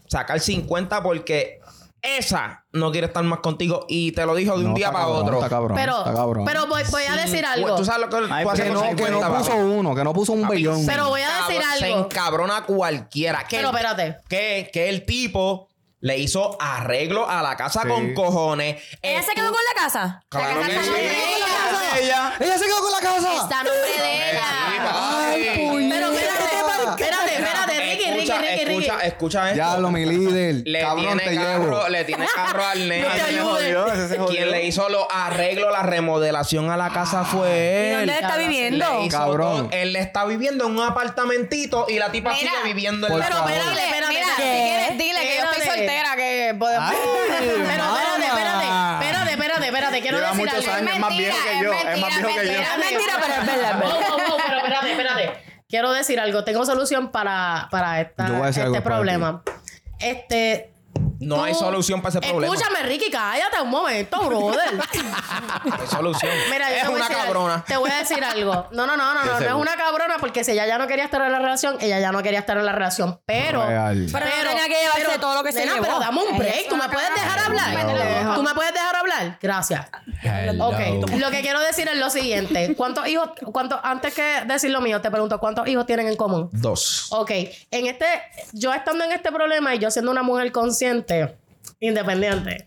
B: sacar 50 porque esa no quiere estar más contigo y te lo dijo de un
E: No,
B: día
E: está
B: para
E: cabrón,
B: otro.
E: Está cabrón.
C: Pero,
E: está cabrón.
C: pero voy, voy a decir algo.
B: Mm, Tú sabes lo que
G: Ay,
B: tú haces
E: que
B: con
E: no, que no
B: 50
E: puso
B: pavos.
E: uno, que no puso un bellón.
C: Pero voy a decir
B: Cabrón, Se
C: algo.
B: encabrona cualquiera. Que
C: Pero
B: el-
C: espérate.
B: que, que el tipo le hizo arreglo a la casa
E: Sí.
B: con cojones. Eh,
F: ¿Ella se quedó con la casa?
B: Claro
D: La
B: que
D: casa
B: sí.
D: está muy bella.
G: Ella.
E: ¡Ella se quedó con la casa!
D: Está a nombre de ella.
B: Ay,
C: Pero espérate, espérate, espérate, Ricky, Ricky,
B: Escucha,
C: Ricky, Ricky.
B: Escucha, escucha esto.
E: Ya lo, mi líder.
B: Le
E: cabrón,
B: tiene
E: te
B: carro,
E: llevo.
B: le tiene carro al nene.
C: No te ayudes.
G: ese se
B: Quien le hizo los arreglos, la remodelación a la
E: Ah.
B: casa fue
F: ¿Y
B: él.
F: dónde está viviendo?
B: Le hizo
E: Cabrón.
B: todo. Él está viviendo en un apartamentito y la tipa
D: Mira,
B: sigue viviendo en
E: por
B: la
C: Pero
E: favor.
C: espérate, espérate.
D: Mira, si
C: espérate.
D: quieres, dile que yo estoy
C: Espérate.
D: soltera, que podemos.
C: Pero espérate, espérate, espérate, espérate, espérate. Quiero
G: Lleva
C: decir
G: muchos
C: algo.
G: años, es más viejo que yo, es más viejo que yo.
D: mentira,
G: Es
C: mentira,
D: pero es verdad.
C: Oh, oh, oh, pero espérate, espérate. Quiero decir algo. Tengo solución para, para esta-
E: Yo voy a decir
C: este
E: algo para
C: problema. Este.
B: No hay
C: tú-
B: solución para ese problema.
C: Escúchame, Ricky, cállate un momento, brother.
B: No hay solución.
C: Mira, yo
B: es
C: te voy a
B: una
C: decir-
B: cabrona.
C: Te voy a decir algo. No, no, no, no, no. No es
G: seguro.
C: una cabrona porque si ella ya no quería estar en la relación, ella ya no quería estar en la relación. Pero.
E: Real.
F: Pero no tenía que llevarse todo lo que se
C: nena,
F: llevó.
C: Pero dame un break. ¿Tú me
D: una
C: puedes
D: cabrona.
C: dejar hablar? ¿Tú me puedes dejar hablar? Gracias.
E: Hello.
C: Ok. Lo que quiero decir es lo siguiente. ¿Cuántos hijos, cuántos, antes que decir lo mío, te pregunto, ¿cuántos hijos tienen en común?
B: Dos.
C: Ok. En este, yo estando en este problema y yo siendo una mujer consciente, independiente.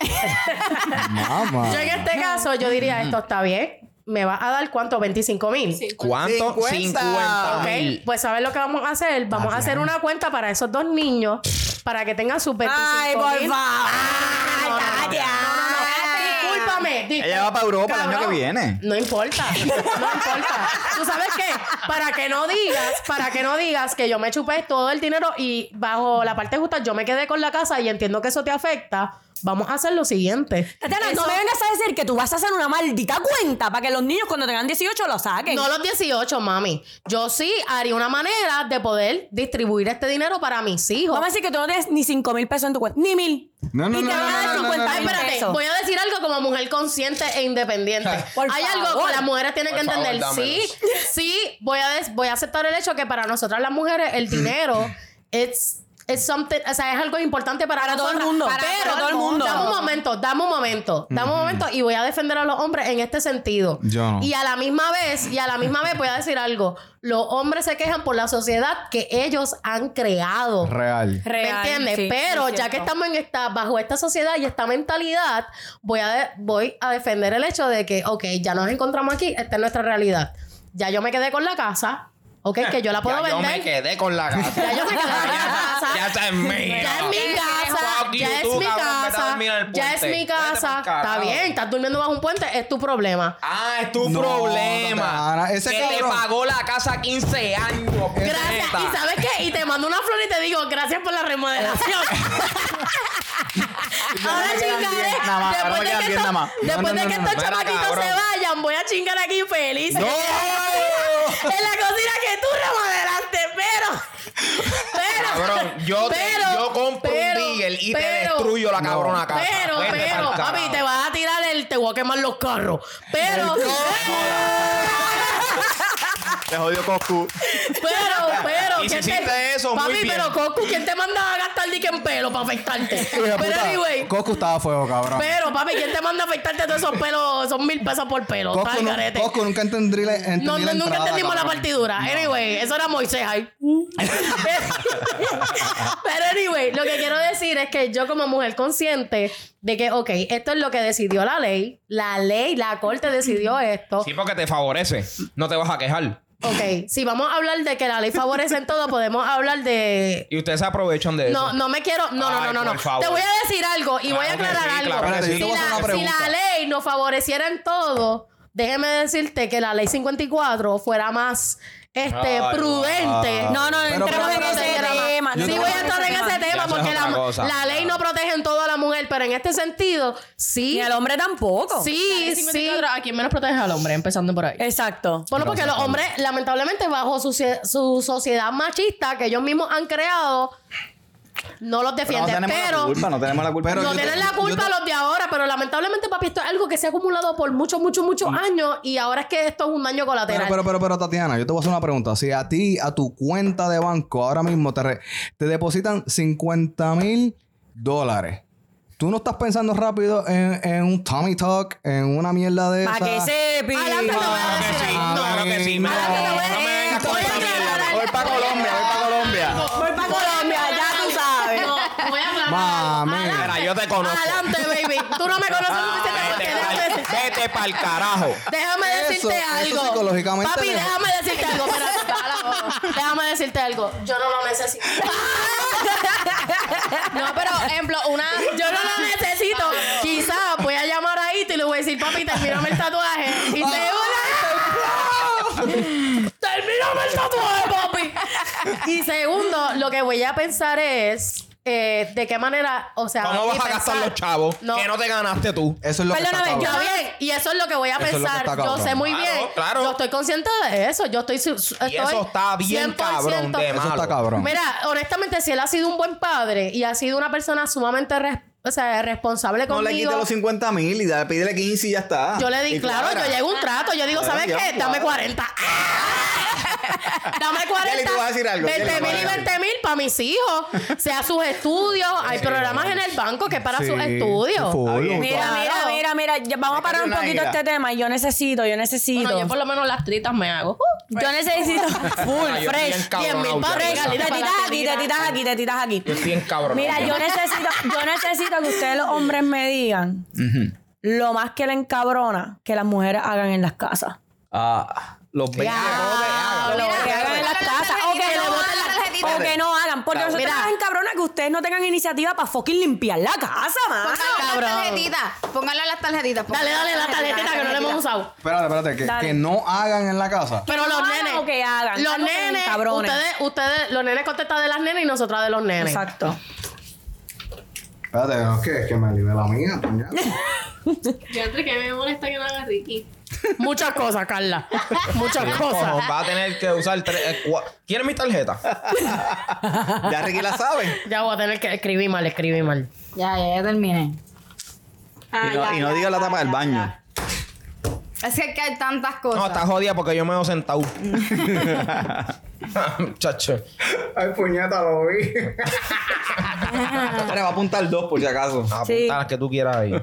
E: Mamá.
C: Yo en este caso, yo diría, esto está bien. ¿Me va a dar cuánto? 25 mil.
B: ¿Cuánto? 50
C: Ok,
B: mil.
C: pues ¿sabes lo que vamos a hacer? Vamos a hacer una cuenta para esos dos niños para que tengan sus 25
F: Ay, por favor.
C: No, no, no, no, no, no. Discúlpame. dis-
G: Ella va para Europa el año
C: Cabrón,
G: que viene.
C: No importa, no importa. ¿Tú sabes qué? Para que no digas, para que no digas que yo me chupé todo el dinero y bajo la parte justa yo me quedé con la casa y entiendo que eso te afecta, vamos a hacer lo siguiente.
F: Tatiana, no
C: Eso-
F: me vengas a decir que tú vas a hacer una maldita cuenta para que los niños cuando tengan 18 lo saquen.
C: No los 18, mami. Yo sí haría una manera de poder distribuir este dinero para mis hijos.
F: Vamos a decir que tú no tienes ni 5 mil pesos en tu cuenta. Ni mil.
E: No, no,
F: y
E: no,
F: te van a
E: no,
F: dar
E: no, no,
F: 50
E: no,
C: Ay,
F: mil
C: espérate,
F: pesos.
C: voy a decir algo como mujer consciente e independiente.
F: Por
C: Hay algo
F: favor.
C: que las mujeres tienen que
B: Por favor,
C: entender. sí,
B: dámelos.
C: sí, voy a, des- voy a aceptar el hecho que para nosotras las mujeres el dinero es... es something, o sea, es algo importante para,
F: Para todo el
C: nosotras,
F: mundo.
C: Pero,
F: Para- para todo el mundo.
C: Dame un momento, dame un momento, dame un momento y voy a defender a los hombres en este sentido.
E: Yo no.
C: Y a la misma vez, y a la misma vez voy a decir algo. Los hombres se quejan por la sociedad que ellos han creado.
E: Real.
F: Real,
C: ¿Me entiendes?
F: sí,
C: Pero
F: es
C: ya que
F: cierto.
C: estamos en esta, bajo esta sociedad y esta mentalidad, voy a, de- voy a defender el hecho de que, ok, ya nos encontramos aquí, esta es nuestra realidad. Ya yo me quedé con la casa, ok, que yo la puedo
B: Eh, Ya Yo me
C: vender.
B: quedé con la gata.
C: ya yo me quedé con la casa.
B: Ya está en mí.
C: Ya es mi casa,
B: Fuck
C: ya
B: you,
C: es
B: tú,
C: mi
B: cabrón, vete a
C: casa,
B: dormir en el
C: ya es
B: puente.
C: mi
B: Vete pa'l
C: casa. Está
B: carajo.
C: bien, estás durmiendo bajo un puente, es tu problema.
B: Ah, es tu
E: No,
B: problema.
E: Tatana, ese
B: que te
E: cabrón.
B: pagó la casa 15 años.
C: Gracias.
B: puñeta.
C: ¿Y sabes qué? Y te mando una flor y te digo, gracias por la remodelación. Ahora
G: me quedan
C: chingaré.
G: diez nada más, ahora
C: Después
G: me
C: de
G: quedan
C: que
G: diez
C: estos-
G: nada más. No,
C: después
G: no,
C: de
G: no,
C: que
G: no,
C: estos
B: no. Mira,
C: chamaquitos
B: cabrón.
C: se vayan, voy a chingar aquí feliz.
G: ¡No!
C: En la cocina que tú remodelaste, pero. Pero.
B: Cabrón, yo, te-
C: pero,
B: yo compro
C: pero,
B: un Beagle y te
C: pero,
B: destruyo la cabrona casa.
C: Pero,
B: Vete pa'l
C: pero,
B: carajo.
C: papi, te vas a tirar el. Te voy a quemar los carros. Pero.
G: Te jodió Coscu.
C: Pero, pero.
B: Y si
C: ¿quién te-
B: hiciste eso, muy
C: Papi,
B: bien.
C: pero Coco, ¿quién te manda a gastar dique en pelo para afectarte?
E: Hija de
C: Pero
E: puta,
C: anyway.
E: Coscu estaba a fuego, cabrón.
C: Pero, papi, ¿quién te manda a afectarte todos esos pelos? Son mil pesos por pelo. Está
E: Coscu,
C: el
E: nu-
C: garete.
E: Coscu nunca entendí la entendí
C: No,
E: la
C: no, nunca
E: entrada,
C: entendimos la
E: cabrón.
C: partidura. Anyway, eso era Moisés ahí. Pero anyway, lo que quiero decir es que yo como mujer consciente de que, ok, esto es lo que decidió la ley. La ley, la corte decidió esto.
B: Sí, porque te favorece. No te vas a quejar.
C: Ok, si vamos a hablar de que la ley favorece en todo, podemos hablar de...
B: Y ustedes se aprovechan de eso.
C: No, no me quiero... No, no,
B: Ay,
C: no, no.
B: por
C: no.
B: favor.
C: Te voy a decir algo y voy a
B: Claro que
C: aclarar
B: sí,
C: algo.
B: claro que
E: Espérate, yo
C: si,
E: te voy a hacer
C: la,
E: una
C: si la
E: pregunta.
C: ley nos favoreciera en todo, déjeme decirte que la ley 54 fuera más este,
B: Ay,
C: prudente.
F: No, no, no
E: Pero,
F: entremos en
E: pero,
F: ese
E: pero,
F: tema.
E: yo
C: Sí,
E: no
C: voy
E: creo
C: a entrar en ese tema
B: es
C: porque
B: otra cosa.
C: la, la ley no protege en todo a la mujer, pero en este sentido, sí.
F: Ni al hombre tampoco.
C: Sí, sí.
I: ¿A quién menos protege al hombre? Empezando por ahí.
F: Exacto.
C: Bueno, porque los hombres, lamentablemente, bajo su, socie- su sociedad machista que ellos mismos han creado, no los
G: Pero no
C: defienden.
G: tenemos la
C: Pero,
G: culpa, no tenemos la culpa.
E: Pero
C: no
E: yo
C: tienen
E: te-
C: la culpa los de ahora, pero lamentablemente, papi, esto es algo que se ha acumulado por muchos, muchos, muchos años y ahora es que esto es un daño colateral.
E: Pero, Mm. pero, pero, pero, Tatiana, yo te voy a hacer una pregunta. Si a ti, a tu cuenta de banco, ahora mismo te, re- te depositan 50 mil dólares. tú no estás pensando rápido en, en un Tommy Talk, en una mierda de
F: Para que
E: esa.
F: sepi.
C: Adelante, te voy a
E: Ah.
A: Claro que sí,
C: decir algo.
A: claro que sí.
E: No,
A: No,
C: Adelante, te voy a-
A: no me vengas con
C: voy a
A: esa mierda.
C: aclarar
G: Voy
C: algo.
G: para Colombia, voy para Colombia.
C: Voy para Colombia, ya tú sabes.
I: No, voy a hablar.
E: Mami.
A: Mira, yo te conozco.
C: Adelante, baby. Tú no me conoces suficiente
A: Ah,
C: porque
A: vete
E: eh,
C: déjame
A: pa'l-
C: decir-
A: Vete para el carajo.
C: Déjame
E: Eso-
C: decirte
E: eso
C: algo.
E: psicológicamente
C: Papi,
E: le-
C: déjame decirte algo. Pero, déjame decirte algo. Yo no lo necesito.
D: No, pero, ejemplo, una.
C: Yo no lo necesito. Quizás voy a llamar a Ito y le voy a decir, papi, termíname el tatuaje. Y te
B: Ah,
C: ¡Termíname el tatuaje, papi! Y segundo, lo que voy a pensar es eh, de qué manera, o sea,
B: ¿Cómo
C: y
B: vas a gastar
C: pensar-
B: los chavos
C: No.
B: que no te ganaste tú?
E: Eso es lo que
C: Perdóname,
E: está
C: Pues yo
E: cabrón.
C: bien. Y eso es lo que voy a
E: Eso es lo que
C: pensar.
E: está
C: yo
E: cabrón.
C: sé muy
B: Claro,
C: bien.
B: claro.
C: Yo estoy consciente de eso. Yo estoy. su- su-
B: Y eso
C: estoy
B: está bien cabrón
C: 100%.
B: de
E: Eso
B: malo.
E: está cabrón.
C: Mira, honestamente, si él ha sido un buen padre y ha sido una persona sumamente res- o sea, responsable
G: No
C: conmigo.
G: le quite los 50 mil y da- pídele 15 y ya está.
C: Yo le di,
G: Y
C: claro,
G: cuadra.
C: yo llego a un trato, yo digo,
G: Claro,
C: ¿sabes
G: ya,
C: qué?
G: claro.
C: Dame 40. Dame 40.
G: Yeli, tú vas a decir algo, Yeli,
C: 20 mil y
G: vas a decir
C: 20 mil para mis hijos. Sea sus estudios. Hay programas en el banco que para sus
E: Sí,
C: estudios.
E: full.
F: Mira, mira,
C: Claro.
F: mira, mira. ya vamos a parar un poquito este tema. Yo necesito, yo necesito.
I: Bueno, yo por lo menos las tritas me hago. Uh,
F: Yo necesito full,
B: Ah, yo estoy
F: fresh.
B: encabronado
C: 10.000
B: ya.
C: para
F: Fresh.
C: Para
F: Tetitas
C: la
F: aquí,
C: tira.
F: tetitas aquí, tetitas aquí.
B: Yo estoy encabronado.
F: Mira, yo necesito, yo necesito que ustedes los hombres me digan lo más que le encabrona que las mujeres hagan en las casas.
G: Ah, los
F: O
G: 20 rodeados.
F: lo que hagan en las casas. O que
D: le
F: no
D: boten la
F: hagan.
D: tarjetita.
F: O que no hagan. Porque
G: Claro.
F: nosotros
C: Mira.
F: nos encabrona que ustedes no tengan iniciativa para fucking limpiar la casa, man.
D: Pónganle
C: cabrón.
D: las tarjetitas. Pónganle las tarjetitas.
C: Dale,
D: pónganle
C: dale la
D: las
C: tarjetita que no le hemos
D: tarjetitas.
C: usado.
E: Espérate, espérate, que,
F: Dale.
E: que no hagan en la casa.
C: Pero
F: Que
C: los
F: no hagan
C: nenes.
F: o que hagan,
C: Los
F: algo que
C: nenes.
F: encabronen.
C: Ustedes, ustedes, los nenes contestan de las nenas y nosotras de los nenes.
F: Exacto.
E: Espérate, no es que, es que me libe la mía. coñazo.
H: Yo entre que me molesta que no haga Ricky.
C: Muchas cosas, Carla. Muchas cosas.
B: Va a tener que usar tres. eh, cua- ¿Quieres mi tarjeta?
G: Ya Ricky la sabe.
C: Ya voy a tener que escribir mal, escribí mal.
D: Ya, ya, ya terminé.
G: y no, y no diga la tapa del baño.
D: Es que aquí hay tantas
B: No,
D: cosas.
B: está jodida porque yo me he sentado. Chacho.
E: Ay, puñeta, lo vi.
G: Ahora Le va a apuntar dos por si acaso.
B: Apunta
F: Sí.
B: las que tú quieras ahí.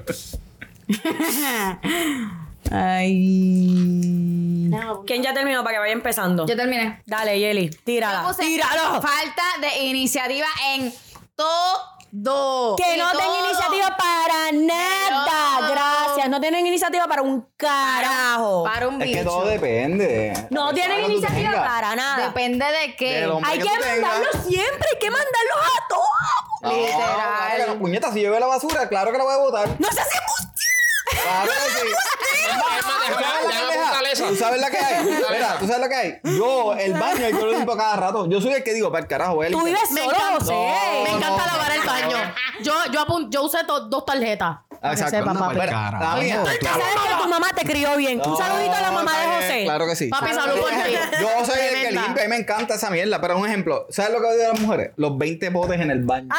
F: Ay. ¿Quién ya terminó para que vaya empezando?
D: Yo terminé.
F: Dale, Yeli,
D: Yo
F: tírala.
D: puse
F: ¡Tíralo!
D: Falta de iniciativa en todo.
F: Que
D: En
F: no
D: todo.
F: tengan iniciativa para nada.
D: No.
F: Gracias. No tienen iniciativa para un carajo.
D: Para un
G: Es que
D: bicho.
G: todo depende.
F: No
G: La persona
F: tienen
G: que tú
F: iniciativa
G: tengas.
F: para nada.
D: Depende de qué.
G: Del hombre
F: Hay que,
G: tú tengas.
F: mandarlos siempre, hay que mandarlos a todos.
G: No, claro que no. puñeta, si yo veo la basura, claro que la voy a botar.
F: No se hace
G: Claro que sí. ¿Tú sabes la que hay? ¿Tú sabes la que hay? Mira, ¿tú sabes la que hay? Yo, el baño, yo lo limpio cada rato. Yo soy el que digo, para el carajo, voy a
F: Tú
G: limpiar".
F: vives solo,
C: encanta.
F: José.
C: Me encanta lavar el baño. Yo, yo, apun- yo usé to- dos tarjetas.
G: Ah,
C: para que
G: Exacto.
C: sepa,
G: No,
C: papi.
G: para el carajo.
E: Ay,
G: Mira,
F: Tú sabes que tu mamá te crió bien. Un
G: No,
F: saludito a la mamá de
G: está bien,
F: José.
G: Claro que sí.
C: Papi,
G: Claro
C: salud
G: que
C: por
G: sí.
C: ti.
G: Yo soy el que
C: Tremenda.
G: limpia. A mí me encanta esa mierda. Pero un ejemplo, ¿sabes lo que odio de las mujeres? Los 20 botes en el baño.
F: Ah,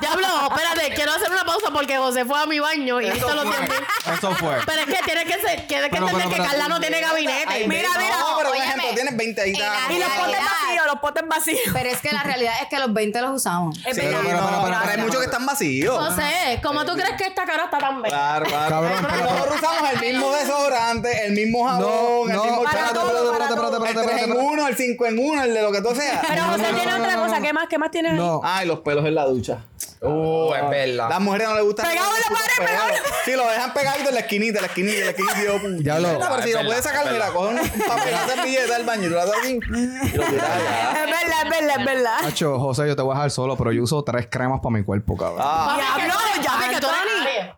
C: Diablo, espérate, quiero hacer una pausa porque José fue a mi baño y esto lo tiene.
E: Eso fue.
C: Pero es que tiene que, ser, tiene que
E: Pero,
C: entender
E: pero,
C: que
E: pero-
C: Carla no tiene
G: Ay,
C: gabinete.
G: ve-
C: Mira, mira.
G: No, pero un
D: óyeme,
G: ejemplo, tienes 20 ahí.
D: en
G: está.
D: la
F: Y los potes
D: Realidad.
F: vacíos, los potes vacíos.
D: Pero es que la realidad es que los 20 los usamos.
F: Es
G: Sí, pero,
F: verdad.
G: pero, pero,
F: No,
G: pero, pero hay
F: gracias,
G: muchos que
F: mamá.
G: están vacíos.
C: José, ¿cómo tú crees que esta cara está tan bella?
G: Claro, claro.
E: Cabrón,
G: Pero
E: pero-
G: nosotros usamos el mismo desodorante, el mismo jabón, el
E: no,
G: mismo
E: para
G: chato,
E: todo, para todo.
G: el 3 en
E: Espérate.
G: 1, el 5 en 1, el de lo que tú seas.
F: Pero José tiene
E: no,
F: otra
E: no,
F: cosa.
E: no.
F: ¿Qué más? ¿Qué más tienes ahí?
E: No,
G: Ay, los pelos en la ducha.
B: Uh, es verdad.
G: Las mujeres no les gusta.
F: Pegado en la pared, pegado en la
G: Sí, lo dejan pegadito en la esquinita, en la esquinita, en la esquinita. y Yo, puñeta,
E: Ya lo-
G: Pero
B: Ah,
G: si
B: Es
G: lo
B: verdad,
G: puedes sacar,
B: es
G: mira,
B: verdad.
G: coge un papel, la servilleta del baño, y lo das aquí. Y lo tiras allá.
F: Es verdad, es verdad, es verdad.
E: macho, José, yo te voy a dejar solo, pero yo uso tres cremas para mi cuerpo, cabrón.
G: Ah,
F: Diablo, ya
C: Papi, que tú eres
F: Anthony.
C: nadie.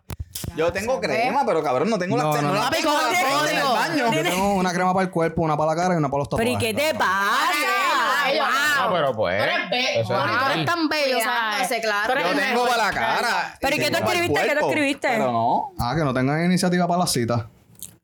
G: yo
F: ¿eh?
G: tengo crema, pero cabrón, no tengo las
E: No,
G: no,
E: no, no.
G: las
C: Papi,
G: tengo,
C: ¿cómo
G: las
C: te
G: tengo en el
C: digo?
G: baño.
E: Yo tengo una crema para el cuerpo, una para la cara y una para los
F: Pero ¿y
E: tatuajes.
F: qué te pasa?
B: No, pero pues.
I: eres bello.
B: eso es
C: Tú
B: real.
C: eres tan bello, o sea.
D: Cuidándose, claro.
C: tú eres
G: Yo
C: el
G: tengo
C: mejor.
G: para la cara.
F: Pero ¿y qué tú
G: tengo para el
F: escribiste? ¿Qué tú
G: cuerpo,
F: escribiste?
G: Pero no.
E: Ah, que no tengan iniciativa para las citas.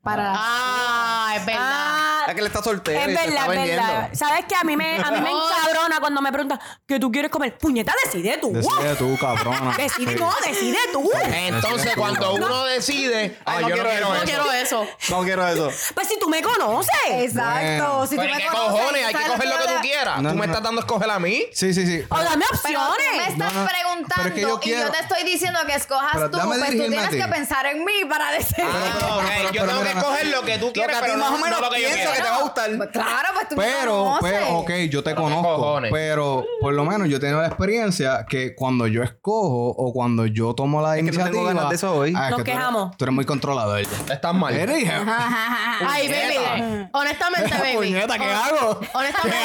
D: Para.
C: Ah, es verdad.
F: Ah,
G: Es que él está soltero
F: Es
G: y se está
F: verdad, es verdad.
G: vendiendo.
F: ¿Sabes qué? A mí me, a mí me encabrona cuando me preguntan ¿qué tú quieres comer? Puñeta, decide tú.
E: Decide tú, cabrona.
F: Decide,
E: Sí.
F: no, decide tú.
B: Entonces, cuando uno decide.
G: Ay,
B: Ay,
G: no
B: yo
G: quiero eso.
B: no
C: No
B: quiero
C: quiero eso.
G: No quiero eso.
F: Pues si tú me conoces.
D: Exacto.
E: Bueno.
D: Si tú
B: Pero ¿y
D: me
B: qué
D: conoces,
B: cojones? Hay que
D: ¿sabes
B: coger lo que
D: voy a-
B: tú quieras.
E: No, no,
B: Tú me
E: no.
B: estás dando a escoger a mí.
E: Sí, sí, sí.
F: O dame
D: Pero tú me
F: opciones.
D: estás
E: No, no,
D: preguntando
E: pero es que yo
D: y
E: quiero-
D: yo te estoy diciendo que escojas
E: Pero
D: tú,
E: dame
D: pues tú
E: dirigirme a
D: tienes que
E: ti.
D: pensar en mí para decir.
B: Ah, ok.
E: pero, pero,
B: yo tengo que
E: pero,
B: escoger lo que tú quieres,
G: a ti
B: pero
G: más
B: no,
G: o menos
B: no lo que yo
G: piensa
B: quiero.
G: que te va a gustar.
D: Pues claro, pues tú me
E: Pero,
D: conoces.
E: pero, ok, yo te conozco.
B: cojones.
E: Pero por lo menos yo he tenido la experiencia que cuando yo escojo o cuando yo tomo la
G: que no
E: iniciativa.
G: tengo ganas de eso hoy.
E: Ah, es que
F: Nos
E: tú eres-
F: quejamos.
E: Tú eres muy controlador. ya.
B: Estás mal.
E: Eres hija.
C: Ay, baby. Honestamente, baby.
G: Puñeta, ¿qué hago?
C: Honestamente,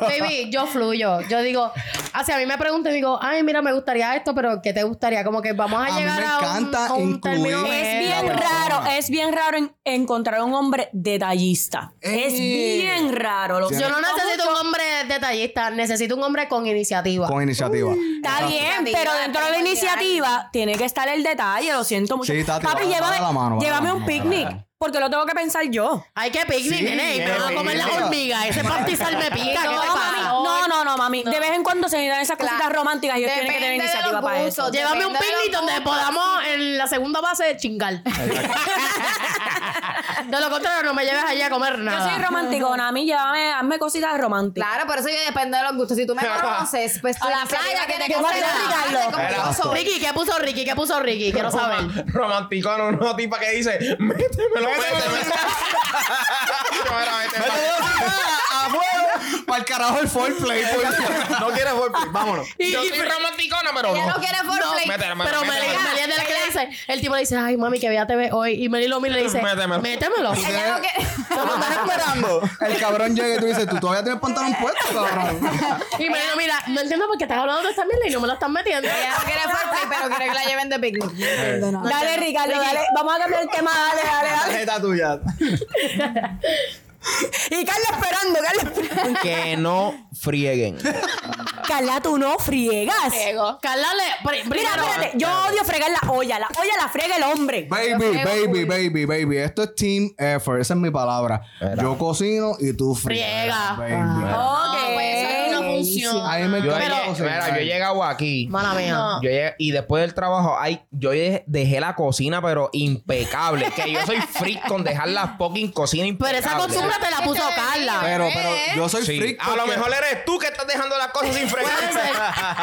C: baby, yo fluyo. Yo digo, hacia mí me pregunto y digo, ay, mira, me gustaría esto, pero ¿qué te gustaría? Como que vamos a,
E: A mí
C: llegar
E: me
C: a un-
E: encanta
C: a un,
E: incluir-
C: término
F: Es
C: medio.
F: bien
E: La persona.
F: raro, es bien raro en- encontrar un hombre detallista. Es
E: Eh.
F: bien raro. Lo
C: Yo no necesito un hombre detallista, necesito un hombre con iniciativa.
E: Con iniciativa.
F: Está bien,
D: Iniciativa,
F: pero dentro de la
D: tengo
F: iniciativa tiene que estar el detalle, lo siento mucho.
E: Sí, Tati,
F: Papi,
E: dale, dale
F: llévame,
E: la mano, dale
F: llévame
E: la
F: un
E: mano,
F: picnic,
E: dale.
F: porque lo tengo que pensar yo.
C: Ay, qué picnic, nene. Y
E: eh,
C: me van a comer las
E: mira.
C: hormigas. Ese pastizal me pica. ¿Qué te pasa?
F: No, no, no, mami. De vez en cuando se necesitan esas
D: Claro.
F: cositas románticas y yo tienen que tener
D: Depende de
F: iniciativa
D: los
F: para eso.
D: gustos.
C: Llévame un
D: Depende de
C: picnic
D: los
C: donde
D: gustos.
C: podamos en la segunda base chingar. De lo contrario, no me lleves allí a comer
F: Yo soy
C: nada.
F: romanticona. A mí llévame, hazme cositas románticas.
D: Claro, por eso yo depende de los gustos. Si tú me conoces, pues tú
C: A la
D: dices,
C: playa,
D: "Mira,
C: que
D: tiene
C: te gusta
D: ser
C: ir a
D: grande
C: Ricardo".
D: como yo
E: Exacto.
D: soy.
C: Ricky, ¿qué puso Ricky? ¿Qué puso Ricky? Quiero saber.
B: Romanticona, una tipa que dice, métemelo, métemelo. Mira, métemelo.
E: Para el Ah, carajo el foreplay. pues.
B: No quieres foreplay, vámonos. Yo soy romanticona, pero
D: Ella
B: no.
D: no quiere foreplay.
B: métela, métela,
C: Pero Meli
B: métela.
C: Meli es de la que le dice, el tipo le dice, ay mami, que vea TV hoy. Y Meli lo mira y le dice,
B: Métemelo.
C: métemelo.
D: Ella no quiere.
C: No, no, no,
G: esperando.
E: El cabrón llega y tú dices, tú todavía tienes pantalón puesto, cabrón.
C: Y Meli lo mira, no entiendo por qué estás hablando de esta mierda y no me lo estás metiendo.
D: Ella no quiere foreplay, pero quiere que la lleven de picnic.
F: Dale, Ricardo, dale. Vamos a cambiar el tema, dale, dale, dale.
G: Tarjeta tuya.
F: Y Carla esperando, Carla esperando.
B: Que no frieguen.
F: Carla, tú no friegas.
C: Carla le... pri-
F: Mira,
C: primero-
F: espérate, yo odio fregar la olla. La olla la frega el hombre.
E: Baby, baby, baby, baby. Esto es team effort. Esa es mi palabra. Yo cocino y tú friegas.
C: Friega.
E: baby.
F: Ok.
C: No funciona.
E: Ahí me
B: Yo
E: encanta
B: llegué-
E: cocinar.
B: mira, yo he llegado aquí.
C: Mala mía.
B: Yo llegué- y después del trabajo, ay, yo de- dejé la cocina, pero impecable. que yo soy freak con dejar la fucking cocina impecable.
C: Pero esa costumbre te la puso Carla.
E: Pero, pero
C: ¿Eh?
E: yo soy
B: Sí.
E: freak.
B: A lo
E: porque-
B: mejor eres tú que estás dejando las cosas sin fregar.
C: Puede ser,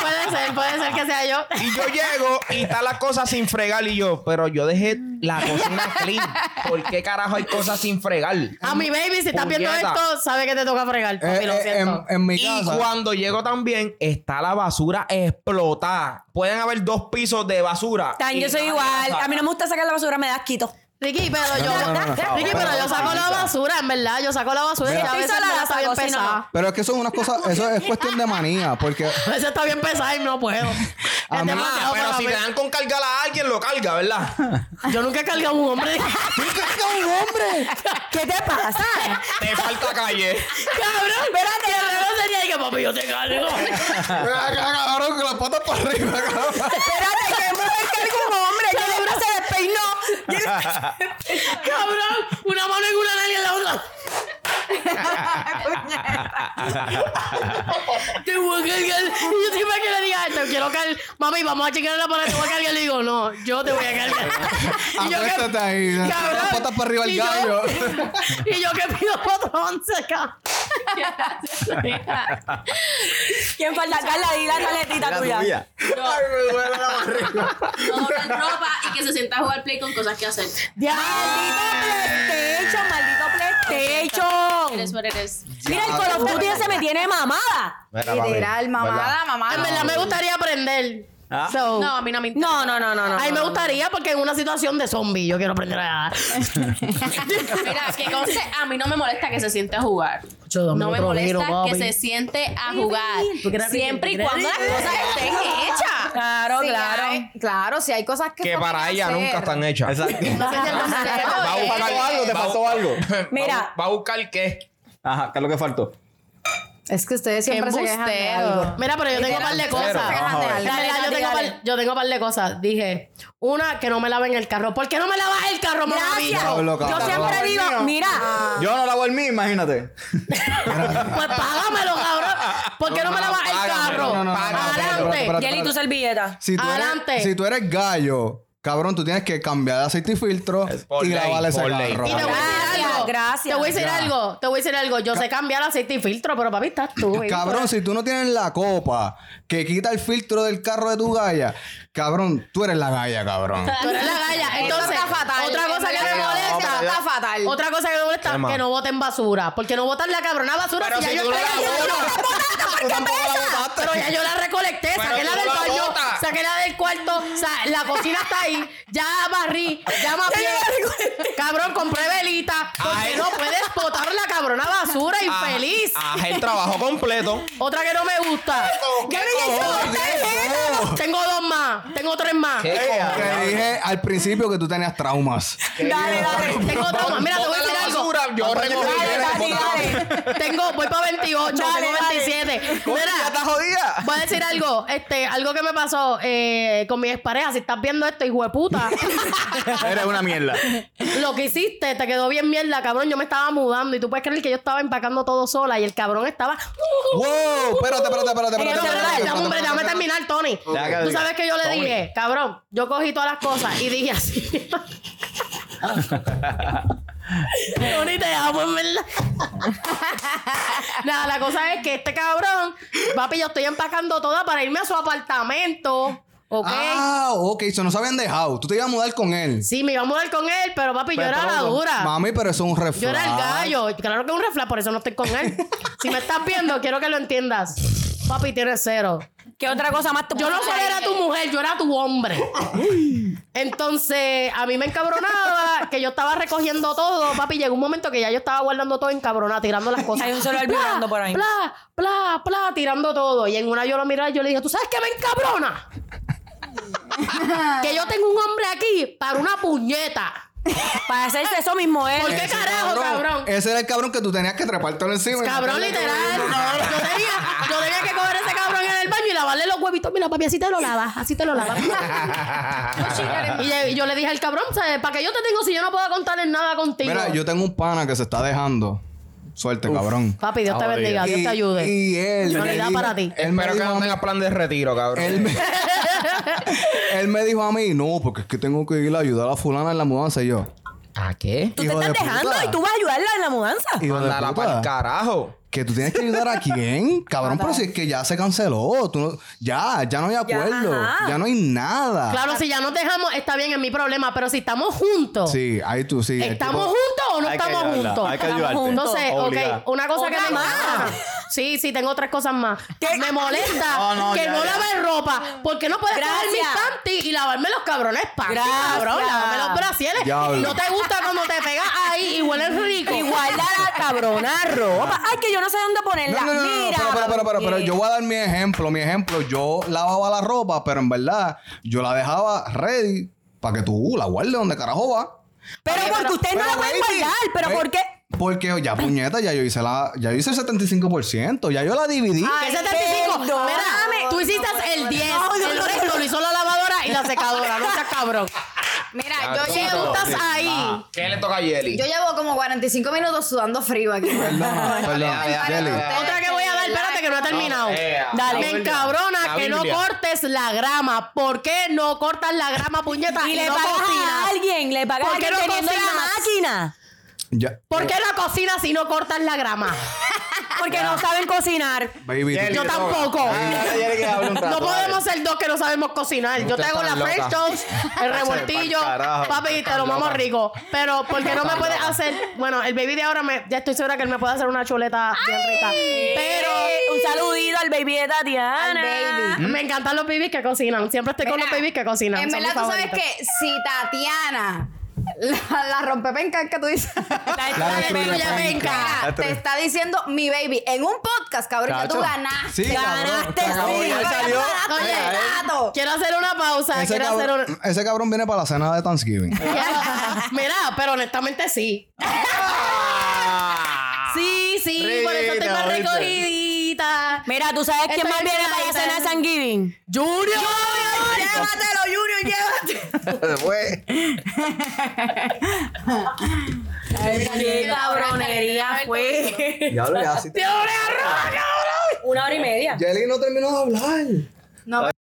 C: puede ser, puede ser que sea yo.
B: Y yo llego y está la cosa sin fregar y yo, pero yo dejé la cocina clean. ¿Por qué carajo hay cosas sin fregar?
C: A mi baby, si estás viendo
B: Puñeta.
C: esto, sabe que te toca fregar.
E: Eh,
C: Papi, lo
E: eh,
C: siento.
E: en, en mi
B: Y
E: casa.
B: cuando llego también, está la basura explotada. Pueden haber dos pisos de basura.
F: Tan, yo soy igual. A mí no me gusta sacar la basura, me da asquito.
C: Ricky, pero yo,
E: no, no, no, no.
C: Ricky, pero yo saco la basura, en verdad. Yo saco la basura y
E: Mira.
C: a veces
F: Sí, sola
C: me
F: la
C: la está
F: saco, si no,
C: bien
F: no.
C: pesada.
E: Pero es que son unas cosas, eso es cuestión de manía, porque
C: A veces está bien pesada y no puedo. Es
E: mí-
B: Ah,
C: demasiado
B: pero
C: para
B: si
C: mí.
B: te dan con cargar a alguien, lo carga, ¿verdad?
C: Yo nunca he cargado un hombre.
F: ¿Qué te pasa?
B: te falta calle.
C: Cabrón, espérate. Y el reloj sería de que, papi, yo te cargo.
E: cabrón con las patas para arriba, cabrón.
F: Espérate, que me carga un hombre. Que el hombre se despeinó.
C: Cabrón, una mano en una nariz y en la otra. te voy a cargar. Y yo siempre que le diga, te quiero cargar. Mami, vamos a checar la pared, te voy a cargar. Le digo, no, yo te voy a cargar. Y yo que-
E: Acuéstate ahí,
C: Cabrón.
E: las patas para arriba el
C: Y yo-
E: gallo.
C: y yo que pido otro once, cabrón.
F: ¿Quién falta? Carla, di la maletita tuya.
J: No doblan ropa y que se sienta a jugar play con cosas que hacer.
F: Maldito PlayStation, maldito
J: Eres
F: PlayStation.
J: what eres.
F: Mira, el Call of Duty ese me tiene mamada.
D: Literal, mamada, mamada.
C: En
E: Ah,
C: verdad me gustaría aprender. So,
J: No, a mí no me interesa.
F: No, no, no, no, no.
C: A mí me gustaría porque en una situación de zombie yo quiero aprender a...
J: Mira, que conste, a mí no me molesta que se siente a jugar.
C: Yo dame
J: No me
C: otro giro,
J: molesta que
C: papi.
J: se siente a jugar.
C: ¿Tú quieres
J: Siempre y
C: vivir? ¿Tú
J: cuando las
C: quieres
J: cosas estén hechas.
F: Claro,
D: Sí,
F: claro.
D: hay- claro, si hay cosas que.
B: Que
D: se
B: para
D: pueden
B: ella
D: hacer.
B: nunca están hechas.
G: Exacto.
B: Va a
G: ¿Te
B: buscar
G: faltó algo? ¿Te faltó algo?
F: Mira.
B: Va a buscar qué.
G: Ajá, ¿qué es lo que faltó?
D: Es que ustedes siempre se quejan de algo.
C: Mira, pero yo tengo un par de
D: Literal,
C: cosas.
D: se quejan de algo.
C: Dale, dale, yo, tengo
D: Dale.
C: par, yo tengo par de cosas. Dije, una, que no me laven el carro. ¿Por qué no me lavas el carro, mami?
F: Gracias.
E: Diablo,
F: Yo
E: cabrón.
F: siempre digo, mira,
G: Yo no lavo el mío, imagínate.
C: Pues págamelo, cabrón. ¿Por qué no, me lavas el
B: págamelo,
C: carro?
E: no, no, no, no,
C: Adelante.
E: espérate, espérate, espérate.
F: Jelly, tu servilleta.
E: Si tú,
C: Adelante.
E: eres, si tú eres gallo Cabrón, tú tienes que cambiar de aceite y filtro
B: Es por
E: y
B: ley,
E: grabar ese
B: por ley.
E: carro.
C: Y te voy a decir
F: Gracias,
C: algo.
F: gracias.
C: Te voy a decir algo. Te voy a decir algo. Yo sé cambiar aceite y filtro, pero papi, estás tú. ¿eh?
E: Cabrón, si tú no tienes la copa que quita el filtro del carro de tu galla, cabrón, tú eres la galla, cabrón.
C: Tú eres la galla. Entonces,
D: está fatal.
C: otra cosa que me
D: No,
C: molesta.
D: pero está fatal.
C: Otra cosa que me molesta que no voten basura. Porque no votan la cabrona basura.
B: Pero
C: si
B: si
C: ya yo
B: tú no la
C: estoy-
B: botas.
C: ¡No la botaste,
B: Tú tampoco la
C: porque pesa!
B: botaste.
C: Pero ya yo la recolecté.
B: Pero
C: Saqué la
B: tú
C: del
B: la
C: baño.
B: botas.
C: Saqué la del cuarto. o sea, la cocina está ahí. Ya barrí. Ya mapeé. Cabrón, compré velita. Porque
B: Ay.
C: no puedes botar la cabrona basura, infeliz.
B: Haz Ah, el trabajo completo.
C: Otra que no me gusta.
B: ¿Qué
C: Tengo- Tengo dos más. Tengo tres más.
B: ¿Qué
E: Te dije al principio que tú tenías traumas.
C: Dale, dale. Tengo otro más. Mira, te voy a decir algo.
B: Yo
F: Dale, dale, dale.
C: Tengo, voy para 28,
F: Dale,
C: tengo
F: dale.
C: 27. Mira,
G: jodida?
C: voy a decir algo. Este, algo que me pasó eh, con mi expareja. Si estás viendo esto, hijo de puta,
G: Eres una mierda.
C: lo que hiciste te quedó bien mierda, cabrón. Yo me estaba mudando y tú puedes creer que yo estaba empacando todo sola y el cabrón estaba.
E: ¡Wow! Espérate, espérate, espérate,
C: Pero,
E: espérate.
C: pero,
E: espérate,
C: pero,
E: espérate,
C: Déjame hombre,
E: espérate,
C: déjame
E: espérate.
C: terminar, Tony.
G: Dale,
C: Tú sabes que yo le dije, cabrón, yo cogí todas las cosas y dije así. Tony, te amo, en verdad. Nada, la cosa es que este cabrón, papi, yo estoy empacando toda para irme a su apartamento. ¿Ok?
E: Ah, ok, eso no se habían dejado. Tú te ibas a mudar con él.
C: Sí, me iba a mudar con él, pero papi, yo era la dura.
E: Mami, pero eso es un refrán.
C: Yo era el gallo. Claro que es un reflejo, por eso no estoy con él. si me estás viendo, quiero que lo entiendas. Papi, tienes cero.
F: ¿Qué otra cosa más te
C: Yo no
F: puedo
C: solo
F: hacer?
C: era tu mujer, yo era tu hombre. Entonces, a mí me encabronaba que yo estaba recogiendo todo, papi. Llegó un momento que ya yo estaba guardando todo encabronada, tirando las cosas.
F: Hay un celular
C: Pla,
F: vibrando por ahí.
C: Pla, pla, pla, tirando todo. Y en una yo lo miraba y yo le dije, ¿tú sabes qué me encabrona? que yo tengo un hombre aquí para una puñeta.
F: Para hacerse eso mismo es.
C: ¿Por qué carajo, cabrón?
E: Ese era el cabrón que tú tenías que trepártelo encima. y
C: Cabrón,
E: meterle
C: literal.
E: con-
C: Yo tenía, yo tenía que coger ese cabrón en el baño y lavarle los huevitos. Mira, papi, así te lo lavas, así te lo lavas. y, yo- y yo le dije al cabrón, ¿sabes? ¿Para qué yo te tengo si yo no puedo contar en nada contigo?
E: Mira, yo tengo un pana que se está dejando. Suerte, cabrón.
C: Papi, Dios te
G: Ahora
C: bendiga, Dios
E: Y-
C: te ayude.
E: Y él. me
C: Prioridad
E: dijo-
C: para ti.
E: Él me,
B: Espero que
E: dijo,
B: no tengas plan de retiro, cabrón.
E: él, me, él me dijo a mí, no, porque es que tengo que ir a ayudar a fulana en la mudanza. Y yo,
B: ¿A qué?
F: Tú te
E: hijo
F: estás
E: de puta.
F: dejando y tú vas a ayudarla en la mudanza.
E: hijo de
B: Mándala para
E: puta,
B: el carajo.
E: que tú tienes que ayudar a quién, cabrón, pero si es que ya se canceló, tú no- ya, ya no hay acuerdo, ya,
F: ajá.
E: no hay nada.
C: Claro, si ya nos dejamos, está bien, es mi problema, pero si estamos juntos,
E: Sí, ahí tú sí. el tipo-
C: ¿estamos juntos o no
G: Hay que
C: estamos
G: ayudarla,
C: juntos?
G: Hay que
F: Estamos
G: ayudarte.
F: juntos.
C: Entonces,
G: Obligado.
C: ok, una cosa que
F: Otra
C: me
F: más.
C: molesta.
F: Ah.
C: Sí, sí, tengo otras cosas más. Me molesta
G: No, no,
C: que
G: ya,
C: no
G: ya.
C: lavar ropa. porque no puedes
F: Gracias.
C: coger mis panties y lavarme los cabrones panties?
F: Gracias.
C: Cabrón, lávame los brasieres.
E: Diablo.
C: No te gusta cuando te pegas ahí y hueles rico.
F: Y guarda la cabrona ropa. Ay, que yo no sé dónde
E: No,
F: ponerla.
E: no, no, no, no,
F: Mira.
E: pero, pero, pero, pero, pero yo voy a dar mi ejemplo, mi ejemplo, yo lavaba la ropa, pero en verdad yo la dejaba ready para que tú la guardes donde carajo va.
F: Pero porque ustedes no la pueden
E: baby,
F: guardar. Pero
E: baby,
F: porque.
E: Porque ya puñeta, ya yo hice la, ya yo hice el 75%, ya yo la dividí.
C: Que
F: Ay,
C: 75.
F: perdóname.
C: Mira, tú hiciste el 10.
F: No, no,
C: el
F: no,
C: resto
F: no.
C: lo hizo la lavadora y la secadora. No seas cabrón.
D: Mira,
B: Ya,
D: yo
B: tú
D: llevo,
C: Tú estás ahí.
B: Ah, ¿Qué le toca a Yeli?
D: yo llevo como 45 minutos sudando frío aquí.
E: Perdona, perdona,
B: dale, dale,
E: Jelly.
B: dale.
C: Otra que voy a dar, espérate que no he terminado.
B: eh,
C: Dale.
B: la
C: Me
B: Biblia.
C: encabrona
B: La
C: que no
B: Biblia.
C: cortes la grama. ¿Por qué no cortas la grama, puñeta?
F: Y
C: Y,
F: le
C: no
F: pagas a
C: cocinas.
F: alguien. Le pagas a
C: ¿Por qué
F: alguien
C: no
F: teniendo la
C: cocinas?
F: máquina.
E: Ya.
C: ¿Por qué no cocinas si no cortas la grama?
F: Porque no saben cocinar.
E: Baby, tú-
C: Yo tampoco. No podemos ser dos que no sabemos cocinar. Yo te hago la
B: están
C: French
B: locas.
C: toast, el revoltillo,
G: pa'l carajo.
C: papi, te lo vamos rico. Pero porque no me puedes hacer. Bueno, el baby de ahora me, ya estoy segura que él me puede hacer una chuleta bien rica. Pero
F: Eh, un saludito al baby de Tatiana.
D: Al
C: me encantan los babies que cocinan. Siempre estoy con los
D: Mm. Mira,
C: babies que cocinan.
D: En
C: Son
D: verdad,
C: mis
D: tú sabes
C: favoritos.
D: que si Tatiana, la, la rompepenca que tú dices,
E: La destruye
C: Tuya,
E: la
C: venga.
E: penca.
D: Mira, te está diciendo mi baby en un podcast, cabrón, que tú
E: Chacho.
D: ganaste.
E: Sí, cabrón.
F: Ganaste,
E: se acabó
F: sí.
E: ya.
D: salió.
C: Oye,
D: Oye,
C: Quiero hacer una pausa.
E: Ese
C: Quiero hacer
E: cabrón,
C: una.
E: ese cabrón viene para la cena de Thanksgiving.
C: Mira, pero honestamente sí. Sí, sí, por eso estoy más
G: ¿viste?
C: recogidita.
F: Mira, tú sabes quién
C: Estoy
F: más viene para la
C: excitadita.
F: cena de San Giving.
C: Junior.
D: llévatelo, Junior, llévatelo.
F: Qué cabronería fue.
G: Ya lo ya, así te-
F: Una hora y media.
E: Jelly no terminó de hablar.
D: No,